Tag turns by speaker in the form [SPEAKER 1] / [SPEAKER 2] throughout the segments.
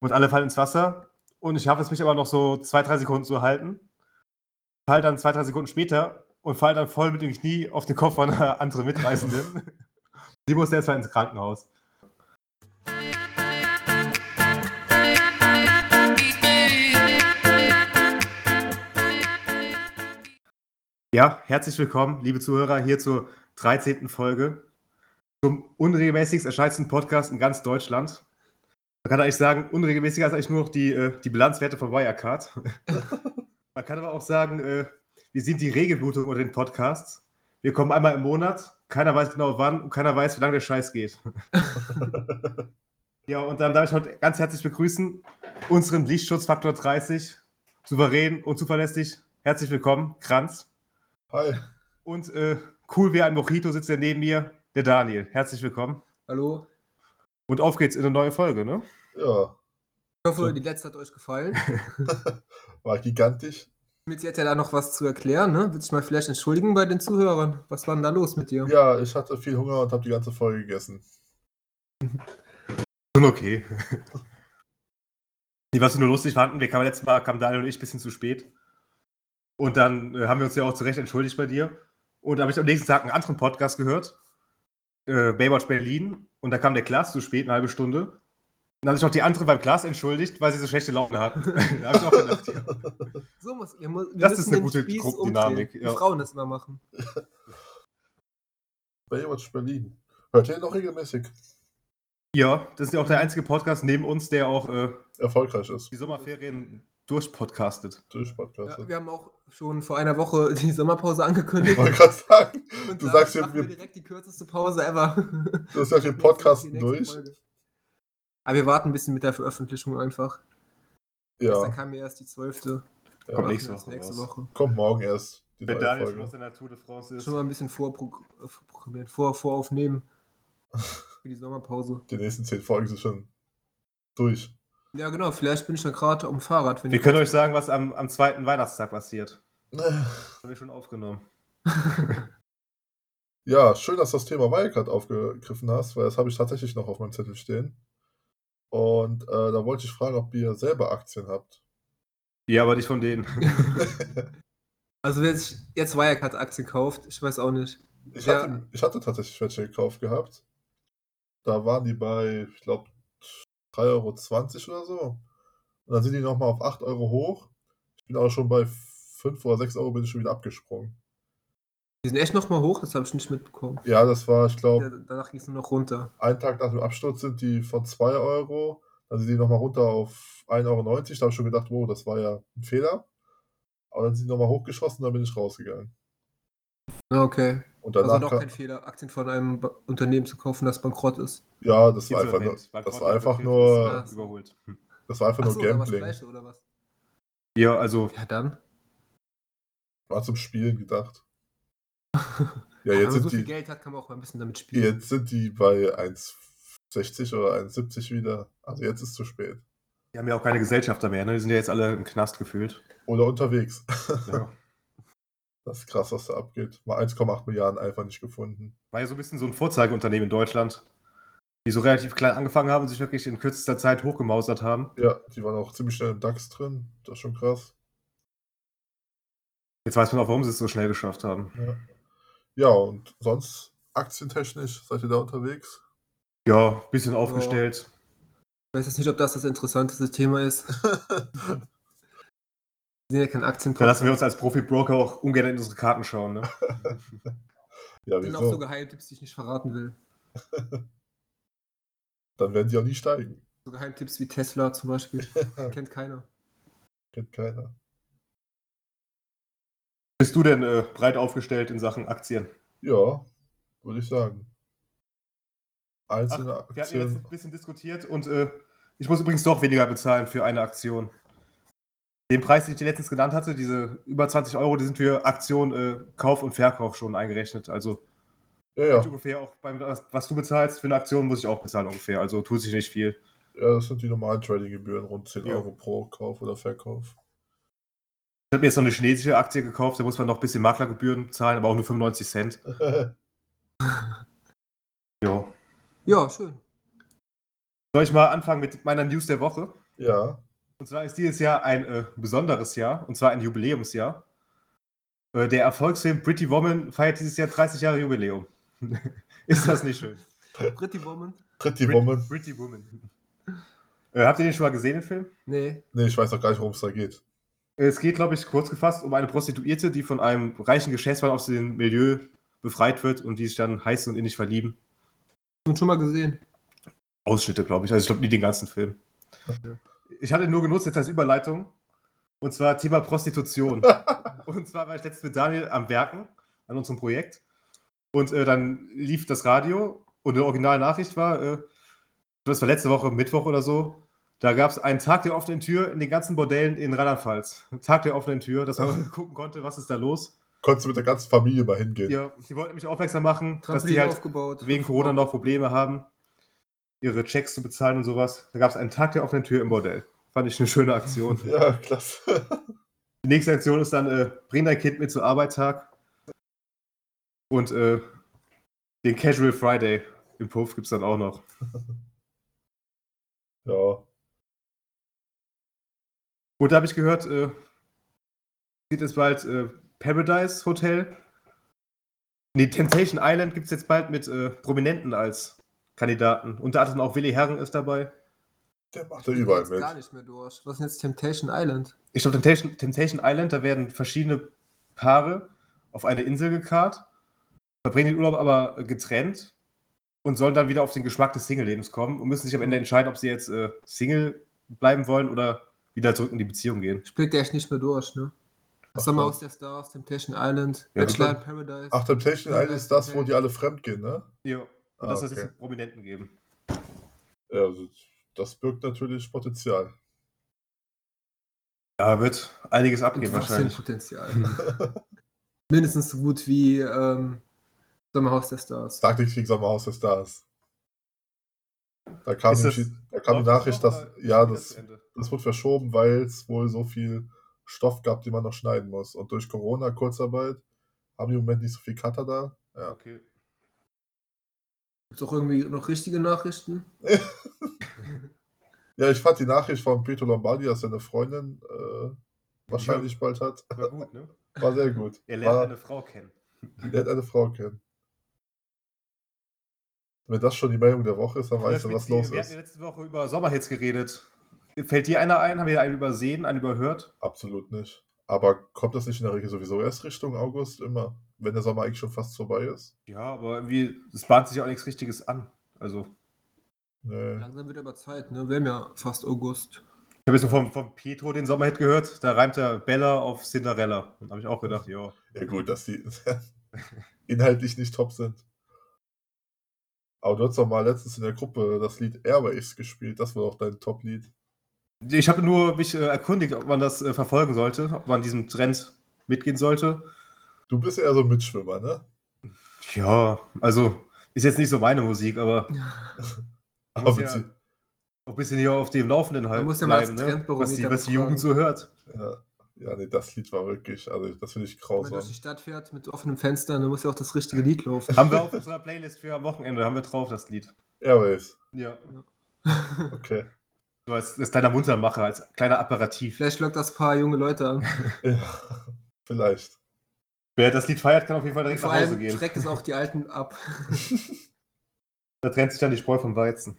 [SPEAKER 1] und alle fallen ins Wasser. Und ich schaffe es mich aber noch so zwei, drei Sekunden zu halten. Fall dann zwei, drei Sekunden später und fall dann voll mit dem Knie auf den Kopf von einer anderen Mitreisenden. Die musste erstmal ins Krankenhaus. Ja, herzlich willkommen, liebe Zuhörer, hier zur 13. Folge zum unregelmäßigst erscheinendsten Podcast in ganz Deutschland. Man kann eigentlich sagen, unregelmäßiger ist eigentlich nur noch die, äh, die Bilanzwerte von Wirecard. Man kann aber auch sagen, äh, wir sind die Regelblutung unter den Podcasts. Wir kommen einmal im Monat, keiner weiß genau wann und keiner weiß, wie lange der Scheiß geht. ja, und dann darf ich heute ganz herzlich begrüßen unseren Lichtschutzfaktor 30, souverän und zuverlässig. Herzlich willkommen, Kranz.
[SPEAKER 2] Hi.
[SPEAKER 1] Und äh, cool wie ein Mojito sitzt der neben mir, der Daniel. Herzlich willkommen.
[SPEAKER 3] Hallo.
[SPEAKER 1] Und auf geht's in eine neue Folge, ne?
[SPEAKER 2] Ja,
[SPEAKER 3] Ich hoffe,
[SPEAKER 1] So.
[SPEAKER 3] die letzte hat euch gefallen.
[SPEAKER 2] war gigantisch.
[SPEAKER 3] Mit jetzt ja da noch was zu erklären, ne? Willst du mal vielleicht entschuldigen bei den Zuhörern? Was war denn da los mit dir?
[SPEAKER 2] Ja, ich hatte viel Hunger und habe die ganze Folge gegessen.
[SPEAKER 1] Schon okay. Nee, was wir nur lustig fanden, wir kamen letztes Mal, kamen Daniel und ich ein bisschen zu spät. Und dann äh, haben wir uns ja auch zu Recht entschuldigt bei dir. Und da habe ich am nächsten Tag einen anderen Podcast gehört, äh, Baywatch Berlin. Und da kam der Klaas zu spät, eine halbe Stunde. Und dann habe ich noch die anderen beim Klaas entschuldigt, weil sie so schlechte Laune hatten. da habe ich auch gedacht, ja.
[SPEAKER 3] So muss, wir, mu- wir
[SPEAKER 1] Das ist
[SPEAKER 3] müssen
[SPEAKER 1] eine
[SPEAKER 3] den
[SPEAKER 1] gute
[SPEAKER 3] Spieß
[SPEAKER 1] Gruppendynamik,
[SPEAKER 3] umdrehen.
[SPEAKER 1] ja.
[SPEAKER 3] Die Frauen das mal machen.
[SPEAKER 2] Baywatch Berlin. Hört ihr noch regelmäßig?
[SPEAKER 1] ja, das ist ja auch der einzige Podcast neben uns, der auch äh,
[SPEAKER 2] Erfolgreich ist.
[SPEAKER 1] die Sommerferien durchpodcastet.
[SPEAKER 2] Durch Podcast.
[SPEAKER 3] Ja, wir haben auch schon vor einer Woche die Sommerpause angekündigt.
[SPEAKER 2] Ich wollte gerade sagen,
[SPEAKER 3] Und
[SPEAKER 2] du
[SPEAKER 3] da
[SPEAKER 2] sagst ja,
[SPEAKER 3] machen wir
[SPEAKER 2] wir-
[SPEAKER 3] direkt die kürzeste Pause ever.
[SPEAKER 2] du hast ja den Podcast durch.
[SPEAKER 3] Aber wir warten ein bisschen mit der Veröffentlichung einfach. Gestern
[SPEAKER 2] Ja,
[SPEAKER 3] kam ja erst die zwölfte.
[SPEAKER 2] ja.
[SPEAKER 1] Kommt
[SPEAKER 3] Machen wir
[SPEAKER 1] nächste
[SPEAKER 3] erst
[SPEAKER 1] Woche
[SPEAKER 3] nächste
[SPEAKER 1] raus.
[SPEAKER 3] Woche.
[SPEAKER 2] kommt morgen erst die
[SPEAKER 1] Wenn
[SPEAKER 2] neue
[SPEAKER 1] Daniel schon
[SPEAKER 2] Folge.
[SPEAKER 1] aus der Natur de France ist.
[SPEAKER 3] Schon mal ein bisschen vorprog- äh, vorprogrammiert, vor, voraufnehmen. Für die Sommerpause.
[SPEAKER 2] Die nächsten zehn Folgen sind schon durch.
[SPEAKER 3] Ja, genau, vielleicht bin ich ja gerade am Fahrrad. Wenn
[SPEAKER 1] Wir
[SPEAKER 3] ich-
[SPEAKER 1] können euch sagen, was am, am zweiten Weihnachtstag passiert. Das haben wir schon aufgenommen.
[SPEAKER 2] Ja, schön, dass du das Thema Wirecard aufgegriffen hast, weil das habe ich tatsächlich noch auf meinem Zettel stehen. Und äh, da wollte ich fragen, ob ihr selber Aktien habt.
[SPEAKER 1] Ja, aber nicht von denen.
[SPEAKER 3] also, wer sich jetzt Wirecard-Aktien kauft, ich weiß auch nicht.
[SPEAKER 2] Ich
[SPEAKER 3] Ja.
[SPEAKER 2] hatte, ich hatte tatsächlich welche gekauft gehabt. Da waren die bei, ich glaube, 3,20 Euro oder so. Und dann sind die nochmal auf 8 Euro hoch. Ich bin aber schon bei 5 oder 6 Euro bin ich schon wieder abgesprungen.
[SPEAKER 3] Die sind echt nochmal hoch, das habe ich nicht mitbekommen.
[SPEAKER 2] Ja, das war, ich
[SPEAKER 3] Ja,
[SPEAKER 2] glaube,
[SPEAKER 3] danach ging es nur noch runter.
[SPEAKER 2] einen Tag nach dem Absturz sind die von 2 Euro. Dann sind die nochmal runter auf 1,90 Euro. Da habe ich schon gedacht, wow, das war ja ein Fehler. Aber dann sind die nochmal hochgeschossen, dann bin ich rausgegangen.
[SPEAKER 3] Ah, Okay.
[SPEAKER 2] Und
[SPEAKER 3] Also
[SPEAKER 2] danach,
[SPEAKER 3] doch
[SPEAKER 2] kam-
[SPEAKER 3] kein Fehler, Aktien von einem Ba- Unternehmen zu kaufen, das bankrott ist.
[SPEAKER 2] ja, das war einfach nur,
[SPEAKER 1] Insolvent, weil
[SPEAKER 2] das war
[SPEAKER 1] Corporate
[SPEAKER 2] einfach
[SPEAKER 1] Affairs
[SPEAKER 2] nur,
[SPEAKER 1] ist, äh, überholt. Hm.
[SPEAKER 2] das war einfach nur
[SPEAKER 3] Achso, da war das
[SPEAKER 2] Gambling.
[SPEAKER 3] gleiche oder was?
[SPEAKER 1] Ja, also
[SPEAKER 3] Ja, dann.
[SPEAKER 2] War zum Spielen gedacht. Ja,
[SPEAKER 3] Wenn
[SPEAKER 2] jetzt
[SPEAKER 3] man
[SPEAKER 2] sind,
[SPEAKER 3] so viel
[SPEAKER 2] die,
[SPEAKER 3] Geld hat, kann man auch mal ein bisschen damit spielen.
[SPEAKER 2] jetzt sind die bei 1,60 oder 1,70 wieder. Also jetzt ist zu spät.
[SPEAKER 1] die haben ja auch keine Gesellschafter mehr, ne? Die sind ja jetzt alle im Knast gefühlt.
[SPEAKER 2] Oder unterwegs.
[SPEAKER 1] Ja.
[SPEAKER 2] Das ist krass, was da abgeht. Mal 1,8 Milliarden einfach nicht gefunden.
[SPEAKER 1] War ja so ein bisschen so ein Vorzeigeunternehmen in Deutschland, die so relativ klein angefangen haben und sich wirklich in kürzester Zeit hochgemausert haben.
[SPEAKER 2] Ja, die waren auch ziemlich schnell im DAX drin. Das ist schon krass.
[SPEAKER 1] Jetzt weiß man auch, warum sie es so schnell geschafft haben.
[SPEAKER 2] Ja, und sonst aktientechnisch seid ihr da unterwegs?
[SPEAKER 1] Ja, ein bisschen aufgestellt.
[SPEAKER 3] Ich weiß jetzt nicht, ob das das interessanteste Thema ist. Wir sind ja kein Aktien.
[SPEAKER 1] Da lassen wir uns als Profi-Broker auch ungern in unsere Karten schauen, ne?
[SPEAKER 2] ja,
[SPEAKER 3] sind auch so
[SPEAKER 2] wieso?
[SPEAKER 3] Geheimtipps, die ich nicht verraten will.
[SPEAKER 2] Dann werden die auch nie steigen.
[SPEAKER 3] So Geheimtipps wie Tesla zum Beispiel. Kennt keiner.
[SPEAKER 2] Kennt keiner.
[SPEAKER 1] Bist du denn äh, breit aufgestellt in Sachen Aktien?
[SPEAKER 2] Ja, würde ich sagen. Einzelne
[SPEAKER 1] Wir hatten ja
[SPEAKER 2] Aktien.
[SPEAKER 1] letztens ein bisschen diskutiert und äh, ich muss übrigens doch weniger bezahlen für eine Aktion. Den Preis, den ich dir letztens genannt hatte, diese über 20 Euro, die sind für Aktion, äh, Kauf und Verkauf schon eingerechnet. Also
[SPEAKER 2] Ja, ja.
[SPEAKER 1] ungefähr auch beim, was, was du bezahlst für eine Aktion, muss ich auch bezahlen ungefähr. Also tut sich nicht viel.
[SPEAKER 2] Ja, das sind die normalen Trading-Gebühren, rund 10
[SPEAKER 1] Ja.
[SPEAKER 2] Euro pro Kauf oder Verkauf.
[SPEAKER 1] Ich habe mir jetzt noch eine chinesische Aktie gekauft, da muss man noch ein bisschen Maklergebühren zahlen, aber auch nur 95 Cent. Jo.
[SPEAKER 3] Ja, schön.
[SPEAKER 1] Soll ich mal anfangen mit meiner News der Woche?
[SPEAKER 2] Ja.
[SPEAKER 1] Und zwar ist dieses Jahr ein äh, besonderes Jahr, und zwar ein Jubiläumsjahr. Äh, der Erfolgsfilm Pretty Woman feiert dieses Jahr 30 Jahre Jubiläum. ist das nicht schön?
[SPEAKER 3] Pretty Woman?
[SPEAKER 2] Pretty Woman.
[SPEAKER 1] Pretty Woman. Äh, habt ihr den schon mal gesehen, den Film?
[SPEAKER 3] Nee.
[SPEAKER 2] Nee, ich weiß auch gar nicht, worum es da geht.
[SPEAKER 1] Es geht, glaube ich, kurz gefasst um eine Prostituierte, die von einem reichen Geschäftsmann aus dem Milieu befreit wird und die sich dann heiß und innig verlieben.
[SPEAKER 3] Hab ihn schon mal gesehen.
[SPEAKER 1] Ausschnitte, glaube ich. Also ich glaube nie den ganzen Film.
[SPEAKER 3] Okay.
[SPEAKER 1] Ich hatte ihn nur genutzt jetzt als Überleitung. Und zwar Thema Prostitution. und zwar war ich letztens mit Daniel am Werken an unserem Projekt. Und äh, dann lief das Radio und eine Originalnachricht war, äh, das war letzte Woche Mittwoch oder so, da gab es einen Tag der offenen Tür in den ganzen Bordellen in Rheinland-Pfalz. Tag der offenen Tür, dass man
[SPEAKER 3] Oh.
[SPEAKER 1] gucken konnte, was ist da los.
[SPEAKER 2] Konntest du mit der ganzen Familie mal hingehen?
[SPEAKER 1] Ja, sie wollten mich aufmerksam machen, dass
[SPEAKER 3] Trampolin
[SPEAKER 1] die halt
[SPEAKER 3] aufgebaut.
[SPEAKER 1] wegen Corona noch Probleme haben, ihre Checks zu bezahlen und sowas. Da gab es einen Tag der offenen Tür im Bordell. Fand ich eine schöne Aktion.
[SPEAKER 2] Ja, klasse.
[SPEAKER 1] Die nächste Aktion ist dann, äh, bring dein Kind mit zur Arbeitstag und äh, den Casual Friday im Puff gibt es dann auch noch.
[SPEAKER 2] ja.
[SPEAKER 1] Und da habe ich gehört, äh, sieht es bald äh, Paradise Hotel. Nee, Temptation Island gibt es jetzt bald mit äh, Prominenten als Kandidaten. Unter anderem auch Willi Herren ist dabei.
[SPEAKER 2] Der macht ja überall
[SPEAKER 3] Jetzt Gar
[SPEAKER 2] mit.
[SPEAKER 3] nicht mehr durch. Was ist denn jetzt Temptation Island?
[SPEAKER 1] Ich glaube, Temptation, Temptation Island, da werden verschiedene Paare auf eine Insel gekarrt, verbringen den Urlaub aber getrennt und sollen dann wieder auf den Geschmack des Single-Lebens kommen und müssen sich am Ende entscheiden, ob sie jetzt äh, Single bleiben wollen oder wieder zurück in die Beziehung gehen.
[SPEAKER 3] Spielt der echt nicht mehr durch, ne?
[SPEAKER 2] Ach,
[SPEAKER 3] Summer
[SPEAKER 2] ja.
[SPEAKER 3] aus der Stars, Temptation Island,
[SPEAKER 1] Ja,
[SPEAKER 3] Bachelor in
[SPEAKER 2] das-
[SPEAKER 3] Paradise.
[SPEAKER 2] Ach, Temptation Island ist das, wo die alle fremd gehen, ne?
[SPEAKER 1] Ja. Und das
[SPEAKER 2] Ah,
[SPEAKER 1] soll es
[SPEAKER 2] okay.
[SPEAKER 1] jetzt mit Prominenten geben.
[SPEAKER 2] Ja, also, das birgt natürlich Potenzial.
[SPEAKER 1] Ja, wird einiges
[SPEAKER 3] Und
[SPEAKER 1] abgehen
[SPEAKER 3] was für ein
[SPEAKER 1] wahrscheinlich.
[SPEAKER 3] Potenzial. Mindestens so gut wie ähm, Sommerhaus der Stars.
[SPEAKER 2] Sag nicht gegen Sommerhaus der Stars. Da kam,
[SPEAKER 1] Ist das-
[SPEAKER 2] die, da kam die
[SPEAKER 1] Läuft das
[SPEAKER 2] Nachricht,
[SPEAKER 1] noch
[SPEAKER 2] dass
[SPEAKER 1] oder ist
[SPEAKER 2] ja,
[SPEAKER 1] wieder
[SPEAKER 2] das,
[SPEAKER 1] zu Ende?
[SPEAKER 2] das wurde verschoben, weil es wohl so viel Stoff gab, den man noch schneiden muss. Und durch Corona, Kurzarbeit, haben die im Moment nicht so viel Cutter da. Ja.
[SPEAKER 1] Okay.
[SPEAKER 3] Gibt es auch irgendwie noch richtige Nachrichten?
[SPEAKER 2] ja, ich fand die Nachricht von Pietro Lombardi, dass er eine Freundin äh, wahrscheinlich bald hat,
[SPEAKER 1] War gut, ne?
[SPEAKER 2] war sehr gut.
[SPEAKER 1] Er lernt
[SPEAKER 2] War,
[SPEAKER 1] eine Frau kennen.
[SPEAKER 2] lernt eine Frau kennen. Wenn das schon die Meldung der Woche ist, dann weißt du, was los
[SPEAKER 1] Wir hatten
[SPEAKER 2] ist.
[SPEAKER 1] letzte Woche über Sommerhits geredet. Fällt dir einer ein? Haben wir einen übersehen, einen überhört?
[SPEAKER 2] Absolut nicht. Aber kommt das nicht in der Regel sowieso erst Richtung August immer, wenn der Sommer eigentlich schon fast vorbei ist?
[SPEAKER 1] Ja, aber irgendwie, es bahnt sich auch nichts Richtiges an. Also,
[SPEAKER 2] Nee.
[SPEAKER 3] Langsam wird aber Zeit, ne? Wir haben ja fast August.
[SPEAKER 1] ich habe jetzt nur vom, vom Pietro den Sommerhit gehört, da reimt er Bella auf Cinderella. Und habe ich auch gedacht, ja.
[SPEAKER 2] Ja gut, dass die inhaltlich nicht top sind. Aber du hast doch mal letztens in der Gruppe das Lied Airways gespielt. Das war doch dein Top-Lied.
[SPEAKER 1] Ich habe nur mich äh, erkundigt, ob man das äh, verfolgen sollte, ob man diesem Trend mitgehen sollte.
[SPEAKER 2] Du bist eher so ein Mitschwimmer, ne?
[SPEAKER 1] Ja, also, ist jetzt nicht so meine Musik, aber man muss
[SPEAKER 2] Aber
[SPEAKER 1] ja
[SPEAKER 2] sie-
[SPEAKER 1] auch ein bisschen hier auf dem Laufenden halt
[SPEAKER 3] muss ja mal
[SPEAKER 1] bleiben,
[SPEAKER 3] das
[SPEAKER 1] ne?
[SPEAKER 3] Trendbarometer
[SPEAKER 1] was, die, was die
[SPEAKER 3] befragen.
[SPEAKER 1] Jugend so hört.
[SPEAKER 2] Ja, ja, nee, das Lied war wirklich, also das finde ich
[SPEAKER 3] Wenn man durch
[SPEAKER 2] grausam.
[SPEAKER 3] die Stadt fährt mit offenem Fenster, dann muss ja auch das richtige Lied laufen.
[SPEAKER 1] Haben wir auf unserer Playlist für am Wochenende, haben wir drauf das Lied.
[SPEAKER 2] Airways,
[SPEAKER 1] Ja.
[SPEAKER 2] okay.
[SPEAKER 1] So als, als kleiner Muntermacher, als kleiner Apparativ.
[SPEAKER 3] Vielleicht lockt das paar junge Leute an.
[SPEAKER 2] ja, vielleicht.
[SPEAKER 1] Wer das Lied feiert, kann auf jeden Fall direkt
[SPEAKER 3] Vor
[SPEAKER 1] nach Hause
[SPEAKER 3] allem
[SPEAKER 1] gehen.
[SPEAKER 3] schreckt es auch die Alten ab.
[SPEAKER 1] Da trennt sich dann die Spreu vom Weizen.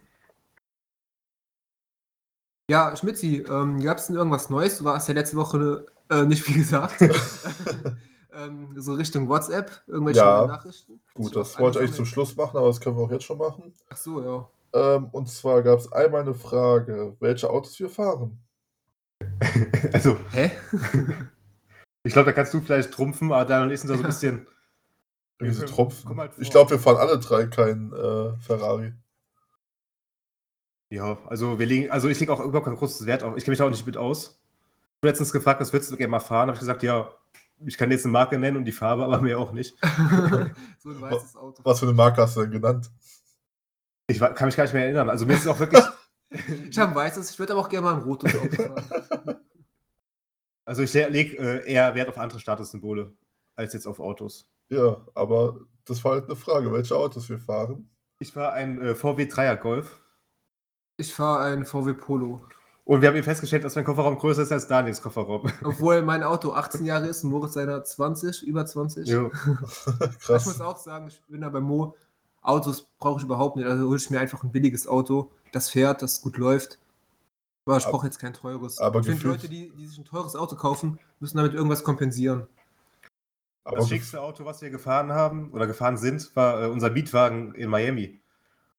[SPEAKER 3] Ja, Schmitzi, ähm, gab es denn irgendwas Neues? Du hast ja letzte Woche äh, nicht viel gesagt. ähm, so Richtung WhatsApp, irgendwelche
[SPEAKER 2] Ja.
[SPEAKER 3] neuen Nachrichten?
[SPEAKER 2] Gut, das wollte ich eigentlich zum Schluss machen, aber das können wir auch jetzt schon machen.
[SPEAKER 3] Ach so, ja.
[SPEAKER 2] Ähm, und zwar gab es einmal eine Frage, welche Autos wir fahren.
[SPEAKER 1] Also,
[SPEAKER 3] Hä?
[SPEAKER 1] ich glaube, da kannst du vielleicht trumpfen, aber dann ist da so ein bisschen. Wir
[SPEAKER 2] Diese
[SPEAKER 1] können-
[SPEAKER 2] Tropfen.
[SPEAKER 1] komm halt vor.
[SPEAKER 2] ich glaube, wir fahren alle drei kein äh, Ferrari.
[SPEAKER 1] Ja, also wir legen, also ich lege auch überhaupt kein großes Wert auf. Ich kenne mich da auch nicht mit aus. Ich wurde letztens gefragt, was würdest du gerne mal fahren? Habe ich gesagt, ja, ich kann jetzt eine Marke nennen und die Farbe, aber mehr auch nicht.
[SPEAKER 3] so ein weißes Auto.
[SPEAKER 2] Was für eine Marke hast du denn genannt?
[SPEAKER 1] Ich wa- kann mich gar nicht mehr erinnern. Also mir ist es auch wirklich.
[SPEAKER 3] Ich habe ein weißes, ich würde aber auch gerne mal ein rotes Auto fahren.
[SPEAKER 1] Also ich lege äh, eher Wert auf andere Statussymbole als jetzt auf Autos.
[SPEAKER 2] Ja, aber das war halt eine Frage, welche Autos wir fahren.
[SPEAKER 1] Ich war ein äh, VW 3er Golf.
[SPEAKER 3] Ich fahre ein VW Polo.
[SPEAKER 1] Und wir haben eben festgestellt, dass mein Kofferraum größer ist als Daniels Kofferraum.
[SPEAKER 3] Obwohl mein Auto 18 Jahre ist und Moritz seiner 20, über 20.
[SPEAKER 1] Jo.
[SPEAKER 3] Ich muss
[SPEAKER 2] Krass.
[SPEAKER 3] auch sagen, ich bin da bei Mo. Autos brauche ich überhaupt nicht. Also hole ich mir einfach ein billiges Auto, das fährt, das gut läuft. Aber ich
[SPEAKER 2] Ab-
[SPEAKER 3] brauche jetzt kein teures.
[SPEAKER 2] aber
[SPEAKER 3] ich finde,
[SPEAKER 2] gefühlt-
[SPEAKER 3] Leute, die, die sich ein teures Auto kaufen, müssen damit irgendwas kompensieren.
[SPEAKER 2] Aber
[SPEAKER 1] das schickste Auto, was wir gefahren haben oder gefahren sind, war äh, unser Mietwagen in Miami.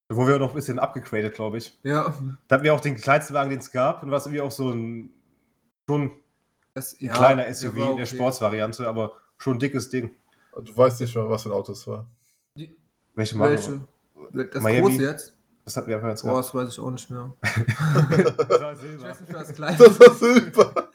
[SPEAKER 1] Da wurden wir auch noch ein bisschen abgegradet, glaube ich.
[SPEAKER 3] Ja,
[SPEAKER 1] Da hatten wir auch den kleinsten Wagen, den es gab. Und war es irgendwie auch so ein schon
[SPEAKER 3] das, ja
[SPEAKER 1] kleiner
[SPEAKER 3] der
[SPEAKER 1] SUV
[SPEAKER 3] war
[SPEAKER 1] in der
[SPEAKER 3] okay.
[SPEAKER 1] Sportsvariante, aber schon ein dickes Ding.
[SPEAKER 2] du weißt nicht mehr, was für ein Auto es war.
[SPEAKER 1] Welche Marke?
[SPEAKER 3] Welche? Das
[SPEAKER 1] Miami.
[SPEAKER 3] große jetzt?
[SPEAKER 1] Das hatten wir einfach jetzt
[SPEAKER 3] Boah,
[SPEAKER 1] gehabt.
[SPEAKER 3] das weiß ich auch nicht mehr.
[SPEAKER 1] Das war
[SPEAKER 3] Ich
[SPEAKER 1] Silber.
[SPEAKER 3] weiß nicht, was das kleine
[SPEAKER 2] Das war Silber.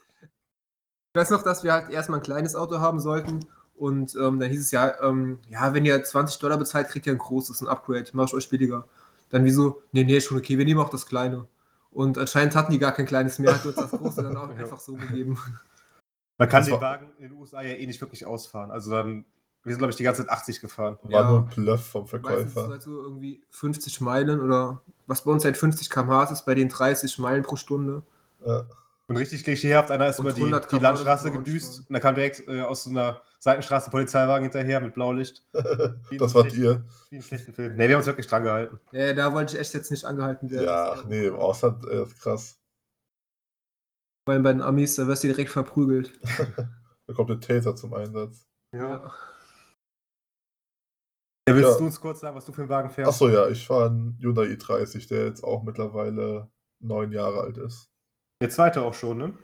[SPEAKER 3] Ich weiß noch, dass wir halt erstmal ein kleines Auto haben sollten. Und ähm, dann hieß es ja, ähm, ja, wenn ihr 20 Dollar bezahlt, kriegt ihr ein großes, ein Upgrade, mach ich euch billiger. Dann wieso, nee, nee, schon okay, wir nehmen auch das kleine. Und anscheinend hatten die gar kein kleines mehr, hat uns das große dann auch
[SPEAKER 1] Ja.
[SPEAKER 3] einfach so gegeben.
[SPEAKER 1] Man kann
[SPEAKER 2] Das
[SPEAKER 1] den
[SPEAKER 2] war-
[SPEAKER 1] Wagen in den USA ja eh nicht wirklich ausfahren. Also dann, wir sind, glaube ich, die ganze Zeit 80 gefahren.
[SPEAKER 2] War
[SPEAKER 3] Ja.
[SPEAKER 2] nur ein Bluff vom
[SPEAKER 3] Meistens ist
[SPEAKER 2] Verkäufer.
[SPEAKER 3] halt so irgendwie 50 Meilen oder was bei uns halt 50 km/h ist, bei den 30 Meilen pro Stunde.
[SPEAKER 2] Ja.
[SPEAKER 1] Und richtig klischeehaft, einer ist
[SPEAKER 3] Und
[SPEAKER 1] über die,
[SPEAKER 3] 100
[SPEAKER 1] die
[SPEAKER 3] km/h
[SPEAKER 1] Landstraße
[SPEAKER 3] das war
[SPEAKER 1] gedüst
[SPEAKER 3] schon.
[SPEAKER 1] und da kam direkt äh, aus so einer Seitenstraße ein Polizeiwagen hinterher mit Blaulicht.
[SPEAKER 2] Das wart ihr.
[SPEAKER 1] Wie einen schlechten Film. Nee, wir haben uns wirklich dran gehalten.
[SPEAKER 3] Ja, da wollte ich echt jetzt nicht angehalten werden.
[SPEAKER 2] Ja, ach nee, im Ausland, ey, das ist krass.
[SPEAKER 3] Vor allem bei den Amis, da wirst du direkt verprügelt.
[SPEAKER 2] Da kommt der Taser zum Einsatz.
[SPEAKER 3] Ja.
[SPEAKER 1] Ja, willst
[SPEAKER 2] Ja.
[SPEAKER 1] du uns kurz sagen, was du für einen Wagen fährst?
[SPEAKER 2] Achso, ja, ich fahre einen Hyundai i30, der jetzt auch mittlerweile neun Jahre alt ist.
[SPEAKER 1] Der zweite auch schon, ne?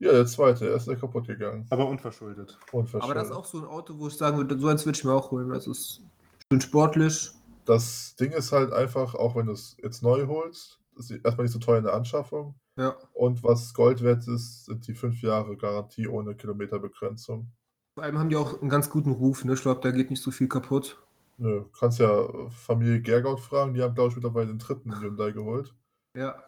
[SPEAKER 2] Ja, der zweite, der ist ja kaputt gegangen.
[SPEAKER 1] Aber unverschuldet.
[SPEAKER 2] Unverschämt.
[SPEAKER 3] Aber das ist auch so ein Auto, wo ich sagen würde, so eins würde ich mir auch holen. Das ist schön sportlich.
[SPEAKER 2] Das Ding ist halt einfach, auch wenn du es jetzt neu holst, ist die- erstmal nicht so teuer in der Anschaffung.
[SPEAKER 3] Ja.
[SPEAKER 2] Und was Gold wert ist, sind die fünf Jahre Garantie ohne Kilometerbegrenzung.
[SPEAKER 3] Vor allem haben die auch einen ganz guten Ruf. Ne? Ich glaube, da geht nicht so viel kaputt.
[SPEAKER 2] Nö, kannst ja äh, Familie Gergaut fragen, die haben, glaube ich, mittlerweile den dritten Hyundai geholt.
[SPEAKER 3] Ja,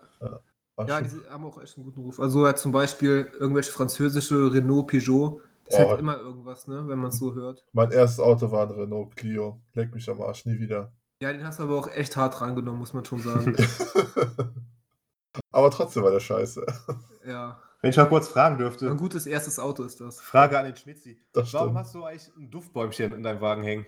[SPEAKER 2] Ach,
[SPEAKER 3] ja
[SPEAKER 2] schon-
[SPEAKER 3] die sind- haben auch echt einen guten Ruf. Also ja, zum Beispiel irgendwelche französische Renault, Peugeot. Das
[SPEAKER 2] Oh.
[SPEAKER 3] hat immer irgendwas, ne? wenn man es so hört.
[SPEAKER 2] mein erstes Auto war ein Renault Clio. Leck mich am Arsch, nie wieder.
[SPEAKER 3] Ja, den hast du aber auch echt hart rangenommen, muss man schon sagen.
[SPEAKER 2] Aber trotzdem war der scheiße.
[SPEAKER 3] ja,
[SPEAKER 1] Wenn ich mal kurz fragen
[SPEAKER 3] ein
[SPEAKER 1] dürfte.
[SPEAKER 3] gutes erstes Auto ist das.
[SPEAKER 1] Frage an den Schmitzi.
[SPEAKER 2] Das
[SPEAKER 1] Warum
[SPEAKER 2] stimmt.
[SPEAKER 1] hast du eigentlich ein Duftbäumchen in deinem Wagen hängen?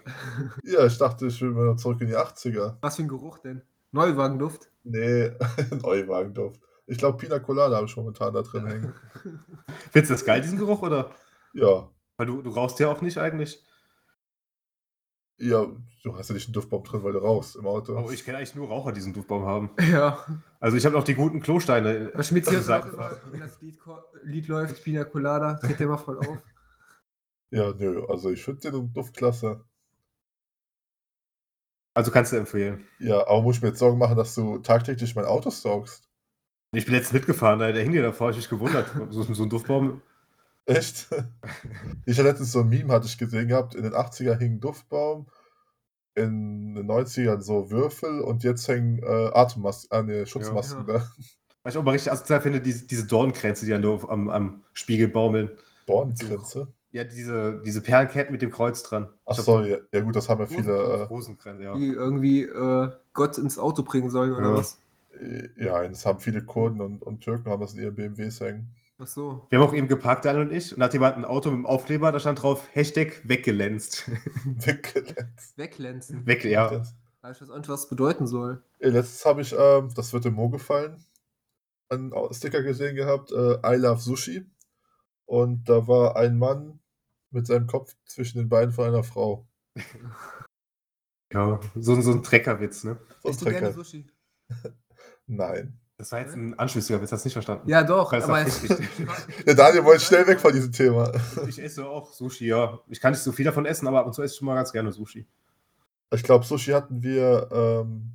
[SPEAKER 2] Ja, ich dachte, ich will mal zurück in die 80er.
[SPEAKER 3] Was für ein Geruch denn? Neuwagenduft?
[SPEAKER 2] Nee, Neuwagenduft. Ich glaube, Pina Colada habe ich momentan da drin hängen.
[SPEAKER 1] Findest du das geil, diesen Geruch, oder?
[SPEAKER 2] Ja,
[SPEAKER 1] Weil du, du rauchst ja auch nicht eigentlich.
[SPEAKER 2] ja, du hast ja nicht einen Duftbaum drin, weil du rauchst im Auto.
[SPEAKER 1] Aber ich kenne eigentlich nur Raucher, die diesen Duftbaum haben.
[SPEAKER 3] Ja.
[SPEAKER 1] Also ich habe noch die guten Klosteine.
[SPEAKER 3] Aber Schmitz
[SPEAKER 2] Also
[SPEAKER 3] hört auch
[SPEAKER 1] Seiten-
[SPEAKER 3] immer, wenn das Lied, ko- Lied läuft, Pina Colada, tritt der mal voll auf.
[SPEAKER 2] Ja, nö, also ich finde den Duft klasse.
[SPEAKER 1] Also kannst du empfehlen.
[SPEAKER 2] Ja, aber muss ich mir jetzt Sorgen machen, dass du tagtäglich mein Auto saugst?
[SPEAKER 1] Ich bin letztens mitgefahren, da der hing dir davor, hab ich mich gewundert. So, so ein Duftbaum.
[SPEAKER 2] Echt? Ich hatte letztens so ein Meme, hatte ich gesehen gehabt, in den 80er hing ein Duftbaum, in den 90ern so Würfel und jetzt hängen äh, Atemmasken, äh, nee, Schutzmasken
[SPEAKER 3] Ja.
[SPEAKER 2] da.
[SPEAKER 1] Was ich auch mal richtig asozial finde, diese, diese Dornkränze, die dann nur am, am Spiegel baumeln.
[SPEAKER 2] Dornkränze?
[SPEAKER 1] Ja, diese, diese Perlenketten mit dem Kreuz dran.
[SPEAKER 2] Ach
[SPEAKER 1] Ich hab-
[SPEAKER 2] so, ja, ja gut, das haben ja viele, äh,
[SPEAKER 1] Rosenkranz, Rosenkranz, ja.
[SPEAKER 3] die irgendwie äh, Gott ins Auto bringen sollen oder
[SPEAKER 1] Ja.
[SPEAKER 3] was?
[SPEAKER 2] äh, Ja, das haben viele Kurden und, und Türken haben das in ihren BMWs hängen.
[SPEAKER 3] Ach so.
[SPEAKER 1] Wir haben auch eben geparkt, Daniel und ich, und da hat jemand ein Auto mit einem Aufkleber, da stand drauf Hashtag weggelenzt.
[SPEAKER 2] Weggelenkt.
[SPEAKER 3] Weglänzen.
[SPEAKER 1] Weg, Hm. ja.
[SPEAKER 3] Ja, Ich weiß auch nicht, was das bedeuten soll.
[SPEAKER 2] Ey, Äh, Letztens habe ich, ähm, das wird dem Mo gefallen, einen Au- Sticker gesehen gehabt, äh, I Love Sushi. Und da war ein Mann mit seinem Kopf zwischen den Beinen von einer Frau.
[SPEAKER 1] ja. So, so ein Treckerwitz, ne?
[SPEAKER 2] So ein
[SPEAKER 3] Isst du gerne
[SPEAKER 2] Trecker.
[SPEAKER 3] Sushi?
[SPEAKER 2] Nein.
[SPEAKER 1] Das war jetzt ein anschlüssiger Witz, hast du nicht verstanden.
[SPEAKER 3] Ja, doch.
[SPEAKER 1] Das ist
[SPEAKER 3] Aber
[SPEAKER 1] doch richtig.
[SPEAKER 2] Der Äh, Daniel wollte schnell weg von diesem Thema.
[SPEAKER 1] Ich esse auch Sushi, ja. Ich kann nicht so viel davon essen, aber ab und zu esse ich schon mal ganz gerne Sushi.
[SPEAKER 2] Ich glaube, Sushi hatten wir ähm,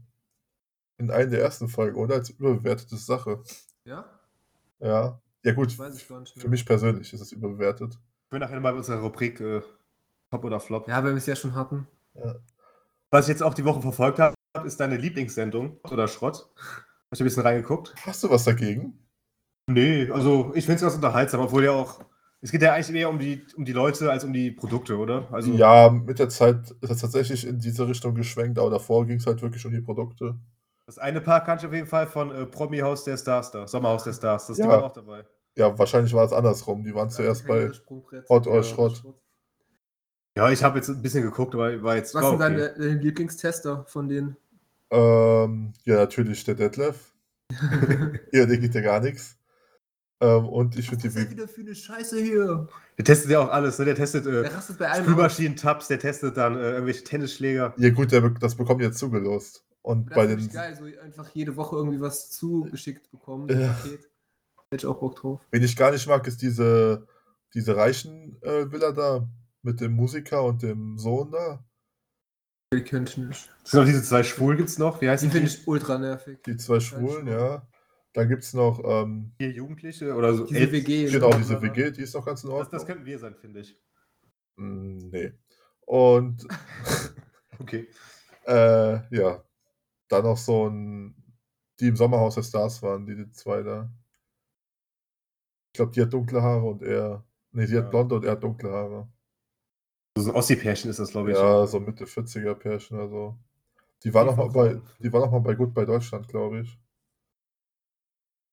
[SPEAKER 2] in einer der ersten Folgen, oder? Als überbewertete Sache.
[SPEAKER 3] Ja?
[SPEAKER 2] Ja. Ja, gut.
[SPEAKER 3] Weiß ich gar nicht mehr.
[SPEAKER 2] Für mich persönlich ist es überbewertet.
[SPEAKER 1] Ich will nachher mal bei unserer Rubrik äh, Top oder Flop.
[SPEAKER 3] Ja, weil wir es ja schon hatten.
[SPEAKER 1] Was ich jetzt auch die Woche verfolgt habe, ist deine Lieblingssendung Hot oder Schrott. Hast du ein bisschen reingeguckt?
[SPEAKER 2] Hast du was dagegen?
[SPEAKER 1] Nee, also ich finde es ganz unterhaltsam, obwohl ja auch. Es geht ja eigentlich eher um die, um die Leute als um die Produkte, oder? Also,
[SPEAKER 2] ja, mit der Zeit ist es tatsächlich in diese Richtung geschwenkt, aber davor ging es halt wirklich um die Produkte.
[SPEAKER 1] Das eine Paar kannte ich auf jeden Fall von äh, Promi-Haus der Stars da, Sommerhaus der Stars. Das
[SPEAKER 2] Ja.
[SPEAKER 1] Ding war auch dabei.
[SPEAKER 2] Ja, wahrscheinlich war es andersrum. Die waren zuerst bei
[SPEAKER 3] Sprungbrett.
[SPEAKER 2] Hot oder
[SPEAKER 1] Ja.
[SPEAKER 2] Schrott.
[SPEAKER 1] Ja, ich habe jetzt ein bisschen geguckt, aber war jetzt.
[SPEAKER 3] Was
[SPEAKER 1] war
[SPEAKER 3] sind
[SPEAKER 1] okay.
[SPEAKER 3] deine, deine Lieblingstester von denen?
[SPEAKER 2] Ähm, ja, natürlich der Detlef. ja, der geht ja gar nichts. Ähm, und ich finde die Bibi.
[SPEAKER 3] wieder für eine Scheiße hier?
[SPEAKER 1] Der testet ja auch alles, ne? Der testet äh,
[SPEAKER 3] Der rastet bei allem. aus.
[SPEAKER 1] Spülmaschinen-Tabs, der testet dann äh, irgendwelche Tennisschläger.
[SPEAKER 2] Ja, gut, der, be- das bekommt jetzt zugelost. Und
[SPEAKER 3] Das
[SPEAKER 2] bei
[SPEAKER 3] finde
[SPEAKER 2] den.
[SPEAKER 3] ich geil, so einfach jede Woche irgendwie was zugeschickt bekommen.
[SPEAKER 2] Ja.
[SPEAKER 3] Paket. Hätte ich auch Bock drauf.
[SPEAKER 2] Wen ich gar nicht mag, ist diese, diese reichen äh, Villa da mit dem Musiker und dem Sohn da.
[SPEAKER 3] Die könnte ich nicht.
[SPEAKER 1] Sind auch diese zwei Schwulen gibt's noch? Wie heißen
[SPEAKER 3] Die
[SPEAKER 1] die?
[SPEAKER 3] finde ich ultra nervig.
[SPEAKER 2] Die zwei Schwulen,
[SPEAKER 3] Schwulen.
[SPEAKER 2] ja. Dann gibt es noch, ähm,
[SPEAKER 1] Vier Jugendliche oder so.
[SPEAKER 3] Diese
[SPEAKER 1] Elf-
[SPEAKER 3] WG.
[SPEAKER 2] genau,
[SPEAKER 1] Schwulen,
[SPEAKER 2] diese
[SPEAKER 1] oder?
[SPEAKER 2] WG, die ist doch ganz in
[SPEAKER 1] Das,
[SPEAKER 2] Ordnung.
[SPEAKER 1] das könnten wir sein, finde ich.
[SPEAKER 2] Mm, nee. Und
[SPEAKER 1] Okay.
[SPEAKER 2] äh, ja, dann noch so ein, die im Sommerhaus der Stars waren, die, die zwei da. Ich glaube, die hat dunkle Haare und er, nee, sie
[SPEAKER 1] Ja.
[SPEAKER 2] hat blonde und er hat dunkle Haare.
[SPEAKER 1] So ein Ossi-Pärchen ist das, glaube ich.
[SPEAKER 2] Ja, so Mitte 40er Pärchen oder so. Die war
[SPEAKER 1] Die
[SPEAKER 2] noch mal
[SPEAKER 1] von
[SPEAKER 2] bei,
[SPEAKER 1] Kron.
[SPEAKER 2] die war noch mal bei Gut bei Deutschland, glaube ich.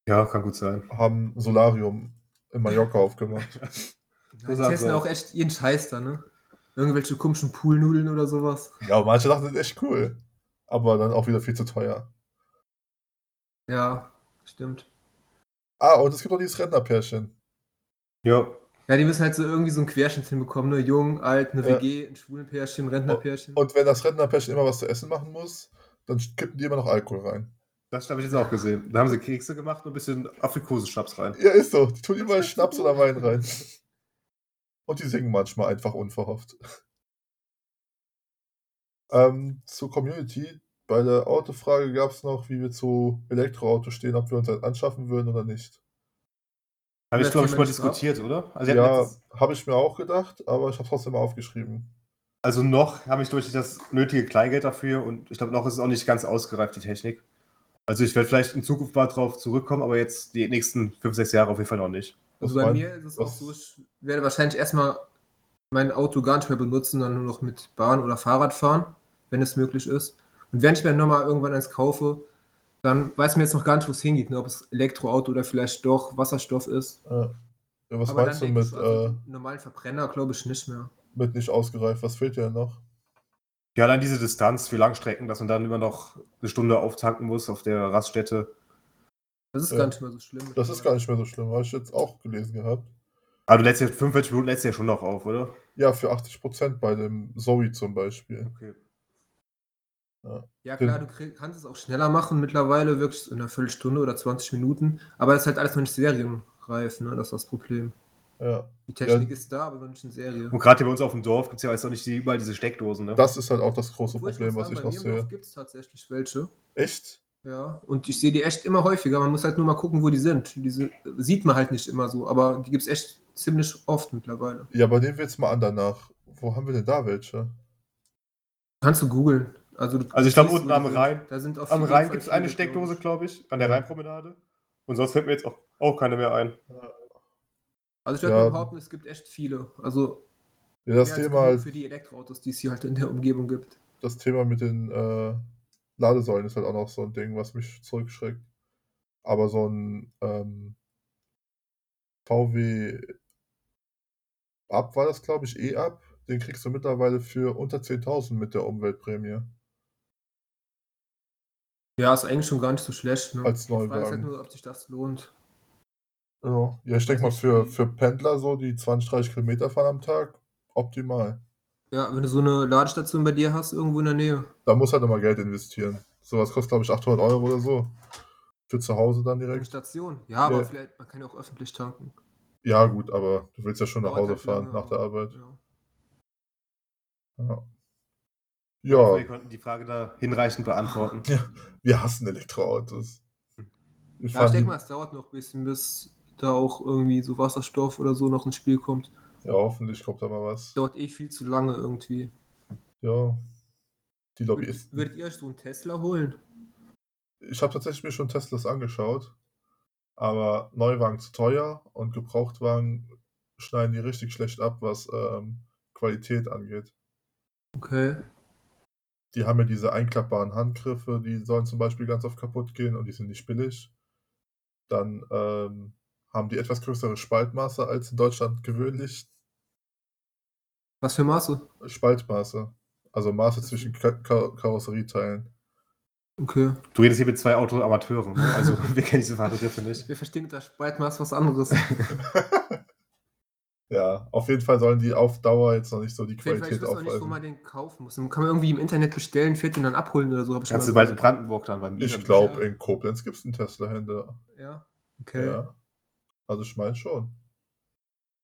[SPEAKER 1] Ja, kann gut sein.
[SPEAKER 2] Haben ein Solarium in Mallorca aufgemacht.
[SPEAKER 3] Die
[SPEAKER 1] sag's
[SPEAKER 3] testen
[SPEAKER 1] auch.
[SPEAKER 3] auch echt jeden Scheiß da, ne? Irgendwelche komischen Poolnudeln oder sowas.
[SPEAKER 2] Ja, aber manche dachten, das ist echt cool. Aber dann auch wieder viel zu teuer.
[SPEAKER 3] Ja, stimmt.
[SPEAKER 2] Ah, und es gibt auch dieses Rentnerpärchen.
[SPEAKER 1] Ja.
[SPEAKER 3] Ja, die müssen halt so irgendwie so einen Querschnitt hinbekommen, ne? Jung, alt, eine
[SPEAKER 2] Ja.
[SPEAKER 3] WG, ein Schwulenpärchen, Rentnerpärchen.
[SPEAKER 2] Und wenn das Rentnerpärchen immer was zu essen machen muss, dann kippen die immer noch Alkohol rein.
[SPEAKER 1] Das habe ich jetzt auch gesehen. Da haben sie Kekse gemacht und ein bisschen Aprikosenschnaps rein.
[SPEAKER 2] Ja, ist so. Die tun immer Schnaps oder Wein rein. Und die singen manchmal einfach unverhofft. Ähm, zur Community. Bei der Autofrage gab es noch, wie wir zu Elektroauto stehen, ob wir uns ein anschaffen würden oder nicht.
[SPEAKER 1] Habe ich,
[SPEAKER 3] das
[SPEAKER 1] glaube ich,
[SPEAKER 3] Thema
[SPEAKER 1] mal
[SPEAKER 3] nicht drauf?
[SPEAKER 1] diskutiert, oder? Also, wir hatten
[SPEAKER 2] Ja,
[SPEAKER 1] letztens-
[SPEAKER 2] habe ich mir auch gedacht, aber ich habe trotzdem mal aufgeschrieben.
[SPEAKER 1] also noch habe ich durch das nötige Kleingeld dafür und ich glaube, noch ist es auch nicht ganz ausgereift, die Technik. Also ich werde vielleicht in Zukunft mal drauf zurückkommen, aber jetzt die nächsten fünf, sechs Jahre auf jeden Fall noch nicht.
[SPEAKER 2] Was
[SPEAKER 3] Also bei
[SPEAKER 2] mein-
[SPEAKER 3] mir ist es auch
[SPEAKER 2] was-
[SPEAKER 3] so, ich werde wahrscheinlich erstmal mein Auto gar nicht mehr benutzen, dann nur noch mit Bahn oder Fahrrad fahren, wenn es möglich ist. Und wenn ich mir nochmal irgendwann eins kaufe, dann weiß mir jetzt noch gar nicht, wo es hingeht, ne? ob es Elektroauto oder vielleicht doch Wasserstoff ist.
[SPEAKER 2] Ja, Ja, was
[SPEAKER 3] Aber
[SPEAKER 2] meinst du
[SPEAKER 3] dann denke
[SPEAKER 2] mit,
[SPEAKER 3] ich, also
[SPEAKER 2] äh,
[SPEAKER 3] einen normalen Verbrenner glaube ich nicht mehr.
[SPEAKER 2] mit nicht ausgereift? Was fehlt dir denn noch?
[SPEAKER 1] Ja, dann diese Distanz für Langstrecken, dass man dann immer noch eine Stunde auftanken muss auf der Raststätte.
[SPEAKER 3] Das ist
[SPEAKER 2] Ja.
[SPEAKER 3] gar nicht mehr so schlimm.
[SPEAKER 2] Das ist gar nicht mehr so schlimm, habe ich jetzt auch gelesen gehabt.
[SPEAKER 1] Aber Ah, du lädst ja 45 Minuten lädst ja schon noch auf, oder?
[SPEAKER 2] Ja, für 80% bei dem Zoe zum Beispiel.
[SPEAKER 1] Okay.
[SPEAKER 3] Ja klar, du krieg, kannst es auch schneller machen mittlerweile, wirklich in einer Viertelstunde oder 20 Minuten. Aber es ist halt alles noch nicht serienreif, ne? das ist das Problem.
[SPEAKER 2] Ja.
[SPEAKER 3] Die Technik ist da, aber noch nicht in Serie.
[SPEAKER 1] Und gerade hier bei uns auf dem Dorf gibt es ja jetzt auch nicht die, überall diese Steckdosen, ne?
[SPEAKER 2] Das ist halt auch das große
[SPEAKER 3] Obwohl,
[SPEAKER 2] Problem, was
[SPEAKER 3] muss sagen,
[SPEAKER 2] ich
[SPEAKER 3] bei
[SPEAKER 2] noch
[SPEAKER 3] mir im Dorf
[SPEAKER 2] sehe.
[SPEAKER 3] gibt's tatsächlich welche.
[SPEAKER 2] Echt?
[SPEAKER 3] Ja, und ich sehe die echt immer häufiger. Man muss halt nur mal gucken, wo die sind. Diese sieht man halt nicht immer so, aber die gibt es echt ziemlich oft mittlerweile.
[SPEAKER 2] Ja, aber nehmen wir jetzt mal an danach. Wo haben wir denn da welche?
[SPEAKER 3] Kannst du googeln. Also, du
[SPEAKER 1] Also ich glaub,
[SPEAKER 3] siehst,
[SPEAKER 1] unten
[SPEAKER 3] wo die
[SPEAKER 1] am
[SPEAKER 3] sind.
[SPEAKER 1] Rhein-
[SPEAKER 3] Da sind auf
[SPEAKER 1] Am
[SPEAKER 3] jeden
[SPEAKER 1] Rhein
[SPEAKER 3] Fall
[SPEAKER 1] gibt es
[SPEAKER 3] viele,
[SPEAKER 1] eine
[SPEAKER 3] glaub
[SPEAKER 1] Steckdose,
[SPEAKER 3] ich.
[SPEAKER 1] glaube ich, an der Rheinpromenade. Und sonst fällt mir jetzt auch, auch keine mehr ein.
[SPEAKER 3] Also ich würde
[SPEAKER 2] Ja.
[SPEAKER 3] mal behaupten, es gibt echt viele. Also
[SPEAKER 2] Ja, das,
[SPEAKER 3] mehr als
[SPEAKER 2] Thema, halt
[SPEAKER 3] genug für die Elektroautos, die es hier halt in der Umgebung gibt.
[SPEAKER 2] das Thema mit den äh, Ladesäulen ist halt auch noch so ein Ding, was mich zurückschreckt. Aber so ein ähm, VW Up war das, glaube ich, E-Up. Den kriegst du mittlerweile für unter 10.000 mit der Umweltprämie.
[SPEAKER 3] Ja, ist eigentlich schon gar nicht so schlecht. Ne?
[SPEAKER 2] Als
[SPEAKER 3] Die Frage ist halt
[SPEAKER 2] Neuwagen.
[SPEAKER 3] nur, ob sich das lohnt.
[SPEAKER 2] Ja, ja ich denke mal,
[SPEAKER 3] Also ich-
[SPEAKER 2] für, für Pendler so, die 20, 30 Kilometer fahren am Tag, optimal.
[SPEAKER 3] Ja, wenn du so eine Ladestation bei dir hast, irgendwo in der Nähe.
[SPEAKER 2] Da muss halt nochmal Geld investieren. Sowas kostet, glaube ich, 800 Euro oder so. Für zu Hause dann
[SPEAKER 3] Eine
[SPEAKER 2] direkt.
[SPEAKER 3] Station. Ja, aber
[SPEAKER 2] Ja.
[SPEAKER 3] vielleicht, man kann ja auch öffentlich tanken.
[SPEAKER 2] Ja, gut, aber du willst ja schon nach
[SPEAKER 3] Dauert
[SPEAKER 2] Hause
[SPEAKER 3] halt lange,
[SPEAKER 2] fahren, nach der
[SPEAKER 3] aber-
[SPEAKER 2] Arbeit.
[SPEAKER 3] Ja.
[SPEAKER 2] Ja.
[SPEAKER 1] Also, Wir
[SPEAKER 2] ja,
[SPEAKER 1] konnten die Frage da hinreichend beantworten.
[SPEAKER 2] wir hassen Elektroautos. Wir
[SPEAKER 3] Ja, ich
[SPEAKER 2] fahren
[SPEAKER 3] denke mal, es dauert noch ein bisschen, bis da auch irgendwie so Wasserstoff oder so noch ins Spiel kommt.
[SPEAKER 2] die- ja, hoffentlich kommt da mal was.
[SPEAKER 3] Dauert eh viel zu lange irgendwie.
[SPEAKER 2] Ja, die
[SPEAKER 3] Würdet,
[SPEAKER 2] Lobbyisten.
[SPEAKER 3] würdet ihr euch so einen Tesla holen?
[SPEAKER 2] Ich habe tatsächlich mir schon Teslas angeschaut, aber Neuwagen zu teuer und Gebrauchtwagen schneiden die richtig schlecht ab, was ähm, Qualität angeht.
[SPEAKER 3] Okay.
[SPEAKER 2] die haben ja diese einklappbaren Handgriffe, die sollen zum Beispiel ganz oft kaputt gehen und die sind nicht billig. Dann ähm, haben die etwas größere Spaltmaße als in Deutschland gewöhnlich.
[SPEAKER 3] Was für Maße?
[SPEAKER 2] Spaltmaße. Also Maße zwischen Ka Ka Karosserieteilen.
[SPEAKER 3] Okay.
[SPEAKER 1] Du redest hier mit zwei Autoamateuren. Ne? Also wir kennen diese Fahrbegriffe nicht.
[SPEAKER 3] Wir verstehen unter Spaltmaß was anderes.
[SPEAKER 2] Ja, auf jeden Fall sollen die auf Dauer jetzt noch nicht so die
[SPEAKER 3] Vielleicht
[SPEAKER 2] Qualität
[SPEAKER 3] wissen wir nicht, wo
[SPEAKER 2] aufweisen.
[SPEAKER 3] man den kaufen muss. Den Kann man irgendwie im Internet bestellen, fährt den dann abholen oder so. hab ich
[SPEAKER 1] Kannst du
[SPEAKER 3] schon
[SPEAKER 1] bald
[SPEAKER 3] mal
[SPEAKER 1] in Brandenburg dann beim
[SPEAKER 2] Ich
[SPEAKER 1] Lidl-
[SPEAKER 2] glaube, in Koblenz gibt es einen Tesla-Händler.
[SPEAKER 3] gesehen. Ja. Okay.
[SPEAKER 2] Ja. Also ich meine schon.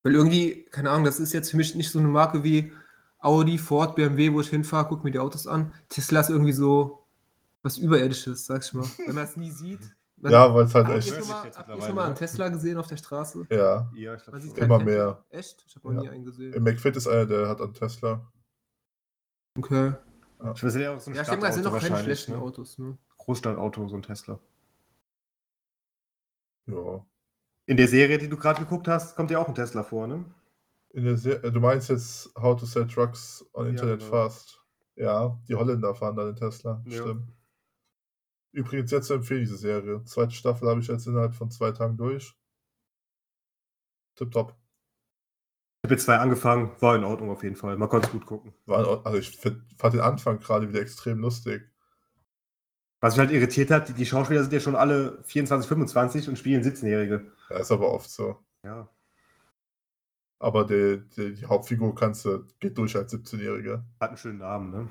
[SPEAKER 3] Weil irgendwie, keine Ahnung, das ist jetzt für mich nicht so eine Marke wie Audi, Ford, BMW, wo ich hinfahre, guck mir die Autos an. Tesla ist irgendwie so was Überirdisches, sag ich mal. Wenn man es nie sieht. Man-
[SPEAKER 2] ja, weil es halt
[SPEAKER 3] habt
[SPEAKER 2] echt.
[SPEAKER 3] ihr
[SPEAKER 1] ist-
[SPEAKER 3] schon mal,
[SPEAKER 1] Jetzt
[SPEAKER 3] habt ihr
[SPEAKER 1] mittlerweile,
[SPEAKER 3] schon mal einen
[SPEAKER 1] ne?
[SPEAKER 3] Tesla gesehen auf der Straße?
[SPEAKER 2] Ja.
[SPEAKER 1] Ja, ich glaub
[SPEAKER 3] Man sieht
[SPEAKER 1] schon.
[SPEAKER 3] keinen
[SPEAKER 2] Immer
[SPEAKER 3] Tesla.
[SPEAKER 2] mehr.
[SPEAKER 3] Echt? Ich habe noch
[SPEAKER 2] Ja.
[SPEAKER 3] nie einen gesehen.
[SPEAKER 2] Im McFit ist einer, der hat einen Tesla.
[SPEAKER 3] Okay.
[SPEAKER 1] Ich weiß, das ist ja auch so ein
[SPEAKER 3] Ja, stimmt, das
[SPEAKER 1] Stadtauto
[SPEAKER 3] sind noch keine
[SPEAKER 1] wahrscheinlich,
[SPEAKER 3] schlechten
[SPEAKER 1] ne?
[SPEAKER 3] Autos. Ne?
[SPEAKER 1] Großstadtauto, so ein Tesla.
[SPEAKER 2] Ja.
[SPEAKER 1] In der Serie, die du gerade geguckt hast, kommt ja auch ein Tesla vor, ne?
[SPEAKER 2] In der Se äh, du meinst jetzt How to Sell Trucks on
[SPEAKER 1] Ja,
[SPEAKER 2] Internet
[SPEAKER 1] genau.
[SPEAKER 2] Fast. Ja, die Holländer fahren dann den Tesla.
[SPEAKER 1] Ja.
[SPEAKER 2] Stimmt. Übrigens, jetzt empfehle ich diese Serie. Zweite Staffel habe ich jetzt innerhalb von zwei Tagen durch. Tipptopp.
[SPEAKER 1] Ich habe jetzt zwei angefangen, war in Ordnung auf jeden Fall. Man konnte es gut gucken.
[SPEAKER 2] War in Ordnung. Also ich find, fand den Anfang gerade wieder extrem lustig.
[SPEAKER 1] Was mich halt irritiert hat, die, die Schauspieler sind ja schon alle 24, 25 und spielen 17-Jährige.
[SPEAKER 2] Ja, ist aber oft so.
[SPEAKER 1] Ja.
[SPEAKER 2] Aber die, die, die Hauptfigur kannst du, geht durch als 17-Jähriger.
[SPEAKER 1] Hat einen schönen Namen, ne?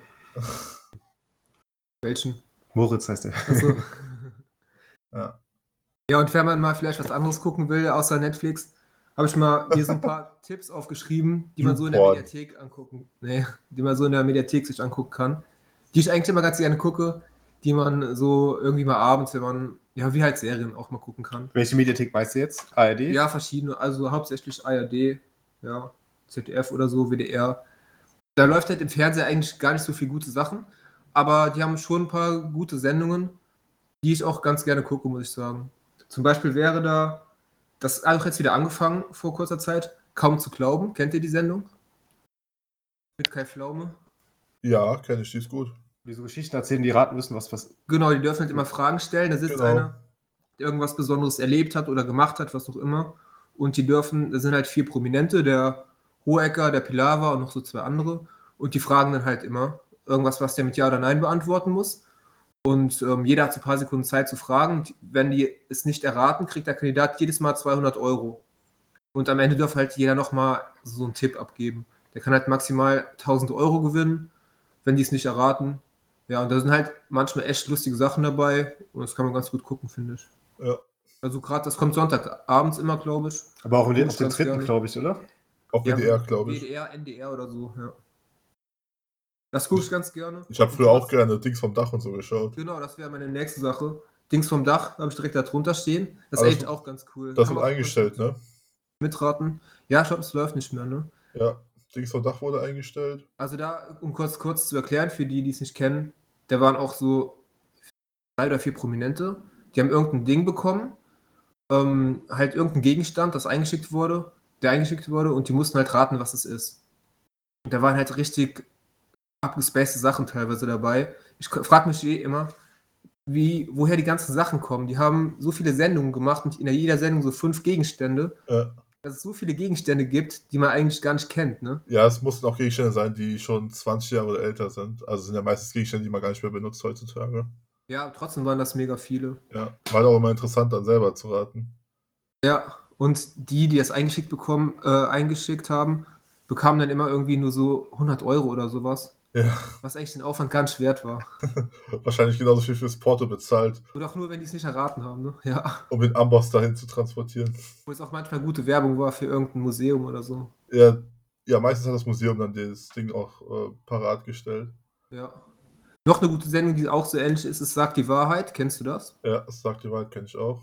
[SPEAKER 3] Welchen?
[SPEAKER 1] Moritz heißt er.
[SPEAKER 3] Achso.
[SPEAKER 2] Ja.
[SPEAKER 3] Also. Ja, und wenn man mal vielleicht was anderes gucken will, außer Netflix, habe ich mal mir so ein paar Tipps aufgeschrieben, die man so in der
[SPEAKER 2] YouPorn.
[SPEAKER 3] Mediathek angucken, nee, die man so in der Mediathek sich angucken kann, die ich eigentlich immer ganz gerne gucke, die man so irgendwie mal abends, wenn man, ja, wie halt Serien auch mal gucken kann.
[SPEAKER 1] Welche Mediathek weißt du jetzt? ARD?
[SPEAKER 3] Ja, verschiedene, also hauptsächlich ARD, ja, ZDF oder so, WDR. Da läuft halt im Fernseher eigentlich gar nicht so viel gute Sachen, aber die haben schon ein paar gute Sendungen, die ich auch ganz gerne gucke, muss ich sagen. Zum Beispiel wäre da, das hat auch jetzt wieder angefangen vor kurzer Zeit, kaum zu glauben. Kennt ihr die Sendung? Mit Kai Pflaume.
[SPEAKER 2] Ja, kenne ich, die ist gut.
[SPEAKER 1] Die so Geschichten erzählen, die raten müssen, was was.
[SPEAKER 3] Genau, die dürfen halt immer Fragen stellen. Da sitzt
[SPEAKER 2] Genau.
[SPEAKER 3] einer, der irgendwas Besonderes erlebt hat oder gemacht hat, was auch immer. Und die dürfen, da sind halt vier Prominente, der Hohecker, der Pilawa und noch so zwei andere. Und die fragen dann halt immer irgendwas, was der mit Ja oder Nein beantworten muss. Und ähm, jeder hat so ein paar Sekunden Zeit zu fragen. Und Wenn die es nicht erraten, kriegt der Kandidat jedes Mal 200 Euro. Und am Ende darf halt jeder nochmal so einen Tipp abgeben. Der kann halt maximal 1000 Euro gewinnen, wenn die es nicht erraten. Ja, und da sind halt manchmal echt lustige Sachen dabei und das kann man ganz gut gucken, finde ich.
[SPEAKER 2] Ja.
[SPEAKER 3] Also gerade, das kommt Sonntagabends immer, glaube ich.
[SPEAKER 1] Aber auch in den, auf den
[SPEAKER 3] Ganz
[SPEAKER 1] dritten,
[SPEAKER 3] gerne.
[SPEAKER 1] glaube ich, oder?
[SPEAKER 2] Auf WDR, glaube ich.
[SPEAKER 3] WDR, NDR oder so, ja. Das gucke ich ganz gerne.
[SPEAKER 2] Ich habe früher auch gerne Dings vom Dach und so geschaut.
[SPEAKER 3] Genau, das wäre meine nächste Sache. Dings vom Dach habe ich direkt da drunter stehen. Das
[SPEAKER 2] Aber
[SPEAKER 3] ist echt
[SPEAKER 2] das-
[SPEAKER 3] auch ganz cool.
[SPEAKER 2] Also Das
[SPEAKER 3] Kann
[SPEAKER 2] wird
[SPEAKER 3] man auch
[SPEAKER 2] eingestellt, ne?
[SPEAKER 3] Mitraten. Ja, ich glaube, es läuft nicht mehr, ne?
[SPEAKER 2] Ja. Dings vom Dach wurde eingestellt.
[SPEAKER 3] Also da, um kurz kurz zu erklären, für die, die es nicht kennen, da waren auch so drei oder vier Prominente, die haben irgendein Ding bekommen, ähm, halt irgendein Gegenstand, das eingeschickt wurde, der eingeschickt wurde und die mussten halt raten, was es ist. Und da waren halt richtig abgespacede Sachen teilweise dabei. Ich frage mich eh immer, wie, woher die ganzen Sachen kommen. Die haben so viele Sendungen gemacht und in jeder Sendung so fünf Gegenstände,
[SPEAKER 2] Äh,
[SPEAKER 3] dass es so viele Gegenstände gibt, die man eigentlich gar nicht kennt, ne?
[SPEAKER 2] ja, es mussten auch Gegenstände sein, die schon 20 Jahre oder älter sind. Also sind ja meistens Gegenstände, die man gar nicht mehr benutzt heutzutage.
[SPEAKER 3] Ja, trotzdem waren das mega viele.
[SPEAKER 2] Ja. War doch immer interessant, dann selber zu raten.
[SPEAKER 3] Ja, und die, die das eingeschickt bekommen, äh, eingeschickt haben, bekamen dann immer irgendwie nur so 100 Euro oder sowas,
[SPEAKER 2] Ja.
[SPEAKER 3] was eigentlich den Aufwand gar nicht wert war.
[SPEAKER 2] Wahrscheinlich genauso viel fürs Porto bezahlt,
[SPEAKER 3] Oder auch nur, wenn die es nicht erraten haben, ne? Ja.
[SPEAKER 2] um den Amboss dahin zu transportieren.
[SPEAKER 3] Wo es auch manchmal gute Werbung war für irgendein Museum oder so.
[SPEAKER 2] Ja, ja meistens hat das Museum dann das Ding auch äh, parat gestellt.
[SPEAKER 3] Ja. Noch eine gute Sendung, die auch so ähnlich ist, ist Sagt die Wahrheit. Kennst du das?
[SPEAKER 2] Ja, das sagt die Wahrheit, kenne ich auch.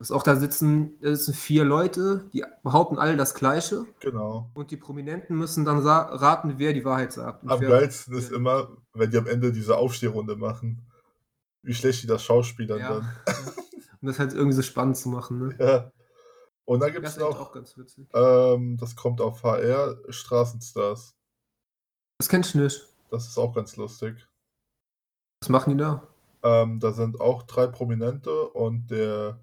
[SPEAKER 3] Das auch da sitzen, da sitzen vier Leute, die behaupten alle das Gleiche
[SPEAKER 2] Genau.
[SPEAKER 3] und die Prominenten müssen dann sa- raten, wer die Wahrheit sagt. Und
[SPEAKER 2] Am
[SPEAKER 3] wer-
[SPEAKER 2] geilsten ist immer, wenn die am Ende diese Aufstehrunde machen. Wie schlecht die das Schauspielern
[SPEAKER 3] Ja.
[SPEAKER 2] dann.
[SPEAKER 3] Um das halt irgendwie so spannend zu machen, ne?
[SPEAKER 2] Ja. Und dann gibt
[SPEAKER 3] Das
[SPEAKER 2] es
[SPEAKER 3] ist echt
[SPEAKER 2] noch,
[SPEAKER 3] auch ganz witzig.
[SPEAKER 2] ähm, das kommt auf HR, Straßenstars.
[SPEAKER 3] Das kennst du nicht.
[SPEAKER 2] Das ist auch ganz lustig.
[SPEAKER 3] Was machen die da?
[SPEAKER 2] Ähm, da sind auch drei Prominente und der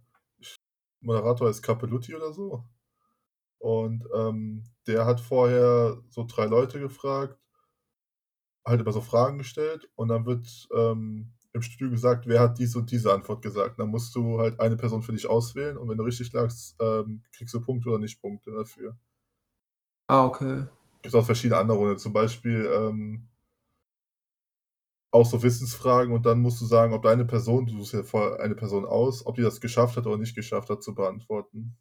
[SPEAKER 2] Moderator ist Capelluti oder so. Und ähm, der hat vorher so drei Leute gefragt, halt immer so Fragen gestellt und dann wird ähm, im Studio gesagt, wer hat dies und diese Antwort gesagt. Und dann musst du halt eine Person für dich auswählen und wenn du richtig lagst, ähm, kriegst du Punkte oder nicht Punkte dafür.
[SPEAKER 3] Ah, okay.
[SPEAKER 2] Gibt auch verschiedene andere Runden, zum Beispiel ähm, auch so Wissensfragen und dann musst du sagen, ob deine Person, du suchst ja vorher eine Person aus, ob die das geschafft hat oder nicht geschafft hat zu beantworten.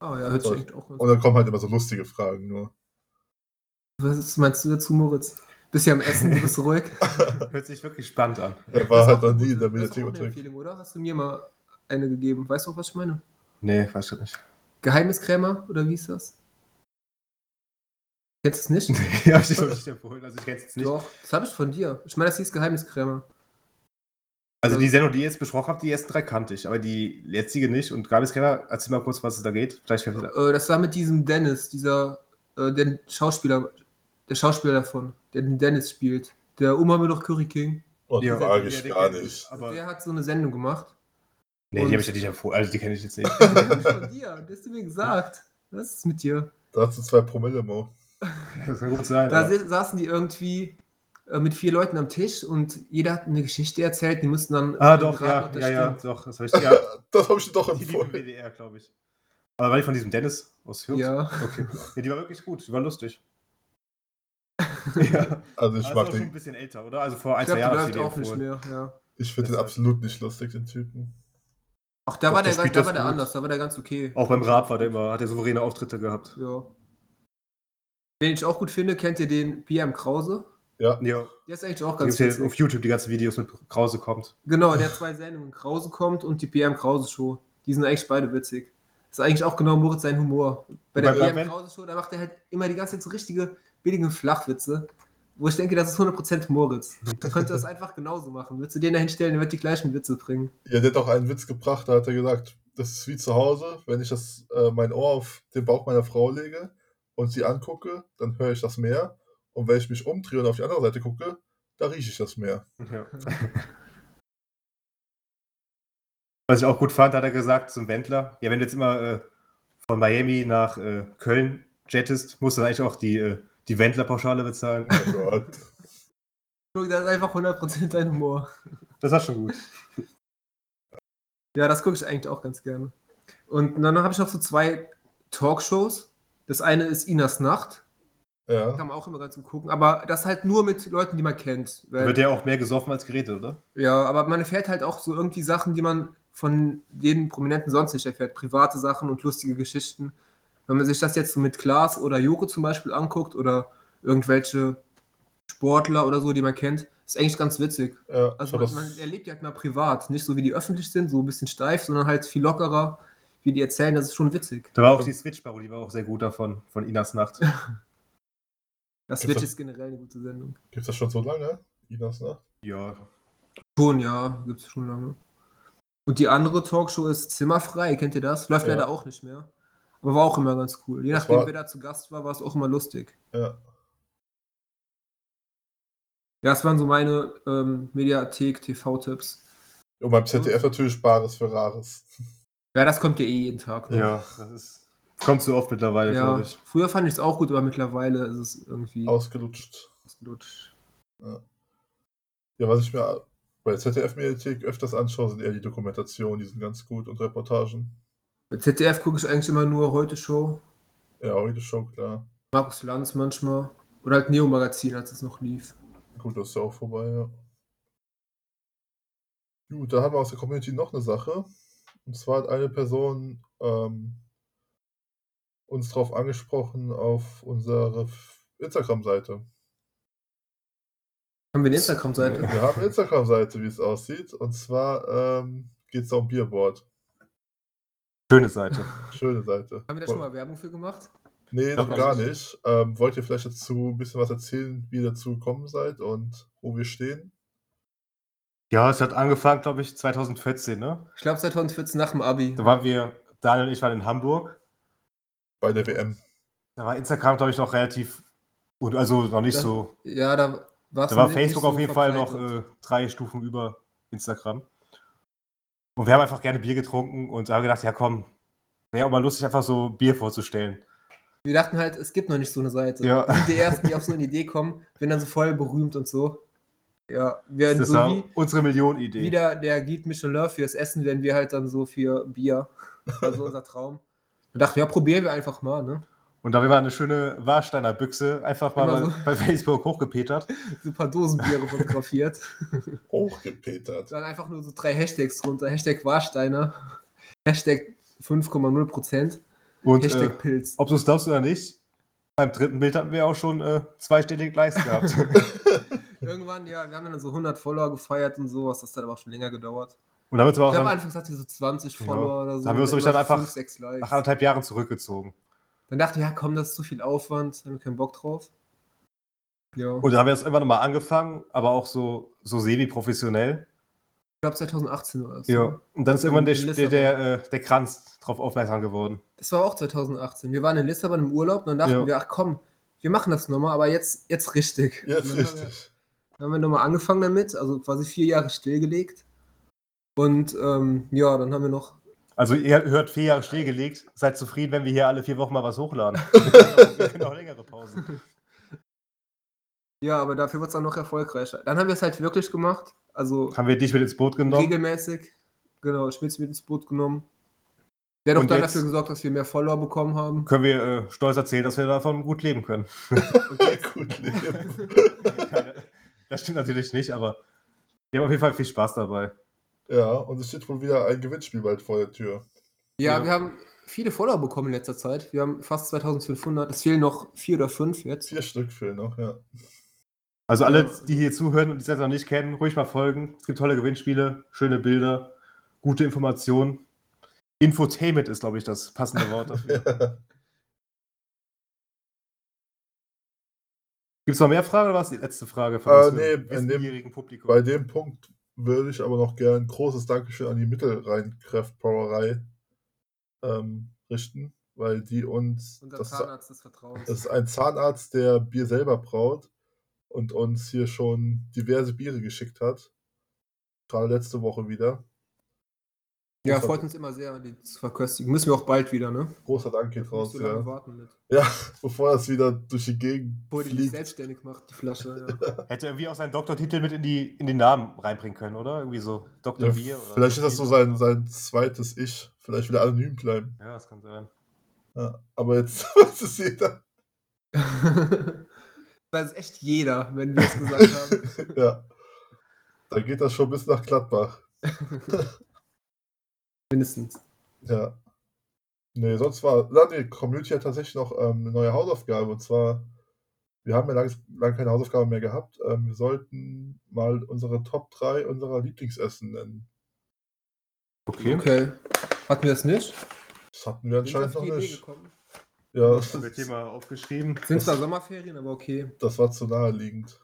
[SPEAKER 3] Ah, ja, hört sich
[SPEAKER 2] So.
[SPEAKER 3] echt auch ganz
[SPEAKER 2] Und dann kommen halt immer so lustige Fragen nur.
[SPEAKER 3] Was ist- meinst du dazu, Moritz? Bist ja am Essen, du bist ruhig.
[SPEAKER 1] Hört sich wirklich spannend an.
[SPEAKER 2] Er war
[SPEAKER 3] Das
[SPEAKER 2] halt
[SPEAKER 3] ist auch
[SPEAKER 2] noch
[SPEAKER 3] eine
[SPEAKER 2] nie in der
[SPEAKER 3] gute- das ist auch
[SPEAKER 2] Mediathek
[SPEAKER 3] eine
[SPEAKER 2] unterwegs.
[SPEAKER 3] Empfehlung, oder? Hast du mir mal eine gegeben? Weißt du auch, was ich meine?
[SPEAKER 1] Nee, weiß ich nicht.
[SPEAKER 3] Geheimniskrämer oder wie ist das? Kennst du es nicht?
[SPEAKER 1] Nee, hab ich noch nicht empfohlen. Also ich kenn's jetzt nicht.
[SPEAKER 3] Doch, das habe ich von dir. Ich meine, das hieß Geheimniskrämer.
[SPEAKER 1] Also die Sendung, die ihr jetzt besprochen habt, die ersten drei kannte ich, aber die jetzige nicht. Und Gabis Keller, erzähl mal kurz, was es da geht. Vielleicht fällt mir da.
[SPEAKER 3] Äh, das war mit diesem Dennis, dieser äh, der Schauspieler, der Schauspieler davon, der den Dennis spielt. Der Oma mir doch Curry King.
[SPEAKER 2] Und
[SPEAKER 1] Ja.
[SPEAKER 2] frage Oh, ich
[SPEAKER 1] Ja, die
[SPEAKER 2] gar
[SPEAKER 1] kenn ich.
[SPEAKER 2] nicht.
[SPEAKER 1] Aber
[SPEAKER 3] Der hat so eine Sendung gemacht.
[SPEAKER 1] nee, die habe ich ja nicht empfohlen. Also die kenne ich jetzt nicht.
[SPEAKER 3] Die hab ich von dir, das hast du mir gesagt. Was ist mit dir?
[SPEAKER 2] Da hast du zwei Promille, Mo.
[SPEAKER 1] Das kann gut sein.
[SPEAKER 3] Da
[SPEAKER 1] aber-
[SPEAKER 3] si- saßen die irgendwie äh, mit vier Leuten am Tisch und jeder hat eine Geschichte erzählt. Die mussten dann.
[SPEAKER 1] Ah,
[SPEAKER 3] irgendwie
[SPEAKER 1] doch, ja,
[SPEAKER 3] raten, ob
[SPEAKER 1] ja,
[SPEAKER 3] das
[SPEAKER 1] ja,
[SPEAKER 3] stimmt.
[SPEAKER 1] doch, das habe ich. Ja,
[SPEAKER 2] Das habe ich dir doch
[SPEAKER 1] die liebe
[SPEAKER 2] empfohlen.
[SPEAKER 1] WDR, glaube ich. Aber war die von diesem Dennis aus Hürth?
[SPEAKER 3] ja.
[SPEAKER 1] Okay. Ja, die war wirklich gut, die war lustig. ja.
[SPEAKER 2] Also ich
[SPEAKER 1] Ich war
[SPEAKER 2] mag
[SPEAKER 1] schon ein
[SPEAKER 2] den,
[SPEAKER 1] bisschen älter, oder? Also vor ein,
[SPEAKER 3] Ich
[SPEAKER 1] zwei
[SPEAKER 3] glaube,
[SPEAKER 1] Jahren
[SPEAKER 3] die
[SPEAKER 1] hab ich
[SPEAKER 3] läuft
[SPEAKER 1] die
[SPEAKER 3] auch nicht
[SPEAKER 1] empfohlen.
[SPEAKER 3] mehr. Ja.
[SPEAKER 2] ich finde den
[SPEAKER 1] Deshalb.
[SPEAKER 2] absolut nicht lustig, den Typen.
[SPEAKER 3] Ach, da
[SPEAKER 1] Doch,
[SPEAKER 3] war
[SPEAKER 1] der
[SPEAKER 3] der,
[SPEAKER 1] spielt
[SPEAKER 3] da
[SPEAKER 1] das
[SPEAKER 3] war der
[SPEAKER 1] gut. Oh.
[SPEAKER 3] anders, da war der ganz okay.
[SPEAKER 1] Auch beim Rap war der immer, hat er souveräne Auftritte gehabt.
[SPEAKER 3] Ja. Wen ich auch gut finde, kennt ihr den PM Krause?
[SPEAKER 2] Ja,
[SPEAKER 1] Ja.
[SPEAKER 3] Der ist eigentlich auch
[SPEAKER 1] Da
[SPEAKER 3] ganz
[SPEAKER 1] gibt's ja auf
[SPEAKER 3] witzig.
[SPEAKER 1] YouTube die ganzen Videos mit Krause kommt.
[SPEAKER 3] Genau, der hat zwei Sendungen. Krause kommt und die PM Krause Show. Die sind eigentlich beide witzig. Ist eigentlich auch genau Moritz sein Humor. Bei der
[SPEAKER 1] Bei
[SPEAKER 3] PM
[SPEAKER 1] Batman?
[SPEAKER 3] Krause Show, da macht er halt immer die ganze Zeit so richtige billige Flachwitze, wo ich denke, das ist 100% Moritz. Da könnte das einfach genauso machen. Würdest du den da hinstellen, der wird die gleichen Witze bringen.
[SPEAKER 2] ja, der hat auch einen Witz gebracht, da hat er gesagt, das ist wie zu Hause, wenn ich das, äh, mein Ohr auf den Bauch meiner Frau lege und sie angucke, dann höre ich das Meer. Und wenn ich mich umdrehe und auf die andere Seite gucke, da rieche ich das Meer.
[SPEAKER 1] Ja. Was ich auch gut fand, hat er gesagt zum Wendler. Ja, wenn du jetzt immer äh, von Miami nach äh, Köln jettest, musst du dann eigentlich auch die, äh, die Wendler-Pauschale bezahlen.
[SPEAKER 2] Oh Gott.
[SPEAKER 3] Das ist einfach 100% dein Humor.
[SPEAKER 1] Das war schon gut.
[SPEAKER 3] Ja, das gucke ich eigentlich auch ganz gerne. Und dann habe ich noch so zwei Talkshows. Das eine ist Inas Nacht.
[SPEAKER 2] ja.
[SPEAKER 3] Kann man auch immer ganz gut gucken. Aber das halt nur mit Leuten, die man kennt.
[SPEAKER 1] Da
[SPEAKER 3] Weil-
[SPEAKER 1] wird ja auch mehr gesoffen als geredet, oder?
[SPEAKER 3] Ja, aber man erfährt halt auch so irgendwie Sachen, die man von jedem Prominenten sonst nicht erfährt. Private Sachen und lustige Geschichten. Wenn man sich das jetzt so mit Klaas oder Joko zum Beispiel anguckt oder irgendwelche Sportler oder so, die man kennt, ist eigentlich ganz witzig.
[SPEAKER 2] ja ich
[SPEAKER 3] Also
[SPEAKER 2] hab
[SPEAKER 3] man,
[SPEAKER 2] das,
[SPEAKER 3] man erlebt die halt mal privat. Nicht so wie die öffentlich sind, so ein bisschen steif, sondern halt viel lockerer, wie die erzählen. Das ist schon witzig.
[SPEAKER 1] Da war auch die Switch-Parodie, die war auch sehr gut davon, von Inas Nacht.
[SPEAKER 3] Das
[SPEAKER 2] Gibt's
[SPEAKER 3] wird
[SPEAKER 2] das-
[SPEAKER 3] jetzt generell eine gute Sendung.
[SPEAKER 2] gibt's das schon so lange? Inas ne? Nacht?
[SPEAKER 1] Ja.
[SPEAKER 3] Schon, ja, gibt es schon lange. Und die andere Talkshow ist Zimmerfrei, kennt ihr das? Läuft
[SPEAKER 2] Ja.
[SPEAKER 3] leider auch nicht mehr. Aber war auch immer ganz cool. Je
[SPEAKER 2] Das
[SPEAKER 3] nachdem,
[SPEAKER 2] war-
[SPEAKER 3] wer da zu Gast war, war es auch immer lustig.
[SPEAKER 2] Ja.
[SPEAKER 3] Ja, das waren so meine ähm, Mediathek-TV-Tipps.
[SPEAKER 2] Und beim ZDF natürlich Bares für Rares.
[SPEAKER 3] Ja, das kommt ja eh jeden Tag. ne?
[SPEAKER 1] Ja, das ist. Kommt so oft mittlerweile,
[SPEAKER 3] Ja,
[SPEAKER 1] glaube ich.
[SPEAKER 3] Früher fand ich es auch gut, aber mittlerweile ist es irgendwie
[SPEAKER 2] Ausgelutscht.
[SPEAKER 3] ausgelutscht.
[SPEAKER 2] Ja, was ich mir bei der ZDF-Mediathek öfters anschaue, sind eher die Dokumentationen, die sind ganz gut und Reportagen.
[SPEAKER 3] Bei ZDF gucke ich eigentlich immer nur Heute-Show,
[SPEAKER 2] Ja, heute schon, klar.
[SPEAKER 3] Markus Lanz manchmal oder halt Neo-Magazin, als es noch lief.
[SPEAKER 2] Gut, das ist ja auch vorbei, ja. Gut, da haben wir aus der Community noch eine Sache. Und zwar hat eine Person ähm, uns darauf angesprochen auf unsere F- Instagram-Seite.
[SPEAKER 3] Haben wir eine Instagram-Seite?
[SPEAKER 2] Wir haben eine Instagram-Seite, wie es aussieht. Und zwar ähm, geht es da um Bierboard.
[SPEAKER 1] Schöne Seite.
[SPEAKER 2] Schöne Seite.
[SPEAKER 3] Haben wir da schon mal Werbung für gemacht?
[SPEAKER 2] Nee,
[SPEAKER 1] Doch,
[SPEAKER 2] noch gar
[SPEAKER 1] noch
[SPEAKER 2] nicht. Ähm, wollt ihr vielleicht dazu ein bisschen was erzählen, wie ihr dazu gekommen seid und wo wir stehen?
[SPEAKER 1] Ja, es hat angefangen, glaube ich, 2014, ne?
[SPEAKER 3] Ich glaube 2014 nach dem Abi.
[SPEAKER 1] Da waren wir, Daniel und ich waren in Hamburg
[SPEAKER 2] Bei der WM.
[SPEAKER 1] Da war Instagram, glaube ich, noch relativ gut, also noch nicht
[SPEAKER 3] Das-
[SPEAKER 1] so.
[SPEAKER 3] Ja, da,
[SPEAKER 1] Da war Facebook auf jeden Fall noch äh, drei Stufen über Instagram. Und wir haben einfach gerne Bier getrunken und haben gedacht, ja komm, wäre auch mal lustig, einfach so Bier vorzustellen.
[SPEAKER 3] wir dachten halt, es gibt noch nicht so eine Seite.
[SPEAKER 1] Ja.
[SPEAKER 3] Wir sind die Ersten, die auf so eine Idee kommen, werden dann so voll berühmt und so. Ja, wir
[SPEAKER 1] Das
[SPEAKER 3] so
[SPEAKER 1] war
[SPEAKER 3] wie,
[SPEAKER 1] unsere Millionenidee.
[SPEAKER 3] wie der, der Guide Michelin fürs Essen, werden wir halt dann so für Bier. Also unser Traum. Wir dachten, ja, probieren wir einfach mal, ne?
[SPEAKER 1] Und da wir mal eine schöne Warsteiner Büchse einfach mal
[SPEAKER 3] Immer
[SPEAKER 1] bei,
[SPEAKER 3] so.
[SPEAKER 1] bei Facebook hochgepetert.
[SPEAKER 3] So ein paar Dosenbiere fotografiert.
[SPEAKER 2] Hochgepetert.
[SPEAKER 3] Dann einfach nur so drei Hashtags drunter. Hashtag Warsteiner, Hashtag 5,0%,
[SPEAKER 1] Und äh,
[SPEAKER 3] Hashtag Pilz.
[SPEAKER 1] ob du es glaubst oder nicht, beim dritten Bild hatten wir auch schon äh, zweistellige Likes gehabt.
[SPEAKER 3] Irgendwann, ja, wir haben dann so 100 Follower gefeiert und sowas. Das hat aber auch schon länger gedauert.
[SPEAKER 1] Und damit sind wir auch
[SPEAKER 3] Ich glaube,
[SPEAKER 1] dann
[SPEAKER 3] anfangs hatte ich so 20
[SPEAKER 1] Ja.
[SPEAKER 3] Follower oder so.
[SPEAKER 1] Da haben wir uns
[SPEAKER 3] und
[SPEAKER 1] nämlich dann
[SPEAKER 3] immer so
[SPEAKER 1] einfach
[SPEAKER 3] fünf, sechs Likes.
[SPEAKER 1] nach anderthalb Jahren zurückgezogen.
[SPEAKER 3] Dann dachte ich, ja, komm, das ist zu viel Aufwand, haben wir keinen Bock drauf. Ja.
[SPEAKER 1] Und da haben wir jetzt irgendwann nochmal angefangen, aber auch so, so semi-professionell.
[SPEAKER 3] ich glaube, 2018 war das.
[SPEAKER 1] Ja. Und dann ist irgendwann der,
[SPEAKER 3] In
[SPEAKER 1] der, der, äh, der Kranz drauf aufmerksam geworden.
[SPEAKER 3] Das war auch 2018. Wir waren in Lissabon im Urlaub und dann dachten
[SPEAKER 1] Ja.
[SPEAKER 3] wir, ach komm, wir machen das nochmal, aber jetzt, jetzt richtig.
[SPEAKER 2] Jetzt
[SPEAKER 3] Und dann haben wir-
[SPEAKER 2] richtig.
[SPEAKER 3] Dann haben wir nochmal angefangen damit, also quasi vier Jahre stillgelegt. Und ähm, ja, dann haben wir noch.
[SPEAKER 1] Also ihr hört vier Jahre stillgelegt, seid zufrieden, wenn wir hier alle vier Wochen mal was hochladen. wir können auch längere Pausen.
[SPEAKER 3] Ja, aber dafür wird es dann noch erfolgreicher. Dann haben wir es halt wirklich gemacht. Also
[SPEAKER 1] Haben wir dich mit ins Boot genommen.
[SPEAKER 3] regelmäßig. Genau, Schmitz mit ins Boot genommen. Der hat auch
[SPEAKER 1] Und
[SPEAKER 3] dann
[SPEAKER 1] jetzt-
[SPEAKER 3] dafür gesorgt, dass wir mehr Follower bekommen haben.
[SPEAKER 1] können wir äh, stolz erzählen, dass wir davon gut leben können.
[SPEAKER 2] Gut leben.
[SPEAKER 1] das stimmt natürlich nicht, aber wir haben auf jeden Fall viel Spaß dabei.
[SPEAKER 2] Ja, und es steht wohl wieder ein Gewinnspiel bald vor der Tür.
[SPEAKER 3] Ja,
[SPEAKER 1] Ja.
[SPEAKER 3] wir haben viele Follower bekommen in letzter Zeit. Wir haben fast 2500. Es fehlen noch vier oder fünf jetzt.
[SPEAKER 2] Vier Stück fehlen noch, ja.
[SPEAKER 1] Also alle,
[SPEAKER 3] Ja.
[SPEAKER 1] die hier zuhören und die es noch nicht kennen, ruhig mal folgen. Es gibt tolle Gewinnspiele, schöne Bilder, gute Informationen. Infotainment ist, glaube ich, das passende Wort dafür. Gibt es noch mehr Fragen oder war es die letzte Frage
[SPEAKER 2] Äh,
[SPEAKER 1] unserem
[SPEAKER 2] nee, in dem-
[SPEAKER 1] wissbegierigen Publikum?
[SPEAKER 2] Bei dem Punkt würde ich aber noch gern großes Dankeschön an die Mittelrheinkraftbrauerei ähm, richten, weil die uns.
[SPEAKER 3] Unser
[SPEAKER 2] Das ist,
[SPEAKER 3] Zahnarzt des Vertrauens.
[SPEAKER 2] das ist ein Zahnarzt, der Bier selber braut und uns hier schon diverse Biere geschickt hat. Gerade letzte Woche wieder.
[SPEAKER 3] ja,
[SPEAKER 2] Großer-
[SPEAKER 3] freut uns immer sehr, die zu verköstigen. Müssen wir auch bald wieder, ne?
[SPEAKER 2] Großer Dank geht
[SPEAKER 3] Nicht
[SPEAKER 2] raus,
[SPEAKER 3] so lange
[SPEAKER 2] ja.
[SPEAKER 3] warten mit.
[SPEAKER 2] ja. Bevor das wieder durch die Gegend
[SPEAKER 3] Obwohl die dich
[SPEAKER 2] fliegt.
[SPEAKER 3] selbstständig macht, die Flasche. Ja.
[SPEAKER 1] Hätte irgendwie auch seinen Doktortitel mit in, die, in den Namen reinbringen können, oder? Irgendwie so Dr.
[SPEAKER 2] Ja,
[SPEAKER 1] Bier. Oder
[SPEAKER 2] Vielleicht ist das so sein, sein zweites Ich. Vielleicht wieder anonym bleiben.
[SPEAKER 1] Ja, das kann sein.
[SPEAKER 2] Ja, aber jetzt weiß es jeder.
[SPEAKER 3] Weiß echt jeder, wenn wir es gesagt haben.
[SPEAKER 2] Ja. Da geht das schon bis nach Gladbach.
[SPEAKER 3] Mindestens.
[SPEAKER 2] Ja. Nee, sonst war. Na, die Community hat tatsächlich noch ähm, eine neue Hausaufgabe. Und zwar, wir haben ja lange lang keine Hausaufgabe mehr gehabt. Ähm, wir sollten mal unsere Top 3 unserer Lieblingsessen nennen.
[SPEAKER 1] Okay.
[SPEAKER 3] Okay. Hatten wir das nicht?
[SPEAKER 2] Das hatten wir anscheinend noch nicht.
[SPEAKER 3] gekommen.
[SPEAKER 2] Ja,
[SPEAKER 1] Ich habe mir
[SPEAKER 2] das,
[SPEAKER 1] Thema aufgeschrieben.
[SPEAKER 3] Sind zwar Sommerferien, aber okay.
[SPEAKER 2] das war zu naheliegend.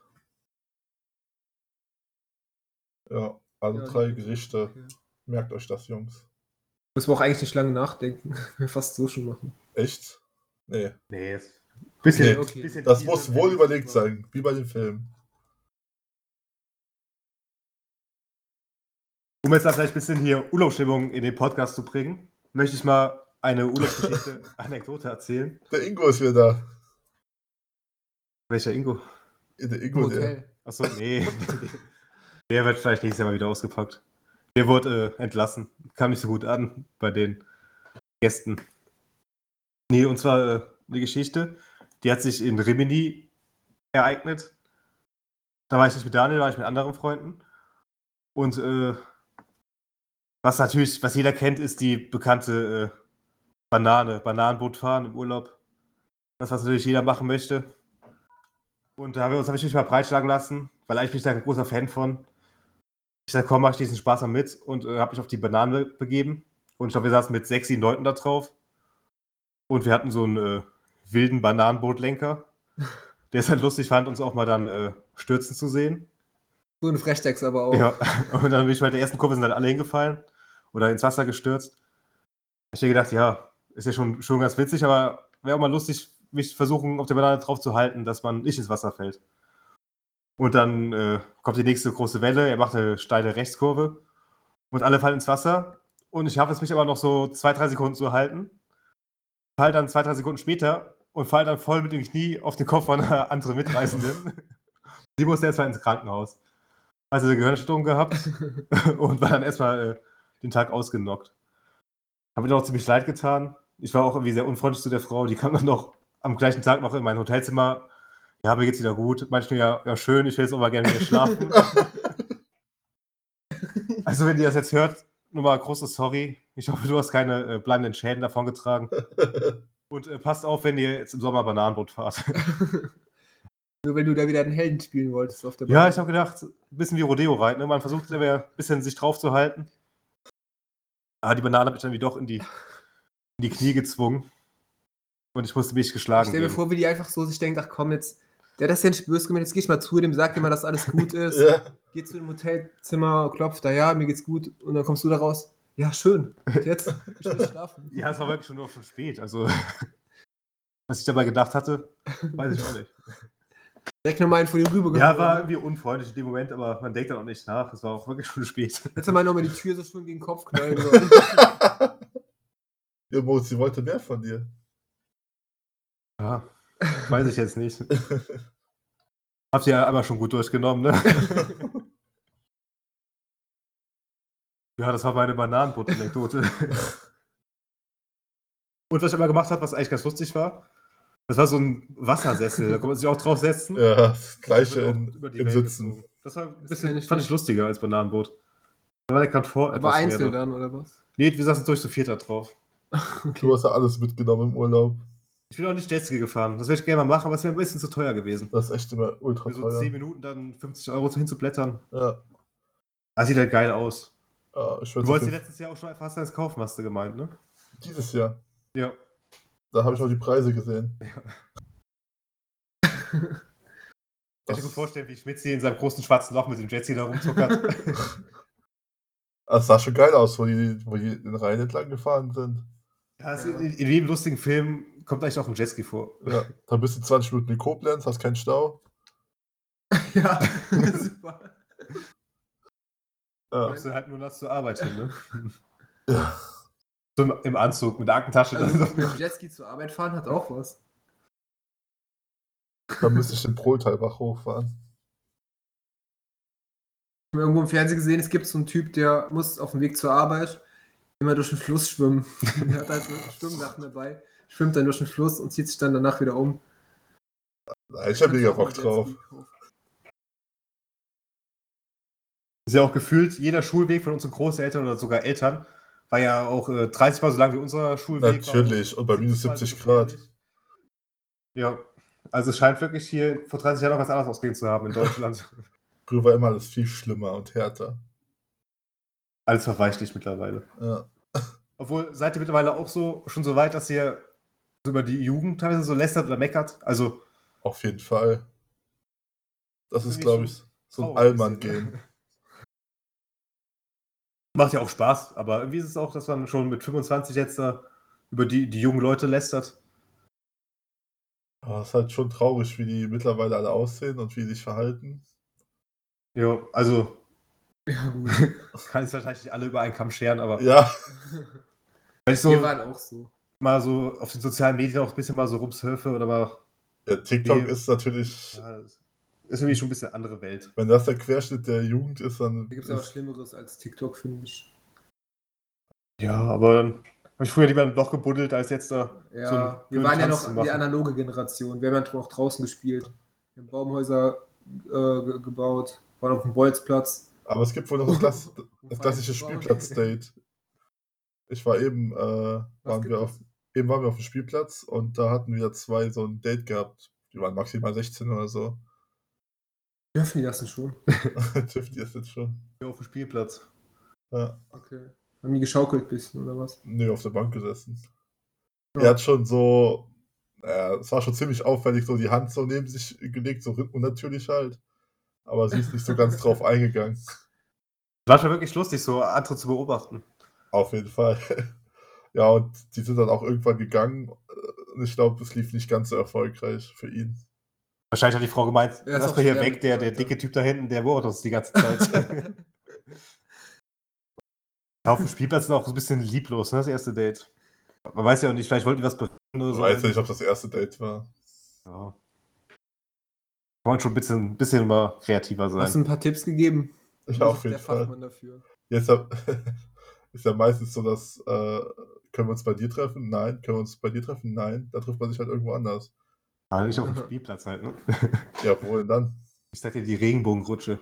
[SPEAKER 2] Ja, also
[SPEAKER 3] Ja,
[SPEAKER 2] drei
[SPEAKER 3] Lieblings-
[SPEAKER 2] Gerichte.
[SPEAKER 3] okay.
[SPEAKER 2] Merkt euch das, Jungs.
[SPEAKER 3] Müssen wir auch eigentlich nicht lange nachdenken. Wir fast so schon machen.
[SPEAKER 2] Echt? Nee.
[SPEAKER 1] Nee, jetzt.
[SPEAKER 2] Bisschen-
[SPEAKER 3] Okay. bisschen
[SPEAKER 2] Das
[SPEAKER 1] viel
[SPEAKER 2] muss
[SPEAKER 1] sind
[SPEAKER 2] wohl
[SPEAKER 1] Handys
[SPEAKER 2] überlegt
[SPEAKER 1] drin.
[SPEAKER 2] sein, wie bei den Filmen.
[SPEAKER 1] Um jetzt da vielleicht ein bisschen hier Urlaubsstimmung in den Podcast zu bringen, möchte ich mal eine Urlaubsgeschichte, Anekdote erzählen.
[SPEAKER 2] Der Ingo ist wieder da.
[SPEAKER 1] Welcher Ingo?
[SPEAKER 2] Der
[SPEAKER 3] Im
[SPEAKER 2] Ingo, der.
[SPEAKER 3] Hotel.
[SPEAKER 1] Achso, nee. Der wird vielleicht nächstes Jahr mal wieder ausgepackt. Der wurde äh, entlassen. Kam nicht so gut an bei den Gästen. Nee, und zwar äh, eine Geschichte, die hat sich in Rimini ereignet. Da war ich nicht mit Daniel, da war ich mit anderen Freunden. Und äh, was natürlich, was jeder kennt, ist die bekannte äh, Banane, Bananenboot fahren im Urlaub. Das, was natürlich jeder machen möchte. Und da haben wir uns natürlich mal breitschlagen lassen, weil eigentlich bin ich da ein großer Fan von. Ich sag, komm, mach ich diesen Spaß mal mit und äh, habe mich auf die Banane be- begeben. Und ich glaube, wir saßen mit sechs, sieben Leuten da drauf. Und wir hatten so einen äh, wilden Bananenbootlenker, der es halt lustig fand, uns auch mal dann äh, stürzen zu sehen.
[SPEAKER 3] So ein Frechtex aber auch.
[SPEAKER 1] Ja, und dann bin ich bei der ersten Kurve sind dann alle hingefallen oder ins Wasser gestürzt. Ich habe gedacht, ja, ist ja schon, schon ganz witzig, aber wäre auch mal lustig, mich versuchen, auf der Banane drauf zu halten, dass man nicht ins Wasser fällt. Und dann äh, kommt die nächste große Welle, er macht eine steile Rechtskurve und alle fallen ins Wasser. Und ich habe es mich aber noch so zwei, drei Sekunden zu halten. Fall dann zwei, drei Sekunden später und fall dann voll mit dem Knie auf den Kopf von einer anderen Mitreisenden. die musste erstmal ins Krankenhaus. Also eine Gehirnstörung gehabt und war dann erstmal äh, den Tag ausgenockt. Habe mir auch ziemlich leid getan. Ich war auch irgendwie sehr unfreundlich zu der Frau. Die kam dann noch am gleichen Tag noch in mein Hotelzimmer. Ja, mir geht's wieder gut. Manchmal ja, ja schön, ich will jetzt auch mal gerne wieder schlafen. also wenn ihr das jetzt hört, nochmal großes Sorry. Ich hoffe, du hast keine äh, bleibenden Schäden davongetragen. Und äh, passt auf, wenn ihr jetzt im Sommer Bananenboot fahrt.
[SPEAKER 3] Nur wenn du da wieder einen Helden spielen wolltest auf der
[SPEAKER 1] ja, ich habe gedacht, ein bisschen wie Rodeo reiten. Ne? Man versucht immer ein bisschen sich drauf zu halten. Aber die Banane habe ich dann wie doch in die, in die Knie gezwungen. Und ich musste mich geschlagen
[SPEAKER 3] Stell mir
[SPEAKER 1] geben.
[SPEAKER 3] vor, wie die einfach so sich denkt, ach komm, jetzt, der hat das ja nicht böse gemacht, jetzt geh ich mal zu dem, sag dir mal, dass alles gut ist.
[SPEAKER 2] Ja,
[SPEAKER 3] Geh zu dem Hotelzimmer, klopf da, ja, mir geht's gut. Und dann kommst du da raus. Ja, schön. Und jetzt ich will schlafen.
[SPEAKER 1] Ja, es war wirklich schon, schon spät. Also, was ich dabei gedacht hatte, weiß ich auch nicht.
[SPEAKER 3] Direkt nochmal einen vor die Rübe
[SPEAKER 1] Ja, war irgendwie unfreundlich in dem Moment, aber man denkt dann auch nicht nach. Es war auch wirklich schon spät.
[SPEAKER 3] Hätte mal nochmal die Tür so schön gegen den Kopf knallen sollen.
[SPEAKER 2] ja Moritz, sie wollte mehr von dir.
[SPEAKER 1] Ja, weiß ich jetzt nicht. Habt ihr ja einmal schon gut durchgenommen, ne? ja, das war meine Bananenbrot-Anekdote. Und was ich immer gemacht habe, was eigentlich ganz lustig war, das war so ein Wassersessel, da konnte man sich auch drauf setzen.
[SPEAKER 2] Ja, das gleiche
[SPEAKER 1] Wird auch
[SPEAKER 2] in,
[SPEAKER 1] über die
[SPEAKER 2] im
[SPEAKER 1] Welt
[SPEAKER 2] Sitzen.
[SPEAKER 1] gezogen. Das war ein
[SPEAKER 3] Das
[SPEAKER 1] bisschen,
[SPEAKER 3] finde ich
[SPEAKER 1] fand ich
[SPEAKER 3] nicht.
[SPEAKER 1] lustiger als Bananenbrot. Da war der Komfort
[SPEAKER 3] Aber
[SPEAKER 1] etwas mehr
[SPEAKER 3] einzeln ne?
[SPEAKER 1] da.
[SPEAKER 3] dann, oder was?
[SPEAKER 1] Nee, wir saßen durch zu viert da drauf.
[SPEAKER 2] Du hast ja alles mitgenommen im Urlaub.
[SPEAKER 1] Ich bin auch nicht Jetski gefahren. Das würde ich gerne mal machen, aber es wäre ein bisschen zu teuer gewesen.
[SPEAKER 2] Das ist echt immer ultra
[SPEAKER 1] Für so 10
[SPEAKER 2] teuer.
[SPEAKER 1] Minuten dann 50 Euro hinzublättern.
[SPEAKER 2] Ja,
[SPEAKER 1] Das sieht halt geil aus.
[SPEAKER 2] ja, ich
[SPEAKER 1] Du
[SPEAKER 2] weiß
[SPEAKER 1] wolltest dir
[SPEAKER 2] nicht,
[SPEAKER 1] letztes Jahr auch schon fast als Kaufmaster gemeint, ne?
[SPEAKER 2] dieses Jahr.
[SPEAKER 1] Ja.
[SPEAKER 2] Da habe ich auch die Preise gesehen.
[SPEAKER 1] Ich kann mir vorstellen, wie Schmitzi in seinem großen schwarzen Loch mit dem Jetski da rumzuckert.
[SPEAKER 2] Das Also, sah schon geil aus, wo die, wo die den Rhein entlang gefahren sind.
[SPEAKER 1] ja, es in, in jedem lustigen Film kommt eigentlich auch ein Jetski vor.
[SPEAKER 2] Ja, dann bist du 20 Minuten in Koblenz, hast keinen Stau.
[SPEAKER 3] Ja, super.
[SPEAKER 1] Da
[SPEAKER 2] Ja,
[SPEAKER 1] kommst du halt nur nass zur Arbeit hin, ne?
[SPEAKER 2] ja.
[SPEAKER 1] So im, im Anzug, mit der Aktentasche.
[SPEAKER 3] Also
[SPEAKER 1] dann so.
[SPEAKER 3] mit dem Jetski zur Arbeit fahren hat auch was.
[SPEAKER 2] dann müsste ich den Prohltalbach hochfahren.
[SPEAKER 3] Ich habe irgendwo im Fernsehen gesehen, es gibt so einen Typ, der muss auf dem Weg zur Arbeit immer durch den Fluss schwimmen. der hat halt so Schwimmsachen dabei, schwimmt dann durch den Fluss und zieht sich dann danach wieder um.
[SPEAKER 2] Nein, ich habe mega
[SPEAKER 3] Kannst du auch
[SPEAKER 2] Bock
[SPEAKER 3] mit
[SPEAKER 2] drauf.
[SPEAKER 3] Jetski kaufen.
[SPEAKER 1] Ist ja auch gefühlt, jeder Schulweg von unseren Großeltern oder sogar Eltern war ja auch äh, 30 Mal so lang wie unser Schulweg. war.
[SPEAKER 2] Natürlich, und bei minus 70
[SPEAKER 1] Mal so
[SPEAKER 2] Grad.
[SPEAKER 1] gefährlich. Ja, also es scheint wirklich hier vor 30 Jahren noch ganz anders ausgehen zu haben in Deutschland.
[SPEAKER 2] Früher war immer alles viel schlimmer und härter.
[SPEAKER 1] Alles verweichlicht mittlerweile.
[SPEAKER 2] Ja.
[SPEAKER 1] Obwohl, seid ihr mittlerweile auch so schon so weit, dass ihr so über die Jugend teilweise so lästert oder meckert? Also,
[SPEAKER 2] Auf jeden Fall. Das ist,
[SPEAKER 1] Irgendwie
[SPEAKER 2] glaube ich,
[SPEAKER 1] schon
[SPEAKER 2] so ein
[SPEAKER 1] traurig ein ne?
[SPEAKER 2] Allmann-Game.
[SPEAKER 1] macht ja auch Spaß, aber irgendwie ist es auch, dass man schon mit 25 jetzt da über die, die jungen Leute lästert.
[SPEAKER 2] Aber es ist halt schon traurig, wie die mittlerweile alle aussehen und wie die sich verhalten.
[SPEAKER 1] Ja, also
[SPEAKER 3] Ja, gut.
[SPEAKER 1] kann es wahrscheinlich nicht alle über einen Kamm scheren, aber
[SPEAKER 2] Ja,
[SPEAKER 1] wenn ich
[SPEAKER 3] Wir
[SPEAKER 1] so
[SPEAKER 3] waren auch so.
[SPEAKER 1] mal so auf den sozialen Medien auch ein bisschen mal so rumsurfe oder mal.
[SPEAKER 2] ja TikTok
[SPEAKER 1] Nee.
[SPEAKER 2] ist natürlich,
[SPEAKER 1] Ja, das ist irgendwie schon ein bisschen andere Welt.
[SPEAKER 2] wenn das der Querschnitt der Jugend ist, dann.
[SPEAKER 3] Da gibt es aber
[SPEAKER 2] ist,
[SPEAKER 3] Schlimmeres als TikTok, finde ich.
[SPEAKER 1] Ja, aber dann habe ich früher lieber im Loch gebuddelt, als jetzt da.
[SPEAKER 3] Ja,
[SPEAKER 1] So einen
[SPEAKER 3] wir
[SPEAKER 1] blöden
[SPEAKER 3] waren ja
[SPEAKER 1] Tanz zu
[SPEAKER 3] noch
[SPEAKER 1] machen.
[SPEAKER 3] die analoge Generation. Wir haben ja auch draußen gespielt. Wir haben Baumhäuser äh, ge- gebaut, waren auf dem Bolzplatz.
[SPEAKER 2] aber es gibt wohl noch das, Klass, das klassische
[SPEAKER 3] Feierabend.
[SPEAKER 2] Spielplatz-Date. Ich war eben, äh, waren
[SPEAKER 3] gibt
[SPEAKER 2] wir auf, eben waren wir auf dem Spielplatz und da hatten wir zwei so ein Date gehabt. Die waren maximal 16 oder so.
[SPEAKER 3] Dürfen die das denn schon?
[SPEAKER 2] Tiff, die ist jetzt schon.
[SPEAKER 1] Hier auf dem Spielplatz.
[SPEAKER 2] Ja,
[SPEAKER 3] Okay. Haben die geschaukelt ein bisschen oder was?
[SPEAKER 2] nee, auf der Bank gesessen.
[SPEAKER 3] Ja.
[SPEAKER 2] Er hat schon so, äh, es war schon ziemlich auffällig, so die Hand so neben sich gelegt, so unnatürlich halt. Aber sie ist nicht so ganz drauf eingegangen.
[SPEAKER 1] War schon wirklich lustig, so andere zu beobachten.
[SPEAKER 2] Auf jeden Fall. Ja, und die sind dann auch irgendwann gegangen. äh, Und ich glaube, es lief nicht ganz so erfolgreich für ihn.
[SPEAKER 1] Wahrscheinlich hat die Frau gemeint,
[SPEAKER 3] Ja, ist
[SPEAKER 1] lass
[SPEAKER 3] auch
[SPEAKER 1] mal hier
[SPEAKER 3] schwer
[SPEAKER 1] weg,
[SPEAKER 3] mit
[SPEAKER 1] der,
[SPEAKER 3] den
[SPEAKER 1] der
[SPEAKER 3] Leuten.
[SPEAKER 1] dicke Typ da hinten, der beobachtet uns die ganze Zeit. Ja, Auf dem Spielplatz ist auch ein bisschen lieblos, ne, das erste Date. Man weiß ja auch nicht, vielleicht wollten die was befinden oder
[SPEAKER 2] Ich
[SPEAKER 1] so.
[SPEAKER 2] weiß nicht, ob das erste Date war.
[SPEAKER 1] Ja. Kann man schon ein bisschen, bisschen mal kreativer sein.
[SPEAKER 3] Hast du ein paar Tipps gegeben?
[SPEAKER 2] Ich
[SPEAKER 3] Du
[SPEAKER 2] auf
[SPEAKER 3] bist
[SPEAKER 2] jeden
[SPEAKER 3] der
[SPEAKER 2] Fall.
[SPEAKER 3] Fachmann dafür.
[SPEAKER 2] Jetzt hab, ist ja meistens so, dass äh, können wir uns bei dir treffen? Nein. Können wir uns bei dir treffen? Nein. Da trifft man sich halt irgendwo anders.
[SPEAKER 1] Aber nicht auf dem Spielplatz halt, ne?
[SPEAKER 2] Ja, wo denn dann?
[SPEAKER 1] Ich sag dir, die Regenbogenrutsche.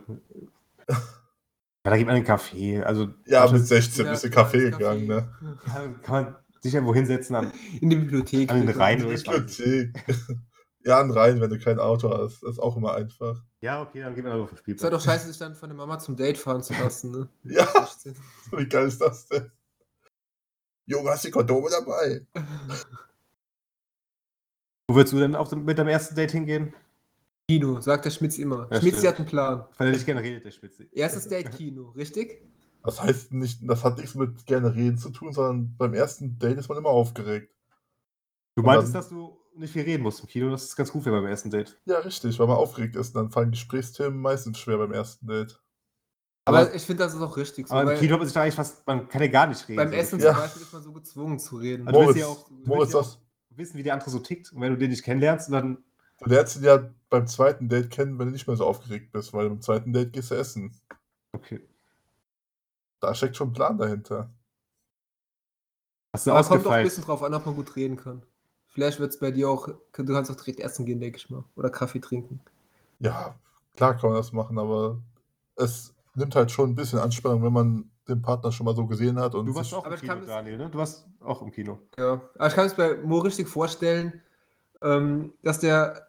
[SPEAKER 1] Ja, da geht man in einen Café. Also
[SPEAKER 2] Ja,
[SPEAKER 1] Also,
[SPEAKER 2] mit 16
[SPEAKER 3] Ja,
[SPEAKER 2] bist du in
[SPEAKER 3] klar,
[SPEAKER 2] Kaffee
[SPEAKER 3] ins Café.
[SPEAKER 2] gegangen, ne?
[SPEAKER 1] kann kann man sich irgendwo hinsetzen an,
[SPEAKER 3] In die Bibliothek.
[SPEAKER 1] an den Rhein oder ich weiß nicht.
[SPEAKER 2] Bibliothek. ja, in Rhein, wenn du kein Auto hast. Das ist auch immer einfach.
[SPEAKER 1] Ja, okay, dann geht man aber auf den
[SPEAKER 3] Es war
[SPEAKER 1] Spielplatz.
[SPEAKER 3] doch scheiße, sich dann von der Mama zum Date fahren zu lassen, ne?
[SPEAKER 2] Ja, wie geil ist das denn? Junge, hast du Kondome dabei?
[SPEAKER 1] Wo würdest du denn auf dem, mit deinem ersten Date hingehen?
[SPEAKER 3] Kino, sagt der Schmitz immer.
[SPEAKER 1] Ja,
[SPEAKER 3] Schmitz
[SPEAKER 1] stimmt.
[SPEAKER 3] hat einen Plan.
[SPEAKER 1] Weil er dich gerne redet, der Spitze.
[SPEAKER 3] Erstes Date Kino, richtig?
[SPEAKER 2] Das heißt nicht, das hat nichts mit gerne reden zu tun, sondern beim ersten Date ist man immer aufgeregt.
[SPEAKER 1] Du meintest,
[SPEAKER 2] dann-
[SPEAKER 1] dass du nicht viel reden musst im Kino. Das ist ganz gut für beim ersten Date.
[SPEAKER 2] Ja, richtig, weil man aufgeregt ist. Dann fallen Gesprächsthemen meistens schwer beim ersten Date.
[SPEAKER 3] Aber,
[SPEAKER 1] Aber-
[SPEAKER 3] ich finde, das ist auch richtig so.
[SPEAKER 1] Aber im
[SPEAKER 3] weil
[SPEAKER 1] Kino hat man sich da eigentlich fast, man kann ja gar nicht reden.
[SPEAKER 3] beim
[SPEAKER 1] so
[SPEAKER 3] Essen
[SPEAKER 1] gefühlt.
[SPEAKER 2] Ja.
[SPEAKER 3] zum Beispiel ist man so gezwungen zu reden.
[SPEAKER 1] Also- willst
[SPEAKER 2] Moritz,
[SPEAKER 1] ja auch- du willst
[SPEAKER 2] Moritz,
[SPEAKER 1] ja auch-
[SPEAKER 2] das,
[SPEAKER 1] Wissen, wie der andere so tickt. Und wenn du den nicht kennenlernst, dann.
[SPEAKER 2] du lernst ihn ja beim zweiten Date kennen, wenn du nicht mehr so aufgeregt bist, weil beim zweiten Date gehst du essen.
[SPEAKER 1] Okay.
[SPEAKER 2] Da steckt schon ein Plan dahinter.
[SPEAKER 1] Hast du
[SPEAKER 3] Aber kommt auch ein
[SPEAKER 1] ausgefeilt.
[SPEAKER 3] bisschen drauf an, ob man gut reden kann. Vielleicht wird es bei dir auch, du kannst auch direkt essen gehen, denke ich mal. Oder Kaffee trinken.
[SPEAKER 2] Ja, klar kann man das machen, aber es nimmt halt schon ein bisschen Anspannung, wenn man den Partner schon mal so gesehen hat. Und
[SPEAKER 1] Du warst
[SPEAKER 2] sich-
[SPEAKER 1] auch im
[SPEAKER 3] Aber ich
[SPEAKER 1] Kino,
[SPEAKER 3] kann das-
[SPEAKER 1] Daniel, ne? Du warst auch im Kino.
[SPEAKER 3] Ja. Aber ich kann es bei Mo richtig vorstellen, ähm, dass der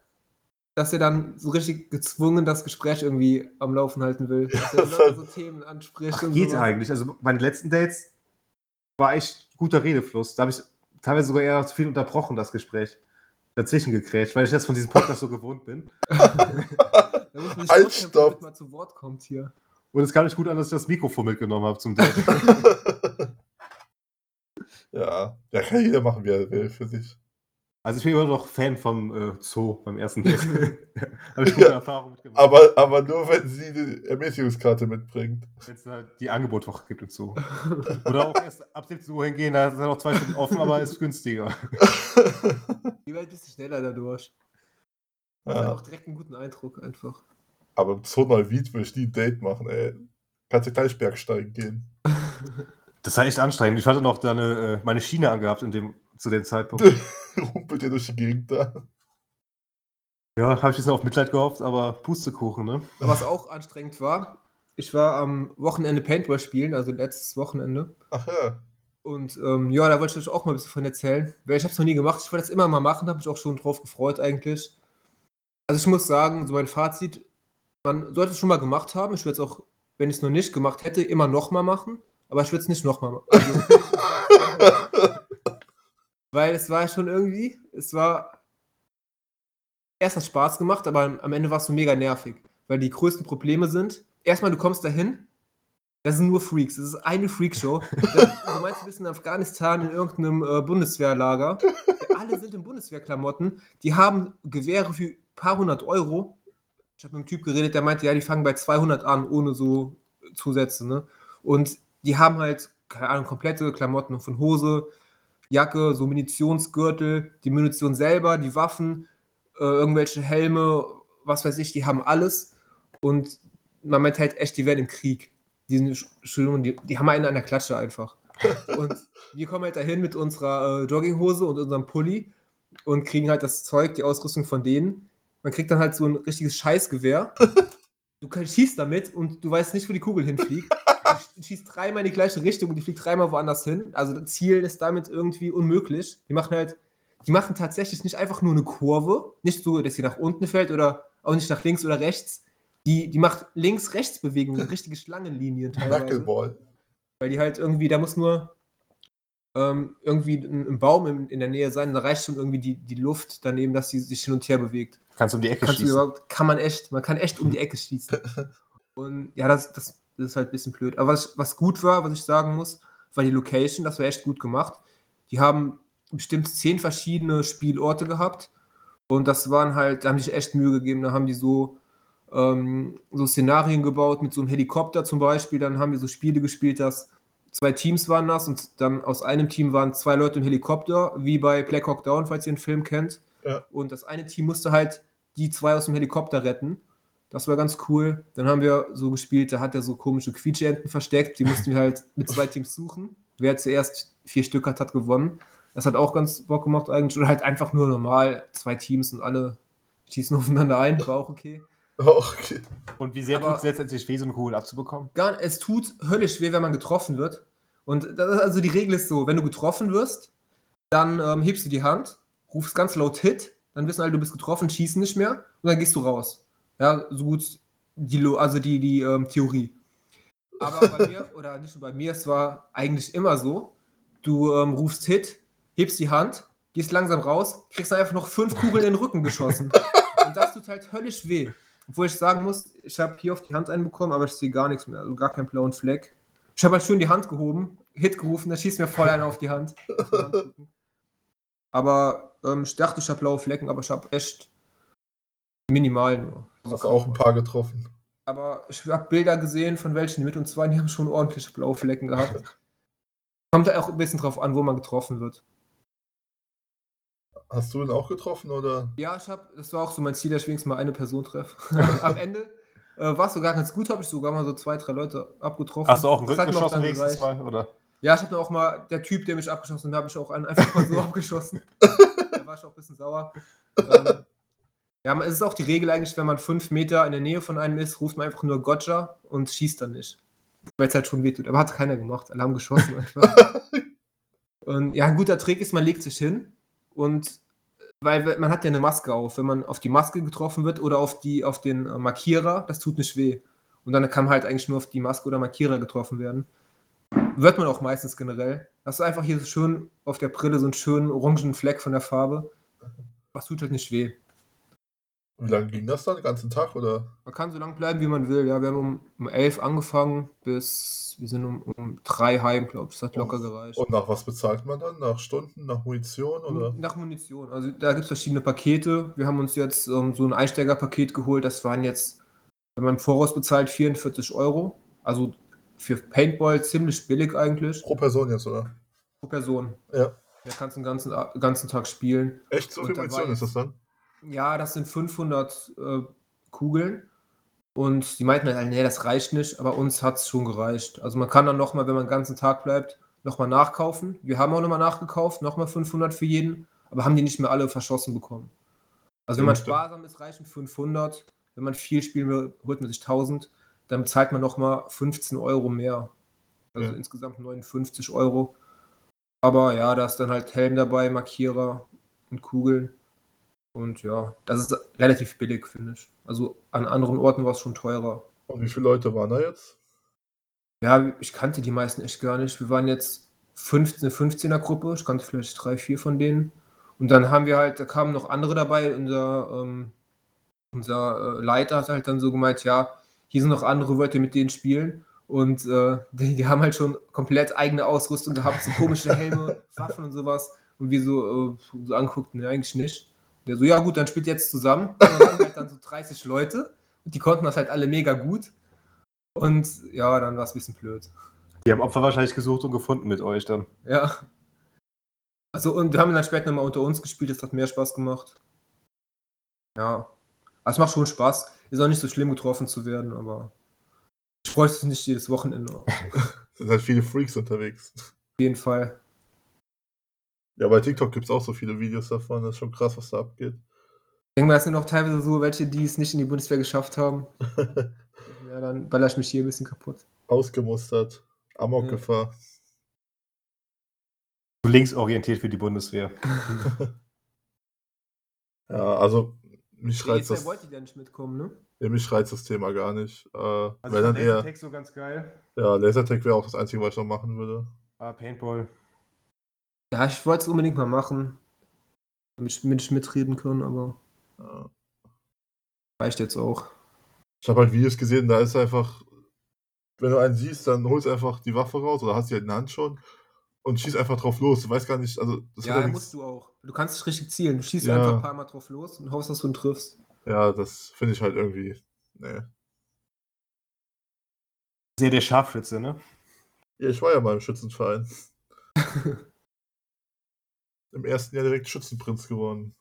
[SPEAKER 3] dass er dann so richtig gezwungen das Gespräch irgendwie am Laufen halten will. Dass er die
[SPEAKER 2] das
[SPEAKER 3] Leute
[SPEAKER 2] hat-
[SPEAKER 3] so Themen anspricht.
[SPEAKER 1] Ach,
[SPEAKER 3] und
[SPEAKER 1] geht
[SPEAKER 3] sowas.
[SPEAKER 1] eigentlich. Also meine letzten Dates war echt guter Redefluss. Da habe ich teilweise sogar eher zu viel unterbrochen, das Gespräch. Dazwischen gekrätscht, weil ich das von diesem Podcast so gewohnt bin.
[SPEAKER 3] Da muss man sich
[SPEAKER 2] Halt,
[SPEAKER 3] vorstellen,
[SPEAKER 2] stopp.
[SPEAKER 3] damit mal zu Wort kommt hier.
[SPEAKER 1] Und es kam nicht gut an, dass ich das Mikrofon mitgenommen habe zum Date.
[SPEAKER 2] ja, ja, kann jeder machen, wie er will für sich.
[SPEAKER 1] Also ich bin immer noch Fan vom äh, Zoo beim ersten Date. habe ich gute
[SPEAKER 2] Ja.
[SPEAKER 1] Erfahrungen mitgemacht.
[SPEAKER 2] Aber, aber nur, wenn sie die Ermäßigungskarte mitbringt.
[SPEAKER 1] Wenn es halt die Angebotswoche gibt im Zoo. Oder auch erst ab 17 Uhr hingehen, da sind noch zwei Stunden offen, aber ist günstiger.
[SPEAKER 3] Die Welt ist schneller dadurch. Ja. Hat
[SPEAKER 2] ja.
[SPEAKER 3] auch direkt einen guten Eindruck einfach.
[SPEAKER 2] Aber im Zoo Neuwied würde ich nie ein Date machen, ey. Kannst du gleich Bergsteigen gehen.
[SPEAKER 1] Das war echt anstrengend. Ich hatte noch da eine, äh, meine Schiene angehabt in dem, zu dem Zeitpunkt.
[SPEAKER 2] Rumpelt ihr durch die Gegend da.
[SPEAKER 1] Ja, habe ich jetzt noch auf Mitleid gehofft, aber Pustekuchen, ne?
[SPEAKER 3] Aber Was auch anstrengend war, ich war am Wochenende Paintball spielen, also letztes Wochenende.
[SPEAKER 2] Ach ja.
[SPEAKER 3] Und ähm, ja, da wollte ich euch auch mal ein bisschen von erzählen. Weil ich habe es noch nie gemacht. Ich wollte es immer mal machen, habe mich auch schon drauf gefreut eigentlich. Also ich muss sagen, so mein Fazit, man sollte es schon mal gemacht haben. Ich würde es auch, wenn ich es noch nicht gemacht hätte, immer nochmal machen. Aber ich würde es nicht nochmal machen. Also, Weil es war schon irgendwie, es war erst hat Spaß gemacht, aber am- am Ende war es so mega nervig. Weil die größten Probleme sind, erstmal du kommst dahin, das sind nur Freaks, das ist eine Freakshow. Das, du meinst, du bist in Afghanistan in irgendeinem äh, Bundeswehrlager. Alle sind in Bundeswehrklamotten, die haben Gewehre für ein paar hundert Euro. Ich habe mit einem Typ geredet, der meinte, ja, die fangen bei 200 an, ohne so Zusätze. Ne? Und die haben halt, keine Ahnung, komplette Klamotten von Hose, Jacke, so Munitionsgürtel, die Munition selber, die Waffen, äh, irgendwelche Helme, was weiß ich, die haben alles. Und man meint halt echt, die werden im Krieg. Die, sind, Entschuldigung, die, die haben einen an der Klatsche einfach. Und wir kommen halt dahin mit unserer äh, Jogginghose und unserem Pulli und kriegen halt das Zeug, die Ausrüstung von denen. Man kriegt dann halt so ein richtiges Scheißgewehr. Du kannst, schießt damit und du weißt nicht, wo die Kugel hinfliegt. Du schießt dreimal in die gleiche Richtung und die fliegt dreimal woanders hin. Also das Ziel ist damit irgendwie unmöglich. Die machen halt, die machen tatsächlich nicht einfach nur eine Kurve, nicht so, dass sie nach unten fällt oder auch nicht nach links oder rechts. Die, die macht links-rechts-Bewegungen, richtige Schlangenlinien teilweise.
[SPEAKER 2] Knuckleball.
[SPEAKER 3] Weil die halt irgendwie, da muss nur ähm, irgendwie ein, ein Baum in, in der Nähe sein, da reicht schon irgendwie die, die Luft daneben, dass sie sich hin und her bewegt.
[SPEAKER 1] Kannst um die Ecke
[SPEAKER 3] Kannst du
[SPEAKER 1] schießen.
[SPEAKER 3] überhaupt, kann man echt, man kann echt um die Ecke schießen. Und ja, das, das, das ist halt ein bisschen blöd. Aber was, was gut war, was ich sagen muss, war die Location, das war echt gut gemacht. Die haben bestimmt zehn verschiedene Spielorte gehabt Und das waren halt, da haben die sich echt Mühe gegeben, da haben die so, ähm, so Szenarien gebaut mit so einem Helikopter zum Beispiel, dann haben wir so Spiele gespielt, dass zwei Teams waren das und dann aus einem Team waren zwei Leute im Helikopter, wie bei Black Hawk Down, falls ihr den Film kennt.
[SPEAKER 2] Ja.
[SPEAKER 3] Und das eine Team musste halt die zwei aus dem Helikopter retten. Das war ganz cool. Dann haben wir so gespielt, da hat er so komische Quietscheenten versteckt. Die mussten wir halt mit zwei Teams suchen. Wer zuerst vier Stück hat, hat gewonnen. Das hat auch ganz Bock gemacht eigentlich. Oder halt einfach nur normal zwei Teams und alle schießen aufeinander ein. War auch okay.
[SPEAKER 2] Okay.
[SPEAKER 1] Und wie sehr
[SPEAKER 3] Aber-
[SPEAKER 1] tut es letztendlich weh, so eine Kugel abzubekommen?
[SPEAKER 3] Gar, es tut höllisch weh, wenn man getroffen wird. Und das ist also die Regel ist so, wenn du getroffen wirst, dann ähm, hebst du die Hand, rufst ganz laut Hit, dann wissen alle, du bist getroffen, schießen nicht mehr und dann gehst du raus. Ja, so gut die, Lo- also die, die ähm, Theorie. Aber bei mir, oder nicht nur bei mir, es war eigentlich immer so, du ähm, rufst Hit, hebst die Hand, gehst langsam raus, kriegst dann einfach noch fünf Kugeln in den Rücken geschossen. Und das tut halt höllisch weh. Obwohl ich sagen muss, ich habe hier auf die Hand einen bekommen, aber ich sehe gar nichts mehr, also gar keinen blauen Fleck. Ich habe halt schön die Hand gehoben, Hit gerufen, da schießt mir voll einer auf die Hand. Aber ähm, ich dachte, ich habe blaue Flecken, aber ich habe echt minimal nur. Also
[SPEAKER 2] Hast auch ein paar getroffen.
[SPEAKER 3] Aber ich habe Bilder gesehen von welchen die mit uns waren, die haben schon ordentliche blaue Flecken gehabt. Kommt auch ein bisschen drauf an, wo man getroffen wird.
[SPEAKER 2] Hast du ihn auch getroffen oder?
[SPEAKER 3] Ja, ich habe, das war auch so mein Ziel, dass ich wenigstens mal eine Person treffe. Am Ende äh, war es sogar ganz gut, habe ich sogar mal so zwei, drei Leute abgetroffen.
[SPEAKER 1] Hast du auch einen
[SPEAKER 3] Das
[SPEAKER 1] Rücken
[SPEAKER 3] hat mir auch
[SPEAKER 1] geschossen
[SPEAKER 3] dann
[SPEAKER 1] wenigstens
[SPEAKER 3] gereicht.
[SPEAKER 1] mal? Oder?
[SPEAKER 3] Ja, ich habe auch mal, der Typ, der mich abgeschossen hat, habe ich auch an- einfach mal so abgeschossen. Da war ich auch ein bisschen sauer. Ähm, ja, man- es ist auch die Regel eigentlich, wenn man fünf Meter in der Nähe von einem ist, ruft man einfach nur Gotcha und schießt dann nicht. Weil es halt schon wehtut. Aber hat keiner gemacht. Alle haben geschossen einfach. und ja, ein guter Trick ist, man legt sich hin und weil we- man hat ja eine Maske auf. Wenn man auf die Maske getroffen wird oder auf, die, auf den äh, Markierer, das tut nicht weh. Und dann kann halt eigentlich nur auf die Maske oder Markierer getroffen werden. Wird man auch meistens generell. Das ist einfach hier so schön auf der Brille so einen schönen orangenen Fleck von der Farbe. Was tut halt nicht weh.
[SPEAKER 2] Wie lange ging das dann? Den ganzen Tag oder?
[SPEAKER 3] Man kann so lang bleiben, wie man will. Ja, wir haben um, um 11 angefangen bis, wir sind um, um 3 heim, glaube ich. Das hat locker gereicht.
[SPEAKER 2] Und nach was bezahlt man dann? Nach Stunden, nach Munition oder?
[SPEAKER 3] Nach Munition. Also da gibt es verschiedene Pakete. Wir haben uns jetzt ähm, so ein Einsteigerpaket geholt. Das waren jetzt, wenn man im Voraus bezahlt, 44 Euro. Also für Paintball ziemlich billig eigentlich.
[SPEAKER 2] Pro Person jetzt, oder?
[SPEAKER 3] Pro Person.
[SPEAKER 2] Ja.
[SPEAKER 3] Da kannst du den ganzen, ganzen Tag spielen.
[SPEAKER 2] Echt so
[SPEAKER 3] Und
[SPEAKER 2] viel
[SPEAKER 3] da war
[SPEAKER 2] Munition ist das dann?
[SPEAKER 3] Ja, das sind 500 äh, Kugeln. Und die meinten halt, nee, das reicht nicht, aber uns hat es schon gereicht. Also man kann dann nochmal, wenn man den ganzen Tag bleibt, nochmal nachkaufen. Wir haben auch nochmal nachgekauft, nochmal 500 für jeden, aber haben die nicht mehr alle verschossen bekommen. Also wenn
[SPEAKER 2] Ja,
[SPEAKER 3] man
[SPEAKER 2] stimmt.
[SPEAKER 3] sparsam ist, reichen 500. Wenn man viel spielen will, holt man sich 1000. Dann bezahlt man nochmal 15 Euro mehr. Also
[SPEAKER 2] Ja.
[SPEAKER 3] insgesamt 59 Euro. Aber ja, da ist dann halt Helm dabei, Markierer und Kugeln. Und ja, das ist relativ billig, finde ich. Also an anderen Orten war es schon teurer.
[SPEAKER 2] Und wie viele Leute waren da jetzt?
[SPEAKER 3] Ja, ich kannte die meisten echt gar nicht. Wir waren jetzt 15, 15er Gruppe. Ich kannte vielleicht drei, vier von denen. Und dann haben wir halt, da kamen noch andere dabei. Unser, ähm, unser äh, Leiter hat halt dann so gemeint, ja, hier sind noch andere Leute, mit denen spielen. Und äh, die, die haben halt schon komplett eigene Ausrüstung gehabt, so komische Helme, Waffen und sowas. Und wir so, äh, so anguckten, ne, eigentlich nicht. Und der so, ja gut, dann spielt jetzt zusammen. Und dann waren halt dann so 30 Leute. Und die konnten das halt alle mega gut. Und ja, dann war es ein bisschen blöd.
[SPEAKER 1] Die haben Opfer wahrscheinlich gesucht und gefunden mit euch dann.
[SPEAKER 3] Ja. Also, und wir haben dann später nochmal unter uns gespielt, das hat mehr Spaß gemacht. Ja. Also, es macht schon Spaß. Ist auch nicht so schlimm, getroffen zu werden, aber ich freue mich nicht jedes Wochenende. Auf
[SPEAKER 2] Sind halt viele Freaks unterwegs.
[SPEAKER 3] jeden Fall.
[SPEAKER 2] Ja, bei TikTok gibt es auch so viele Videos davon. Das ist schon krass, was da abgeht.
[SPEAKER 3] Ich denke mal, das sind auch teilweise so welche, die es nicht in die Bundeswehr geschafft haben. Ja, dann baller ich mich hier ein bisschen kaputt.
[SPEAKER 2] Ausgemustert. Amokgefahr.
[SPEAKER 1] So linksorientiert für die Bundeswehr.
[SPEAKER 2] Ja, also mich reizt das,
[SPEAKER 3] wollte ja nicht mitkommen, ne?
[SPEAKER 2] ja, mich reizt das Thema gar nicht. Äh, wenn dann eher,
[SPEAKER 1] Also, Text so ganz geil.
[SPEAKER 2] ja, Lasertag wäre auch das Einzige, was ich noch machen würde.
[SPEAKER 1] Ah, Paintball.
[SPEAKER 3] Ja, ich wollte es unbedingt mal machen. Damit ich, damit ich mitreden kann, aber
[SPEAKER 2] Ja.
[SPEAKER 3] reicht jetzt auch.
[SPEAKER 2] Äh, Ich habe halt Videos gesehen, da ist einfach, wenn du einen siehst, dann holst du einfach die Waffe raus oder hast die halt in der Hand schon und schießt einfach drauf los. Du weißt gar nicht, also das
[SPEAKER 3] ja,
[SPEAKER 2] hat ja, nichts-
[SPEAKER 3] musst du auch. Du kannst nicht richtig zielen. Du schießt
[SPEAKER 2] Ja.
[SPEAKER 3] einfach ein paar Mal drauf los und hoffst, dass du ihn triffst.
[SPEAKER 2] ja, das finde ich halt irgendwie. Nee.
[SPEAKER 1] Sehr der Scharfschütze, ne?
[SPEAKER 2] Ja, ich war ja mal im Schützenverein. Im ersten Jahr direkt Schützenprinz geworden.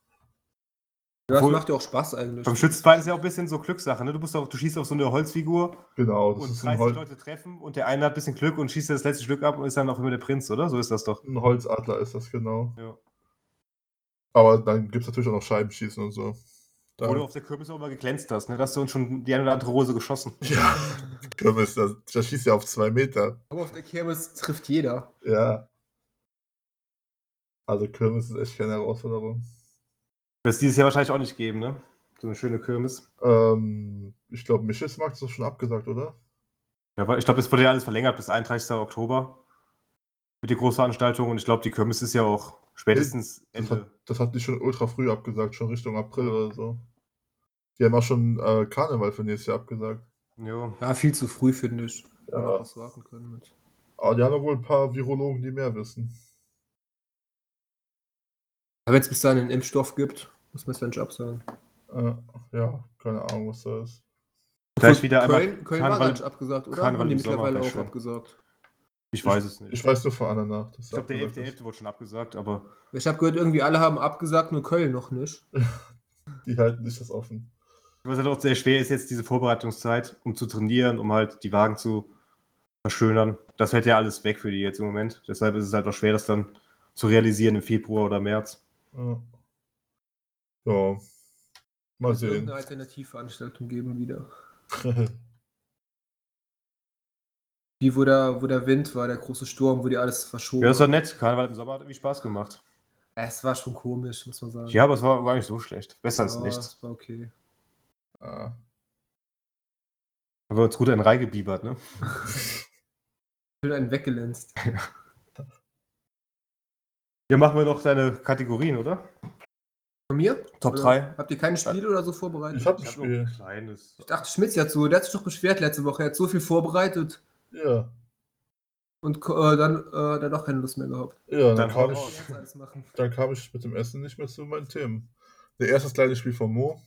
[SPEAKER 3] Ja, das
[SPEAKER 1] Obwohl-
[SPEAKER 3] macht ja auch Spaß eigentlich.
[SPEAKER 1] Beim Schützenverein ist ja auch ein bisschen so Glückssache, ne? Du, bist auch, du schießt auf so eine Holzfigur
[SPEAKER 2] Genau, das
[SPEAKER 1] und
[SPEAKER 2] ist ein,
[SPEAKER 1] 30
[SPEAKER 2] Hol
[SPEAKER 1] Leute treffen und der eine hat ein bisschen Glück und schießt das letzte Stück ab und ist dann auch immer der Prinz, oder? So ist das doch.
[SPEAKER 2] ein Holzadler ist das genau.
[SPEAKER 1] Ja.
[SPEAKER 2] Aber dann gibt es natürlich auch noch Scheibenschießen und so. Da
[SPEAKER 1] Wo du auf der Kürbis auch immer geglänzt hast, ne? Da hast du uns schon die eine oder andere Rose geschossen.
[SPEAKER 2] ja, Kürbis, das, das schießt ja auf zwei Meter.
[SPEAKER 3] Aber auf der Kirmes trifft jeder.
[SPEAKER 2] Ja. Also Kürbis ist echt keine Herausforderung.
[SPEAKER 1] Wird es dieses Jahr wahrscheinlich auch nicht geben, ne? So eine schöne Kirmes.
[SPEAKER 2] Ähm, ich glaube, Michelsmarkt ist doch schon abgesagt, oder?
[SPEAKER 1] Ja, aber ich glaube, es wurde ja alles verlängert bis 31. Oktober mit den Großveranstaltungen und ich glaube, die Kirmes ist ja auch spätestens
[SPEAKER 2] Das
[SPEAKER 1] Ende.
[SPEAKER 2] hat, das hat die schon ultra früh abgesagt, schon Richtung April oder so. Die haben auch schon äh, Karneval für nächstes Jahr abgesagt.
[SPEAKER 1] Jo.
[SPEAKER 3] Ja, viel zu früh, finde ich.
[SPEAKER 2] Ja.
[SPEAKER 3] Hätte auch was warten können mit.
[SPEAKER 2] Aber die haben doch wohl ein paar Virologen, die mehr wissen.
[SPEAKER 3] Aber wenn es bis dahin einen Impfstoff gibt, muss man es dann schon absagen.
[SPEAKER 2] Äh, ja, keine Ahnung, was da ist.
[SPEAKER 1] Vielleicht wieder einmal.
[SPEAKER 3] Köln, Köln war
[SPEAKER 1] Karneval-
[SPEAKER 3] ganz abgesagt, oder?
[SPEAKER 1] Karneval
[SPEAKER 3] Haben die
[SPEAKER 1] im Sommer
[SPEAKER 3] mittlerweile
[SPEAKER 1] wäre
[SPEAKER 3] auch
[SPEAKER 1] schön.
[SPEAKER 3] abgesagt.
[SPEAKER 1] Ich weiß es nicht.
[SPEAKER 2] Ich weiß nur von Ananach. dass
[SPEAKER 1] Ich glaube, der
[SPEAKER 2] abgesagt
[SPEAKER 1] 11.11. wurde schon abgesagt, aber
[SPEAKER 3] Ich habe gehört, irgendwie alle haben abgesagt, nur Köln noch nicht.
[SPEAKER 2] ist. Die halten sich das offen.
[SPEAKER 1] was halt auch sehr schwer ist, jetzt diese Vorbereitungszeit, um zu trainieren, um halt die Wagen zu verschönern. Das fällt ja alles weg für die jetzt im Moment. Deshalb ist es halt auch schwer, das dann zu realisieren im Februar oder März.
[SPEAKER 2] Ja. ja. Mal
[SPEAKER 3] Muss
[SPEAKER 2] sehen.
[SPEAKER 3] irgendeine Alternativveranstaltung geben wieder. Wie wo der, wo der Wind war, der große Sturm, wo die alles verschoben
[SPEAKER 1] Ja, das war nett. Karneval im Sommer hat irgendwie Spaß gemacht.
[SPEAKER 3] Es war schon komisch, muss man sagen.
[SPEAKER 1] Ja, aber es war, war nicht so schlecht. Besser als
[SPEAKER 3] Ja,
[SPEAKER 1] nichts.
[SPEAKER 3] es war okay.
[SPEAKER 2] ah.
[SPEAKER 1] Haben wir uns gut in Reihe gebiebert, ne?
[SPEAKER 3] Ich bin einen weggelenzt.
[SPEAKER 1] Hier machen wir noch deine Kategorien, oder?
[SPEAKER 3] Von mir?
[SPEAKER 1] Top
[SPEAKER 3] Oder
[SPEAKER 1] 3.
[SPEAKER 3] Habt ihr keine Spiele oder so vorbereitet?
[SPEAKER 2] Ich hab ein Spiel.
[SPEAKER 1] kleines.
[SPEAKER 3] Ich dachte, Schmitz hat so, der hat sich doch beschwert letzte Woche, er hat so viel vorbereitet
[SPEAKER 2] Ja.
[SPEAKER 3] und äh, dann äh, dann doch keine Lust mehr gehabt.
[SPEAKER 2] Ja, dann,
[SPEAKER 1] Dann hau
[SPEAKER 2] kam
[SPEAKER 1] raus.
[SPEAKER 2] ich,
[SPEAKER 3] Jetzt alles machen.
[SPEAKER 2] dann kam ich mit dem Essen nicht mehr zu meinen Themen. Der erste kleine Spiel von Mo.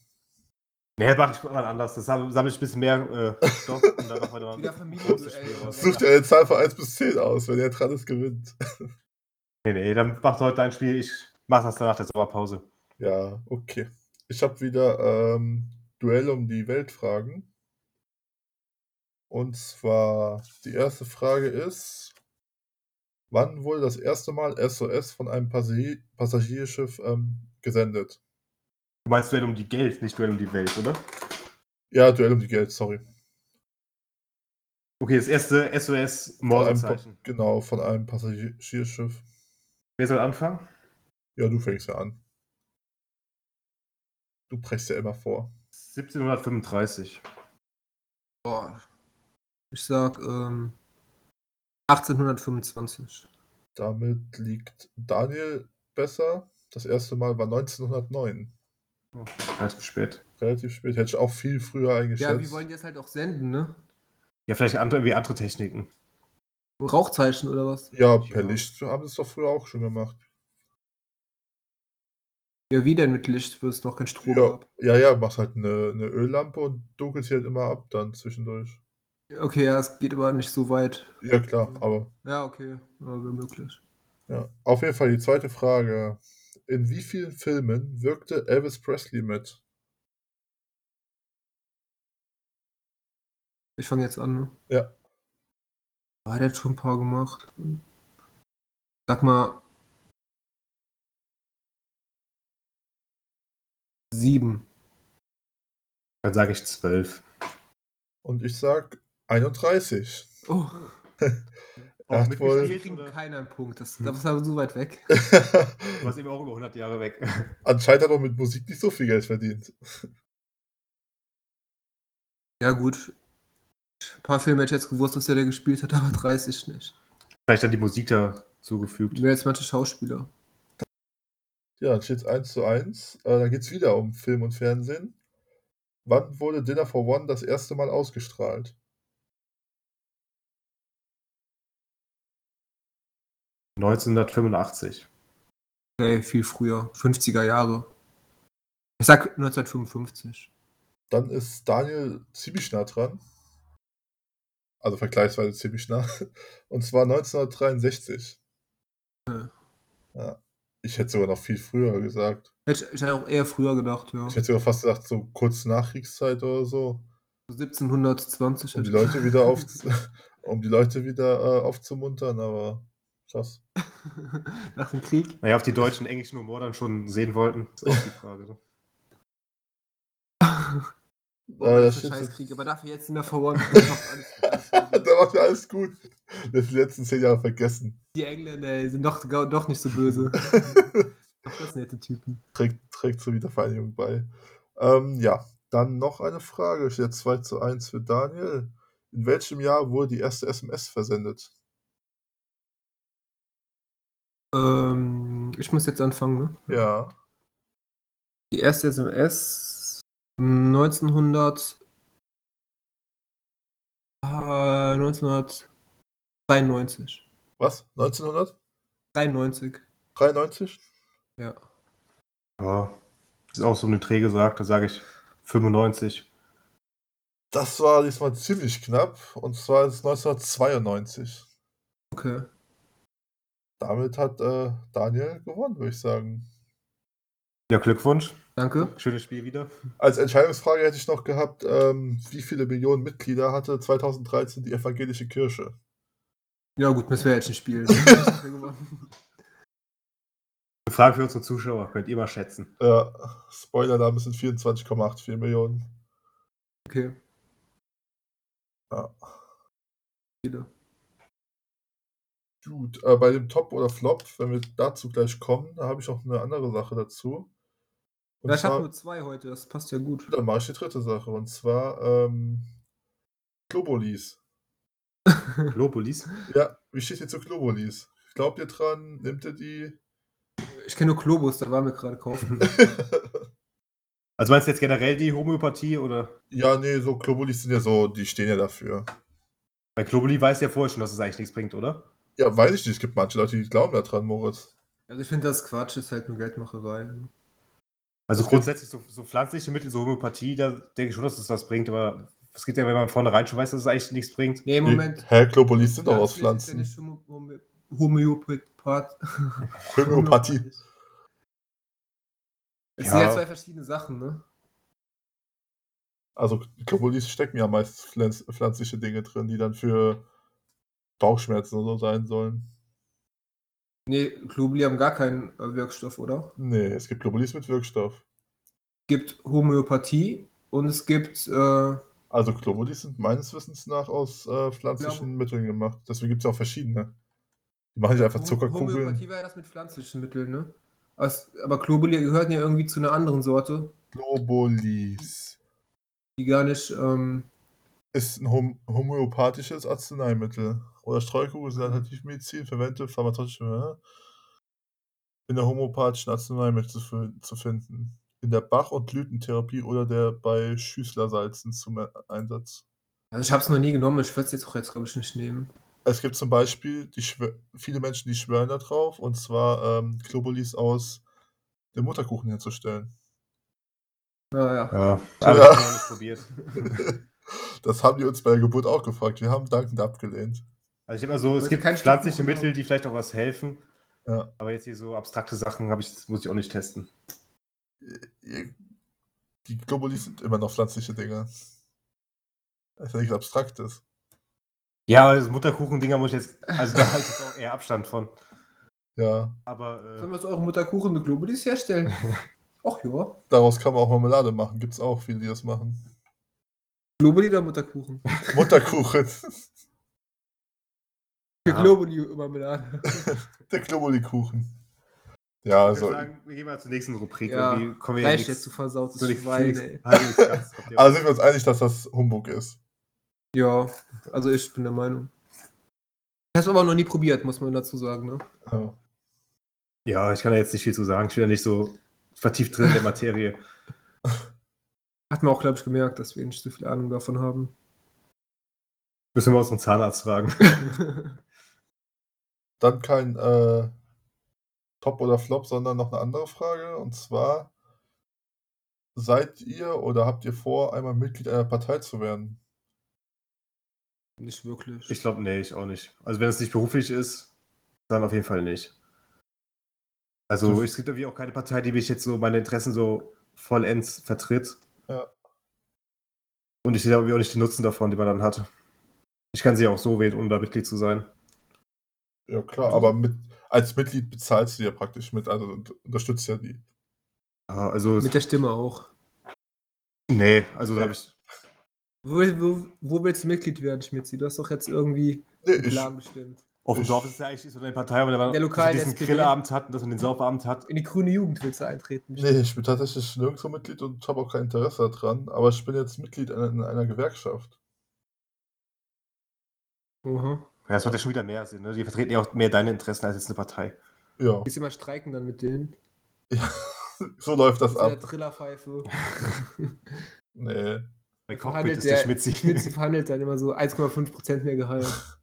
[SPEAKER 1] Nee, mach ich mal anders. Das sam- sammle ich ein bisschen mehr äh, Stoff und dann machen wir
[SPEAKER 3] Wieder
[SPEAKER 1] dann mal ein großes
[SPEAKER 3] Familienduell.
[SPEAKER 1] Spiel raus.
[SPEAKER 2] Sucht er eine Zahl von 1 bis 10 aus, wenn er dran ist, gewinnt.
[SPEAKER 1] Nee, nee, dann macht heute dein Spiel. Ich mach das dann nach der Sommerpause.
[SPEAKER 2] Ja, okay. Ich habe wieder ähm, Duell um die Welt Fragen. Und zwar, die erste Frage ist, wann wurde das erste Mal SOS von einem Passi- Passagierschiff ähm, gesendet?
[SPEAKER 1] Du meinst Duell um die Geld, nicht Duell um die Welt, oder?
[SPEAKER 2] Ja, Duell um die Welt, sorry.
[SPEAKER 1] Okay, das erste SOS
[SPEAKER 2] Von einem Pa-
[SPEAKER 1] Morsezeichen.
[SPEAKER 2] genau, von einem Passagierschiff.
[SPEAKER 1] Wer soll anfangen?
[SPEAKER 2] Ja, du fängst ja an. Du brechst ja immer vor.
[SPEAKER 1] 1735.
[SPEAKER 3] Boah. Ich sag ähm, 1825.
[SPEAKER 2] Damit liegt Daniel besser. Das erste Mal war 1909.
[SPEAKER 1] Relativ spät.
[SPEAKER 2] Relativ spät. Hätte ich auch viel früher eingeschätzt.
[SPEAKER 3] Ja, wir wollen die jetzt halt auch senden, ne?
[SPEAKER 1] Ja, vielleicht andere, wie andere Techniken.
[SPEAKER 3] Rauchzeichen oder was?
[SPEAKER 2] ja, per
[SPEAKER 1] Ja.
[SPEAKER 2] Licht haben sie es doch früher auch schon gemacht.
[SPEAKER 3] Ja, wie denn mit Licht, wo es noch kein
[SPEAKER 2] Ja,
[SPEAKER 3] Strom gab?
[SPEAKER 2] ja, ja, machst halt eine, eine Öllampe und dunkelst hier halt immer ab dann zwischendurch.
[SPEAKER 3] Okay, ja, es geht aber nicht so weit.
[SPEAKER 2] Ja, klar, aber
[SPEAKER 3] Ja, okay, aber wäre möglich.
[SPEAKER 2] ja. Auf jeden Fall die zweite Frage. In wie vielen Filmen wirkte Elvis Presley mit?
[SPEAKER 3] Ich fange jetzt an, ne?
[SPEAKER 2] Ja.
[SPEAKER 3] Ah, der hat schon ein paar gemacht. Sag mal. Sieben.
[SPEAKER 1] Dann sage ich 12.
[SPEAKER 2] Und ich sag 31.
[SPEAKER 3] Oh,
[SPEAKER 2] Er hat wohl-
[SPEAKER 3] wir kriegen keiner einen Punkt. Das, das war so weit weg.
[SPEAKER 1] Du warst eben auch über 100 Jahre weg.
[SPEAKER 2] Anscheinend hat er mit Musik nicht so viel Geld verdient.
[SPEAKER 3] Ja, gut. Ein paar Filme hätte ich jetzt gewusst, dass der, der gespielt hat, aber 30 nicht.
[SPEAKER 1] Vielleicht dann die Musik dazugefügt.
[SPEAKER 3] Wer jetzt manche Schauspieler.
[SPEAKER 2] Ja, dann steht es 1 zu 1. Äh, dann geht es wieder um Film und Fernsehen. Wann wurde Dinner for One das erste Mal ausgestrahlt?
[SPEAKER 1] 1985.
[SPEAKER 3] Nee, viel früher. 50er Jahre. Ich sag 1955.
[SPEAKER 2] Dann ist Daniel ziemlich nah dran. Also vergleichsweise ziemlich nah. Und zwar 1963.
[SPEAKER 3] Ja.
[SPEAKER 2] Ja. Ich hätte sogar noch viel früher gesagt.
[SPEAKER 3] Hätte ich- ich hätte auch eher früher gedacht, ja.
[SPEAKER 2] Ich hätte sogar fast gesagt, so kurz Nachkriegszeit oder so.
[SPEAKER 3] 1720
[SPEAKER 2] Um die
[SPEAKER 3] hätte ich-
[SPEAKER 2] Leute wieder auf, um die Leute wieder äh, aufzumuntern, aber krass.
[SPEAKER 3] nach dem Krieg.
[SPEAKER 1] Naja, ob die Deutschen englischen Humor dann schon sehen wollten, ist auch die Frage. Ne?
[SPEAKER 2] Äh, das steht-
[SPEAKER 3] scheiß Krieg, aber dafür jetzt in der Verwarnung. alles,
[SPEAKER 2] da
[SPEAKER 3] alles
[SPEAKER 2] macht mir alles gut. Das die letzten zehn Jahre vergessen.
[SPEAKER 3] die Engländer ey, sind doch, gar- doch nicht so böse. doch das nette Typen.
[SPEAKER 2] trägt, trägt zur Wiedervereinigung bei. Ähm, ja, dann noch eine Frage. Steht 2 zu 1 für Daniel. In welchem Jahr wurde die erste SMS versendet?
[SPEAKER 3] Ähm, ich muss jetzt anfangen, ne?
[SPEAKER 2] Ja.
[SPEAKER 3] Die erste SMS 1900 äh, 1993.
[SPEAKER 2] Was? 1993?
[SPEAKER 3] 93. Ja.
[SPEAKER 1] Ja, ist auch so eine träge gesagt, da sage ich 95.
[SPEAKER 2] Das war diesmal ziemlich knapp. Und zwar ist es 1992.
[SPEAKER 3] Okay.
[SPEAKER 2] Damit hat äh, Daniel gewonnen, würde ich sagen.
[SPEAKER 1] Ja, Glückwunsch.
[SPEAKER 3] Danke.
[SPEAKER 1] Schönes Spiel wieder.
[SPEAKER 2] Als Entscheidungsfrage hätte ich noch gehabt, ähm, wie viele Millionen Mitglieder hatte 2013 die evangelische Kirche?
[SPEAKER 3] Ja gut, müssen wir jetzt nicht spielen. Ich hab ja gewonnen.
[SPEAKER 1] Eine Frage für unsere Zuschauer, könnt ihr mal schätzen.
[SPEAKER 2] Ja, Spoiler-Alarm, es sind 24,84 Millionen.
[SPEAKER 3] okay.
[SPEAKER 2] Ja.
[SPEAKER 3] Viele.
[SPEAKER 2] Gut, äh, bei dem Top oder Flop, wenn wir dazu gleich kommen, da habe ich noch eine andere Sache dazu. Und
[SPEAKER 3] Ja, ich habe
[SPEAKER 2] zwar,
[SPEAKER 3] nur zwei heute, das passt ja gut.
[SPEAKER 2] dann mache ich die dritte Sache, und zwar ähm, Globulis.
[SPEAKER 1] Globulis.
[SPEAKER 2] Ja, wie steht ihr zu Globulis? Glaubt ihr dran? Nehmt ihr die?
[SPEAKER 3] Ich kenne nur Globus, da waren wir gerade kaufen.
[SPEAKER 1] Also meinst du jetzt generell die Homöopathie oder?
[SPEAKER 2] ja, nee, so Globulis sind ja so, die stehen ja dafür.
[SPEAKER 1] Bei Globuli weiß ja vorher schon, dass es eigentlich nichts bringt, oder?
[SPEAKER 2] Ja, weiß ich nicht, es gibt manche Leute, die glauben da dran, Moritz.
[SPEAKER 3] Also ich finde das Quatsch, ist halt nur Geldmacherei.
[SPEAKER 1] Also grundsätzlich so, so pflanzliche Mittel, so Homöopathie, da denke ich schon, dass es was bringt, aber es geht ja, wenn man vornherein schon weiß, dass es eigentlich nichts bringt.
[SPEAKER 3] Nee, Moment.
[SPEAKER 2] Hä, Globulis Hm. sind auch aus
[SPEAKER 3] Pflanzlich
[SPEAKER 2] Pflanzen.
[SPEAKER 3] Ist ja nicht Homö- Homöopath.
[SPEAKER 2] Homöopathie.
[SPEAKER 3] Es
[SPEAKER 1] Ja.
[SPEAKER 3] sind ja zwei verschiedene Sachen, ne?
[SPEAKER 2] Also Globulis stecken ja meist pflanz pflanzliche Dinge drin, die dann für Bauchschmerzen oder so sein sollen.
[SPEAKER 3] Nee, Globuli haben gar keinen äh, Wirkstoff, oder?
[SPEAKER 2] Nee, es gibt Globulis mit Wirkstoff.
[SPEAKER 3] Es gibt Homöopathie und es gibt, äh,
[SPEAKER 2] Also Globulis sind meines Wissens nach aus äh, pflanzlichen
[SPEAKER 3] Ja.
[SPEAKER 2] Mitteln gemacht. Deswegen gibt es ja auch verschiedene. Die machen nicht einfach
[SPEAKER 3] Hom-
[SPEAKER 2] Zuckerkugeln.
[SPEAKER 3] Homöopathie war ja das mit pflanzlichen Mitteln, ne? Aber, es, aber Globuli gehörten ja irgendwie zu einer anderen Sorte,
[SPEAKER 2] Globulis
[SPEAKER 3] die gar nicht, ähm,
[SPEAKER 2] ist ein hom homöopathisches Arzneimittel. Oder Streukugeln sind Alternativmedizin, verwendete pharmazeutische äh, in der homöopathischen Arzneimittel zu, fi- zu finden. In der Bach- und Blütentherapie oder der bei Schüßlersalzen zum E- Einsatz.
[SPEAKER 3] also ich hab's noch nie genommen, ich würde es jetzt auch jetzt, glaube ich, nicht nehmen.
[SPEAKER 2] Es gibt zum Beispiel die schwö- viele Menschen, die schwören da drauf, und zwar ähm, Globulis aus dem Mutterkuchen herzustellen.
[SPEAKER 3] Naja.
[SPEAKER 1] Ja,
[SPEAKER 2] Ja.
[SPEAKER 1] aber ich habe noch nicht probiert.
[SPEAKER 2] das haben die uns bei der Geburt auch gefragt. Wir haben dankend abgelehnt.
[SPEAKER 1] Also ich immer so, es
[SPEAKER 3] Das
[SPEAKER 1] gibt
[SPEAKER 3] kann ich
[SPEAKER 1] pflanzliche
[SPEAKER 3] nicht machen,
[SPEAKER 1] Mittel, die vielleicht auch was helfen.
[SPEAKER 2] Ja.
[SPEAKER 1] Aber jetzt hier so abstrakte Sachen habe ich, muss ich auch nicht testen.
[SPEAKER 2] Die Globulis sind immer noch pflanzliche Dinge. Das ist ja nichts Abstraktes.
[SPEAKER 1] Ja, aber das Mutterkuchen-Dinger muss ich jetzt, also da habe ich jetzt auch eher Abstand von.
[SPEAKER 2] Ja,
[SPEAKER 1] Aber äh,
[SPEAKER 3] Sollen wir aus eurem Mutterkuchen eine Globulis herstellen? Ach ja.
[SPEAKER 2] daraus kann man auch Marmelade machen. Gibt es auch viele, die das machen.
[SPEAKER 3] Globuli oder Mutterkuchen?
[SPEAKER 2] Mutterkuchen.
[SPEAKER 1] Ja.
[SPEAKER 3] Globuli Marmelade.
[SPEAKER 2] der Globuli-Kuchen. Ja,
[SPEAKER 1] äh, ich würde
[SPEAKER 2] also,
[SPEAKER 1] sagen, wir gehen mal zur nächsten Rubrik.
[SPEAKER 3] Ja,
[SPEAKER 1] Irgendwie kommen wir ja
[SPEAKER 3] Fleisch jetzt
[SPEAKER 1] nichts-
[SPEAKER 3] zu versautes
[SPEAKER 1] so nichts-
[SPEAKER 3] Schwein,
[SPEAKER 1] nichts-
[SPEAKER 3] ey.
[SPEAKER 1] halbwegs ganz. Kommt ja
[SPEAKER 2] also sind wir uns einig, dass das Humbug ist.
[SPEAKER 3] Ja, also ich bin der Meinung. Ich hab's aber noch nie probiert, muss man dazu sagen, ne?
[SPEAKER 2] Ja.
[SPEAKER 1] Ja, ich kann da jetzt nicht viel zu sagen. Ich bin ja nicht so vertieft drin in der Materie.
[SPEAKER 3] Hat man auch, glaube ich, gemerkt, dass wir nicht so viel Ahnung davon haben.
[SPEAKER 1] Müssen wir unseren Zahnarzt fragen.
[SPEAKER 2] Dann kein äh, Top oder Flop, sondern noch eine andere Frage. Und zwar, seid ihr oder habt ihr vor, einmal Mitglied einer Partei zu werden?
[SPEAKER 3] Nicht wirklich.
[SPEAKER 1] Ich glaube, nee, ich auch nicht. Also wenn es nicht beruflich ist, dann auf jeden Fall nicht. Also
[SPEAKER 3] Hm.
[SPEAKER 2] Du-
[SPEAKER 1] es gibt irgendwie auch keine Partei, die mich jetzt so meine Interessen so vollends vertritt.
[SPEAKER 2] Ja.
[SPEAKER 1] Und ich sehe irgendwie auch nicht den Nutzen davon, den man dann hat. Ich kann sie auch so wählen, ohne da Mitglied zu sein.
[SPEAKER 2] Ja, klar, aber mit, als Mitglied bezahlst du ja praktisch mit, also und unterstützt ja die.
[SPEAKER 1] Ja, Also,
[SPEAKER 3] Mit der Stimme auch.
[SPEAKER 1] nee, also da habe ich.
[SPEAKER 3] Wo, wo, wo willst du Mitglied werden, Schmitzi? Du hast doch jetzt irgendwie
[SPEAKER 2] Nee,
[SPEAKER 3] einen
[SPEAKER 2] ich,
[SPEAKER 3] Plan bestimmt.
[SPEAKER 1] Auf dem
[SPEAKER 2] Ich-
[SPEAKER 1] Dorf ist es ja eigentlich so eine Partei, aber
[SPEAKER 3] Der
[SPEAKER 1] man
[SPEAKER 3] lokalen
[SPEAKER 1] diesen
[SPEAKER 3] SPD.
[SPEAKER 1] Grillabend hat und dass man den Saufabend hat.
[SPEAKER 3] In die grüne Jugend willst du eintreten. bestimmt.
[SPEAKER 2] nee, ich bin tatsächlich nirgendwo Mitglied und habe auch kein Interesse daran, aber ich bin jetzt Mitglied in, in einer Gewerkschaft.
[SPEAKER 3] Mhm.
[SPEAKER 1] Ja, das macht ja schon wieder mehr Sinn. Ne? Die vertreten ja auch mehr deine Interessen als jetzt eine Partei.
[SPEAKER 2] Ja,
[SPEAKER 3] Gehst du mal streiken dann mit denen?
[SPEAKER 2] so läuft das
[SPEAKER 3] Mit der
[SPEAKER 2] ab.
[SPEAKER 3] Trillerpfeife.
[SPEAKER 2] Nee.
[SPEAKER 1] Bei Cockpit
[SPEAKER 3] Verhandelt
[SPEAKER 1] ist der,
[SPEAKER 3] der-
[SPEAKER 1] Schmitzi.
[SPEAKER 3] Schmitzi verhandelt dann immer so 1,5% mehr Gehalt.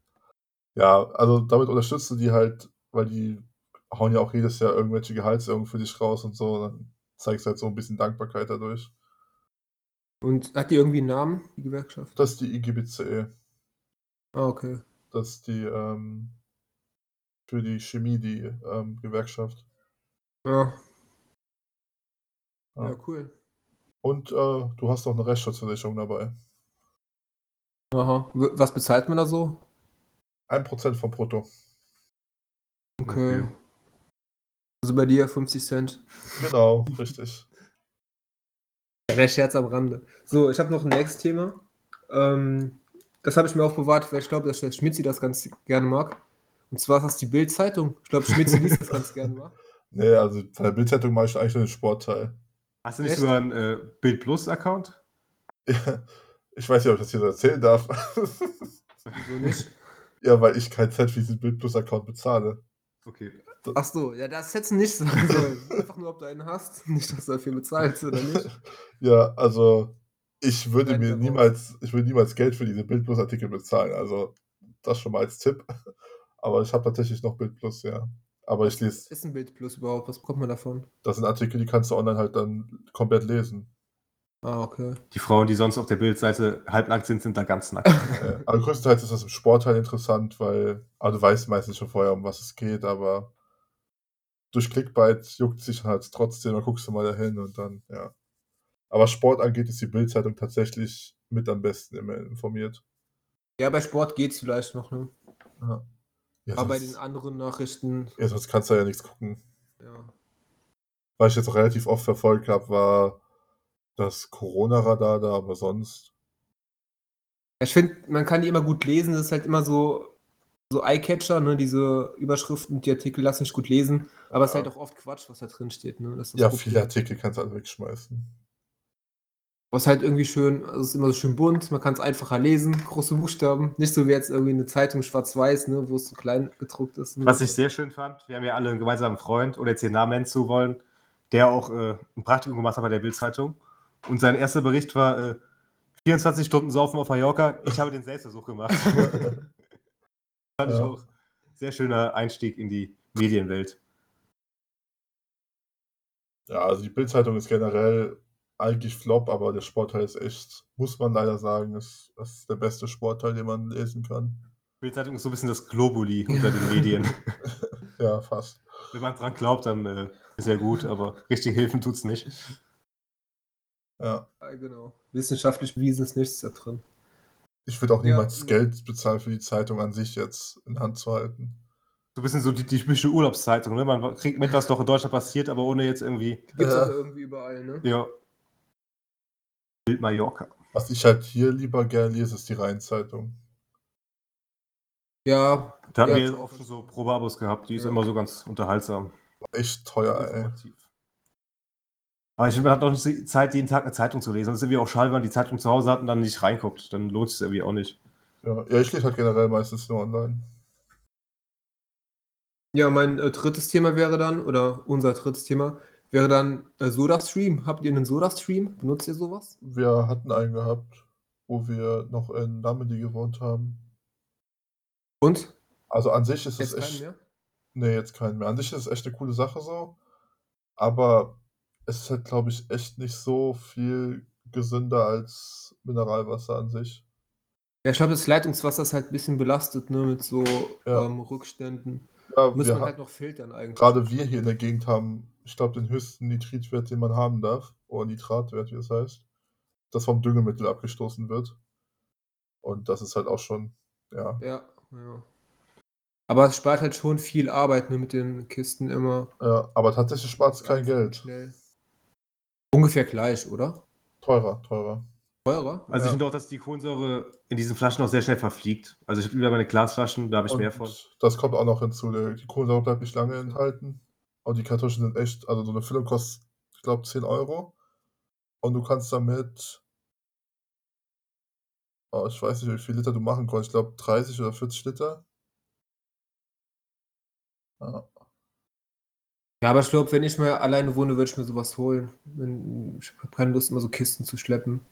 [SPEAKER 2] Ja, also damit unterstützt du die halt, weil die hauen ja auch jedes Jahr irgendwelche Gehaltserhöhungen für dich raus und so. Dann zeigst du halt so ein bisschen Dankbarkeit dadurch.
[SPEAKER 3] Und hat die irgendwie einen Namen, die Gewerkschaft?
[SPEAKER 2] Das ist die IGBCE.
[SPEAKER 3] Ah, okay.
[SPEAKER 2] Das ist E, die ähm, für die Chemie, die ähm, Gewerkschaft.
[SPEAKER 3] Ja.
[SPEAKER 2] Ja.
[SPEAKER 3] Ja, cool.
[SPEAKER 2] Und äh, du hast auch eine Rechtsschutzversicherung dabei.
[SPEAKER 3] Aha. W- Was bezahlt man da so?
[SPEAKER 2] 1% vom Brutto.
[SPEAKER 3] Okay. Also bei dir 50 Cent.
[SPEAKER 2] Genau, richtig.
[SPEAKER 3] Der Scherz am Rande. So, ich habe noch ein nächstes Thema. Ähm, das habe ich mir aufbewahrt, weil ich glaube, dass der Schmitzi das ganz gerne mag. Und zwar ist das die Bild-Zeitung. Ich glaube, Schmitzi liest das ganz gerne mal.
[SPEAKER 2] Nee, also von der Bildzeitung mache ich eigentlich nur den Sportteil.
[SPEAKER 1] Hast du nicht
[SPEAKER 3] Echt?
[SPEAKER 1] sogar einen äh, Bild Plus-Account?
[SPEAKER 2] Ich weiß nicht, ob ich das hier so erzählen darf.
[SPEAKER 3] So nicht.
[SPEAKER 2] ja, weil ich kein Cent für diesen Bildplus-Account bezahle.
[SPEAKER 1] Okay.
[SPEAKER 3] Ach so, ja, das hättest du nicht sagen sollen. Einfach nur, ob du einen hast. Nicht, dass du dafür bezahlst oder nicht.
[SPEAKER 2] Ja, also ich würde
[SPEAKER 3] Nein,
[SPEAKER 2] mir
[SPEAKER 3] daraus.
[SPEAKER 2] niemals, ich würde niemals Geld für diese Bildplus-Artikel bezahlen. Also das schon mal als Tipp. Aber ich habe tatsächlich noch Bildplus, ja. Aber ich lese,
[SPEAKER 3] Was ist ein Bild Plus überhaupt? Was bekommt man davon?
[SPEAKER 2] das sind Artikel, die kannst du online halt dann komplett lesen.
[SPEAKER 3] Ah, okay.
[SPEAKER 1] Die Frauen, die sonst auf der Bildseite halbnackt sind, sind da ganz nackt.
[SPEAKER 2] Äh, aber größtenteils ist das im Sportteil interessant, weil ah, du weißt meistens schon vorher, um was es geht, aber durch Clickbait juckt sich halt trotzdem, dann guckst du mal dahin und dann, ja. Aber Sport angeht, ist die Bildzeitung tatsächlich mit am besten immer informiert.
[SPEAKER 3] Ja, bei Sport geht's vielleicht noch, ne?
[SPEAKER 2] Ja. Ja,
[SPEAKER 3] Aber bei
[SPEAKER 2] sonst,
[SPEAKER 3] den anderen Nachrichten,
[SPEAKER 2] ja, sonst kannst du ja nichts gucken.
[SPEAKER 3] ja.
[SPEAKER 2] Was ich jetzt auch relativ oft verfolgt habe, war das Corona-Radar da, aber sonst.
[SPEAKER 3] Ich finde, man kann die immer gut lesen. Das ist halt immer so, so Eyecatcher, ne? Diese Überschriften, die Artikel lassen sich gut lesen. Aber es ist
[SPEAKER 2] Ja.
[SPEAKER 3] halt auch oft Quatsch, was da drin steht, ne? Das ist
[SPEAKER 2] Ja,
[SPEAKER 3] gut.
[SPEAKER 2] viele Artikel kannst du halt wegschmeißen.
[SPEAKER 3] Was halt irgendwie schön, also es ist immer so schön bunt, man kann es einfacher lesen, große Buchstaben. Nicht so wie jetzt irgendwie eine Zeitung schwarz-weiß, ne? Wo es so klein gedruckt ist. Ne?
[SPEAKER 1] Was ich sehr schön fand, wir haben ja alle einen gemeinsamen Freund, ohne jetzt den Namen nennen zu wollen, der auch äh, ein Praktikum gemacht hat bei der Bildzeitung. Und sein erster Bericht war äh, 24 Stunden Saufen auf Mallorca. Ich habe den Selbstversuch gemacht. fand ich
[SPEAKER 2] Ja.
[SPEAKER 1] auch. Sehr schöner Einstieg in die Medienwelt.
[SPEAKER 2] Ja, also die Bildzeitung ist generell eigentlich flop, aber der Sportteil ist echt, muss man leider sagen, ist, das ist der beste Sportteil, den man lesen kann.
[SPEAKER 1] Bildzeitung ist so ein bisschen das Globuli unter den Medien.
[SPEAKER 2] Ja, fast.
[SPEAKER 1] Wenn man dran glaubt, dann äh, ist ja gut, aber richtig helfen tut's nicht.
[SPEAKER 2] Ja.
[SPEAKER 3] Ja, genau. Wissenschaftlich bewiesen ist nichts da drin.
[SPEAKER 2] Ich würde auch
[SPEAKER 3] Ja.
[SPEAKER 2] niemals Geld bezahlen für die Zeitung an sich jetzt in Hand zu halten.
[SPEAKER 1] So ein bisschen so die typische Urlaubszeitung. Ne? Man kriegt mit, was doch in Deutschland passiert, aber ohne jetzt irgendwie,
[SPEAKER 3] Gibt's
[SPEAKER 2] Ja.
[SPEAKER 3] auch irgendwie überall, ne?
[SPEAKER 1] ja, Bild Mallorca.
[SPEAKER 2] Was ich halt hier lieber gerne lese, ist die Rheinzeitung.
[SPEAKER 3] Ja,
[SPEAKER 1] Da hatten
[SPEAKER 3] Ja,
[SPEAKER 1] wir
[SPEAKER 3] das-
[SPEAKER 1] auch schon so Probeabos gehabt, die ist
[SPEAKER 3] Ja.
[SPEAKER 1] immer so ganz unterhaltsam.
[SPEAKER 2] Echt teuer, ey.
[SPEAKER 1] Aber ich finde, man hat noch nicht die Zeit, jeden Tag eine Zeitung zu lesen. Und es ist irgendwie auch schade, wenn man die Zeitung zu Hause hat und dann nicht reinguckt. Dann lohnt es irgendwie auch nicht.
[SPEAKER 2] Ja, ja ich lese halt generell meistens nur online.
[SPEAKER 3] Ja, mein äh, drittes Thema wäre dann, oder unser drittes Thema, wäre dann äh, SodaStream. Habt ihr einen SodaStream? Benutzt ihr sowas?
[SPEAKER 2] Wir hatten einen gehabt, wo wir noch in Namedy gewohnt haben.
[SPEAKER 3] Und?
[SPEAKER 2] Also an sich ist es
[SPEAKER 3] Jetzt keinen
[SPEAKER 2] echt.
[SPEAKER 3] mehr?
[SPEAKER 2] Nee, Ne, jetzt keinen mehr. An sich ist es echt eine coole Sache so. Aber es ist halt, glaube ich, echt nicht so viel gesünder als Mineralwasser an sich.
[SPEAKER 3] Ja, ich glaube, das Leitungswasser ist halt ein bisschen belastet, ne, mit so
[SPEAKER 2] Ja.
[SPEAKER 3] ähm, Rückständen.
[SPEAKER 2] Ja,
[SPEAKER 3] Muss
[SPEAKER 2] wir
[SPEAKER 3] man
[SPEAKER 2] ha-
[SPEAKER 3] halt noch filtern eigentlich.
[SPEAKER 2] gerade wir hier in der Gegend haben, ich glaube, den höchsten Nitritwert, den man haben darf, oder Nitratwert, wie es heißt, das vom Düngemittel abgestoßen wird. Und das ist halt auch schon, ja,
[SPEAKER 3] Ja, ja. Aber es spart halt schon viel Arbeit, ne, mit den Kisten immer.
[SPEAKER 2] ja aber tatsächlich spart es kein Geld.
[SPEAKER 3] Schnell. Ungefähr gleich, oder?
[SPEAKER 2] Teurer, teurer.
[SPEAKER 3] Teurer?
[SPEAKER 1] Also
[SPEAKER 2] Ja.
[SPEAKER 1] ich finde auch, dass die Kohlensäure in diesen Flaschen auch sehr schnell verfliegt. Also ich habe über meine Glasflaschen, da habe ich mehr von.
[SPEAKER 2] Und das kommt auch noch hinzu. der- Die Kohlensäure bleibt nicht lange enthalten. Und die Kartuschen sind echt, also so eine Füllung kostet, ich glaube, 10 Euro. Und du kannst damit, oh, ich weiß nicht, wie viel Liter du machen kannst. Ich glaube, 30 oder 40 Liter. Ja,
[SPEAKER 3] Ja, aber ich glaube, wenn ich mal alleine wohne, würde ich mir sowas holen. Wenn- Ich habe keine Lust, immer so Kisten zu schleppen.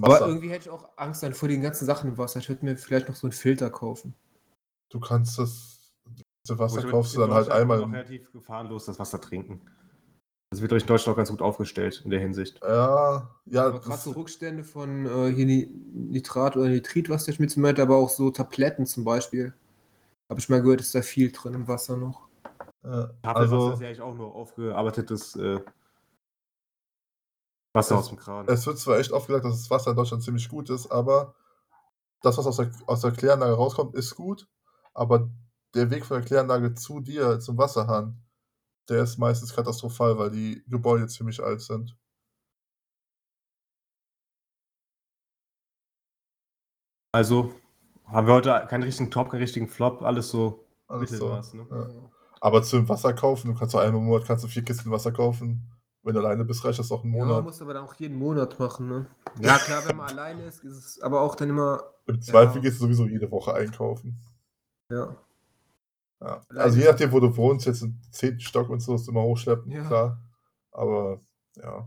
[SPEAKER 3] Aber
[SPEAKER 2] Wasser.
[SPEAKER 3] irgendwie hätte ich auch Angst dann vor den ganzen Sachen im Wasser. Ich würde mir vielleicht noch so einen Filter kaufen.
[SPEAKER 2] Du kannst das, das
[SPEAKER 1] Wo
[SPEAKER 2] Wasser
[SPEAKER 1] ich
[SPEAKER 2] kaufst du
[SPEAKER 1] in
[SPEAKER 2] dann halt
[SPEAKER 1] Deutschland
[SPEAKER 2] einmal.
[SPEAKER 1] Auch relativ gefahrenlos das Wasser trinken. Das wird euch in Deutschland auch ganz gut aufgestellt in der Hinsicht.
[SPEAKER 2] Ja, ja,
[SPEAKER 3] Aber gerade
[SPEAKER 2] das,
[SPEAKER 3] so Rückstände von äh, hier Ni- Nitrat oder Nitrit, was der Schmitz meint, aber auch so Tabletten zum Beispiel. Habe ich mal gehört, ist da viel drin im Wasser noch.
[SPEAKER 2] ja,
[SPEAKER 1] Tafelwasser
[SPEAKER 2] also,
[SPEAKER 1] ist ja eigentlich auch nur aufgearbeitetes äh, Wasser
[SPEAKER 2] Es-
[SPEAKER 1] aus dem Kran.
[SPEAKER 2] Es wird zwar echt oft gesagt, dass das Wasser in Deutschland ziemlich gut ist, aber das, was aus der, aus der Kläranlage rauskommt, ist gut. Aber der Weg von der Kläranlage zu dir, zum Wasserhahn, der ist meistens katastrophal, weil die Gebäude ziemlich alt sind.
[SPEAKER 1] Also haben wir heute keinen richtigen Top, keinen richtigen Flop, alles so
[SPEAKER 2] Alles so.
[SPEAKER 1] mittelmaß.
[SPEAKER 3] Äh,
[SPEAKER 1] Ne?
[SPEAKER 2] Ja. Aber zum Wasser kaufen, du kannst so einmal im Monat kannst du vier Kisten Wasser kaufen. Wenn du alleine bist, reicht das auch einen
[SPEAKER 3] Ja, man
[SPEAKER 2] Monat.
[SPEAKER 3] muss aber dann auch jeden Monat machen, ne? Ja, klar, wenn man alleine ist, ist es aber auch dann immer,
[SPEAKER 2] Im Zweifel
[SPEAKER 3] ja.
[SPEAKER 2] gehst du sowieso jede Woche einkaufen.
[SPEAKER 3] ja.
[SPEAKER 2] Ja.
[SPEAKER 3] Leider.
[SPEAKER 2] Also je nachdem, wo du wohnst, jetzt im zehnten Stock und so, ist immer hochschleppen,
[SPEAKER 3] Ja.
[SPEAKER 2] klar. Aber ja.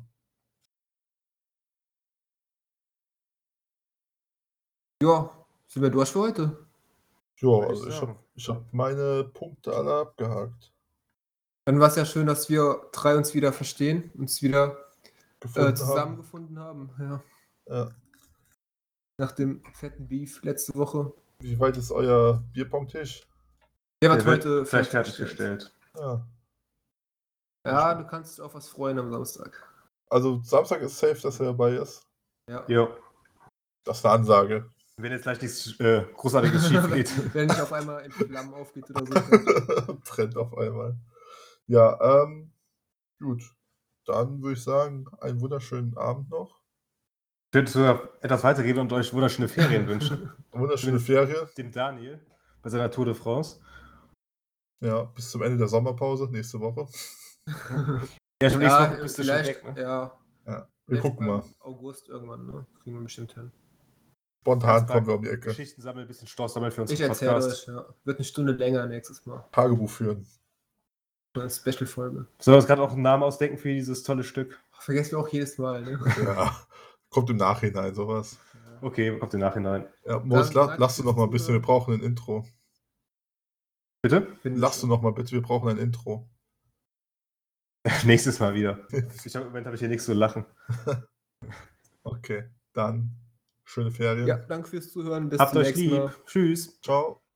[SPEAKER 3] Ja, sind wir durch für heute?
[SPEAKER 2] Ja,
[SPEAKER 1] Würde ich
[SPEAKER 2] also ich
[SPEAKER 1] sagen.
[SPEAKER 2] habe ich hab meine Punkte alle abgehakt.
[SPEAKER 3] Dann war es ja schön, dass wir drei uns wieder verstehen, uns wieder äh,
[SPEAKER 2] Gefunden haben.
[SPEAKER 3] zusammengefunden haben. Ja.
[SPEAKER 2] Ja.
[SPEAKER 3] Nach dem fetten Beef letzte Woche.
[SPEAKER 2] Wie weit ist euer Bierpong-Tisch?
[SPEAKER 3] Der
[SPEAKER 1] Der
[SPEAKER 3] wird
[SPEAKER 1] wird
[SPEAKER 3] heute
[SPEAKER 1] Vielleicht
[SPEAKER 3] fertiggestellt.
[SPEAKER 1] fertiggestellt.
[SPEAKER 2] Ja.
[SPEAKER 3] Ja, du kannst dich auf was freuen am Samstag.
[SPEAKER 2] Also Samstag ist safe, dass er dabei ist.
[SPEAKER 3] Ja.
[SPEAKER 1] Jo.
[SPEAKER 2] Das ist eine Ansage.
[SPEAKER 1] Wenn jetzt gleich nichts äh, Großartiges schief geht.
[SPEAKER 3] Wenn nicht auf einmal in Flammen aufgeht oder so.
[SPEAKER 2] Brennt auf einmal. Ja, ähm, gut. Dann würde ich sagen, einen wunderschönen Abend noch.
[SPEAKER 1] Ich würde sogar etwas weitergehen und euch wunderschöne Ferien wünschen.
[SPEAKER 2] Wunderschöne Ferien.
[SPEAKER 1] Dem Daniel bei seiner Tour de France.
[SPEAKER 2] Ja, bis zum Ende der Sommerpause, nächste Woche.
[SPEAKER 1] Ja, schon nächste
[SPEAKER 3] Ja,
[SPEAKER 1] Woche bist du schon
[SPEAKER 3] vielleicht,
[SPEAKER 1] weg. Ne?
[SPEAKER 3] ja.
[SPEAKER 2] Ja, wir
[SPEAKER 3] vielleicht
[SPEAKER 2] gucken
[SPEAKER 3] im
[SPEAKER 2] mal.
[SPEAKER 3] August irgendwann, ne? Kriegen wir bestimmt hin.
[SPEAKER 2] Spontan
[SPEAKER 1] Samstag.
[SPEAKER 2] kommen wir um die Ecke.
[SPEAKER 1] Geschichten sammeln, ein bisschen Stoff sammeln für
[SPEAKER 3] Ich
[SPEAKER 1] unseren
[SPEAKER 3] erzähle
[SPEAKER 1] Podcast.
[SPEAKER 3] euch, ja. Wird eine Stunde länger nächstes Mal.
[SPEAKER 2] Tagebuch führen.
[SPEAKER 3] Eine Special-Folge.
[SPEAKER 1] Sollen wir uns gerade auch einen Namen ausdenken für dieses tolle Stück?
[SPEAKER 3] Vergessen wir auch jedes Mal, ne?
[SPEAKER 2] Ja. Kommt im Nachhinein sowas.
[SPEAKER 1] Okay, kommt im Nachhinein.
[SPEAKER 2] Ja, Moritz,
[SPEAKER 3] Dann
[SPEAKER 2] la
[SPEAKER 3] danke
[SPEAKER 2] lachst du
[SPEAKER 3] fürs
[SPEAKER 2] noch mal ein bisschen, wir
[SPEAKER 3] Zuhören.
[SPEAKER 2] brauchen ein Intro.
[SPEAKER 1] Bitte?
[SPEAKER 3] Finde
[SPEAKER 2] Lachst du
[SPEAKER 3] ich.
[SPEAKER 2] noch mal bitte, wir brauchen ein Intro.
[SPEAKER 1] Nächstes Mal wieder. Ich hab, Im Moment habe ich hier nichts zu lachen.
[SPEAKER 2] Okay, dann schöne Ferien.
[SPEAKER 3] Ja, danke fürs Zuhören. Bis
[SPEAKER 1] Habt
[SPEAKER 3] zum
[SPEAKER 1] euch
[SPEAKER 3] nächsten Mal.
[SPEAKER 1] lieb. Tschüss.
[SPEAKER 2] Ciao.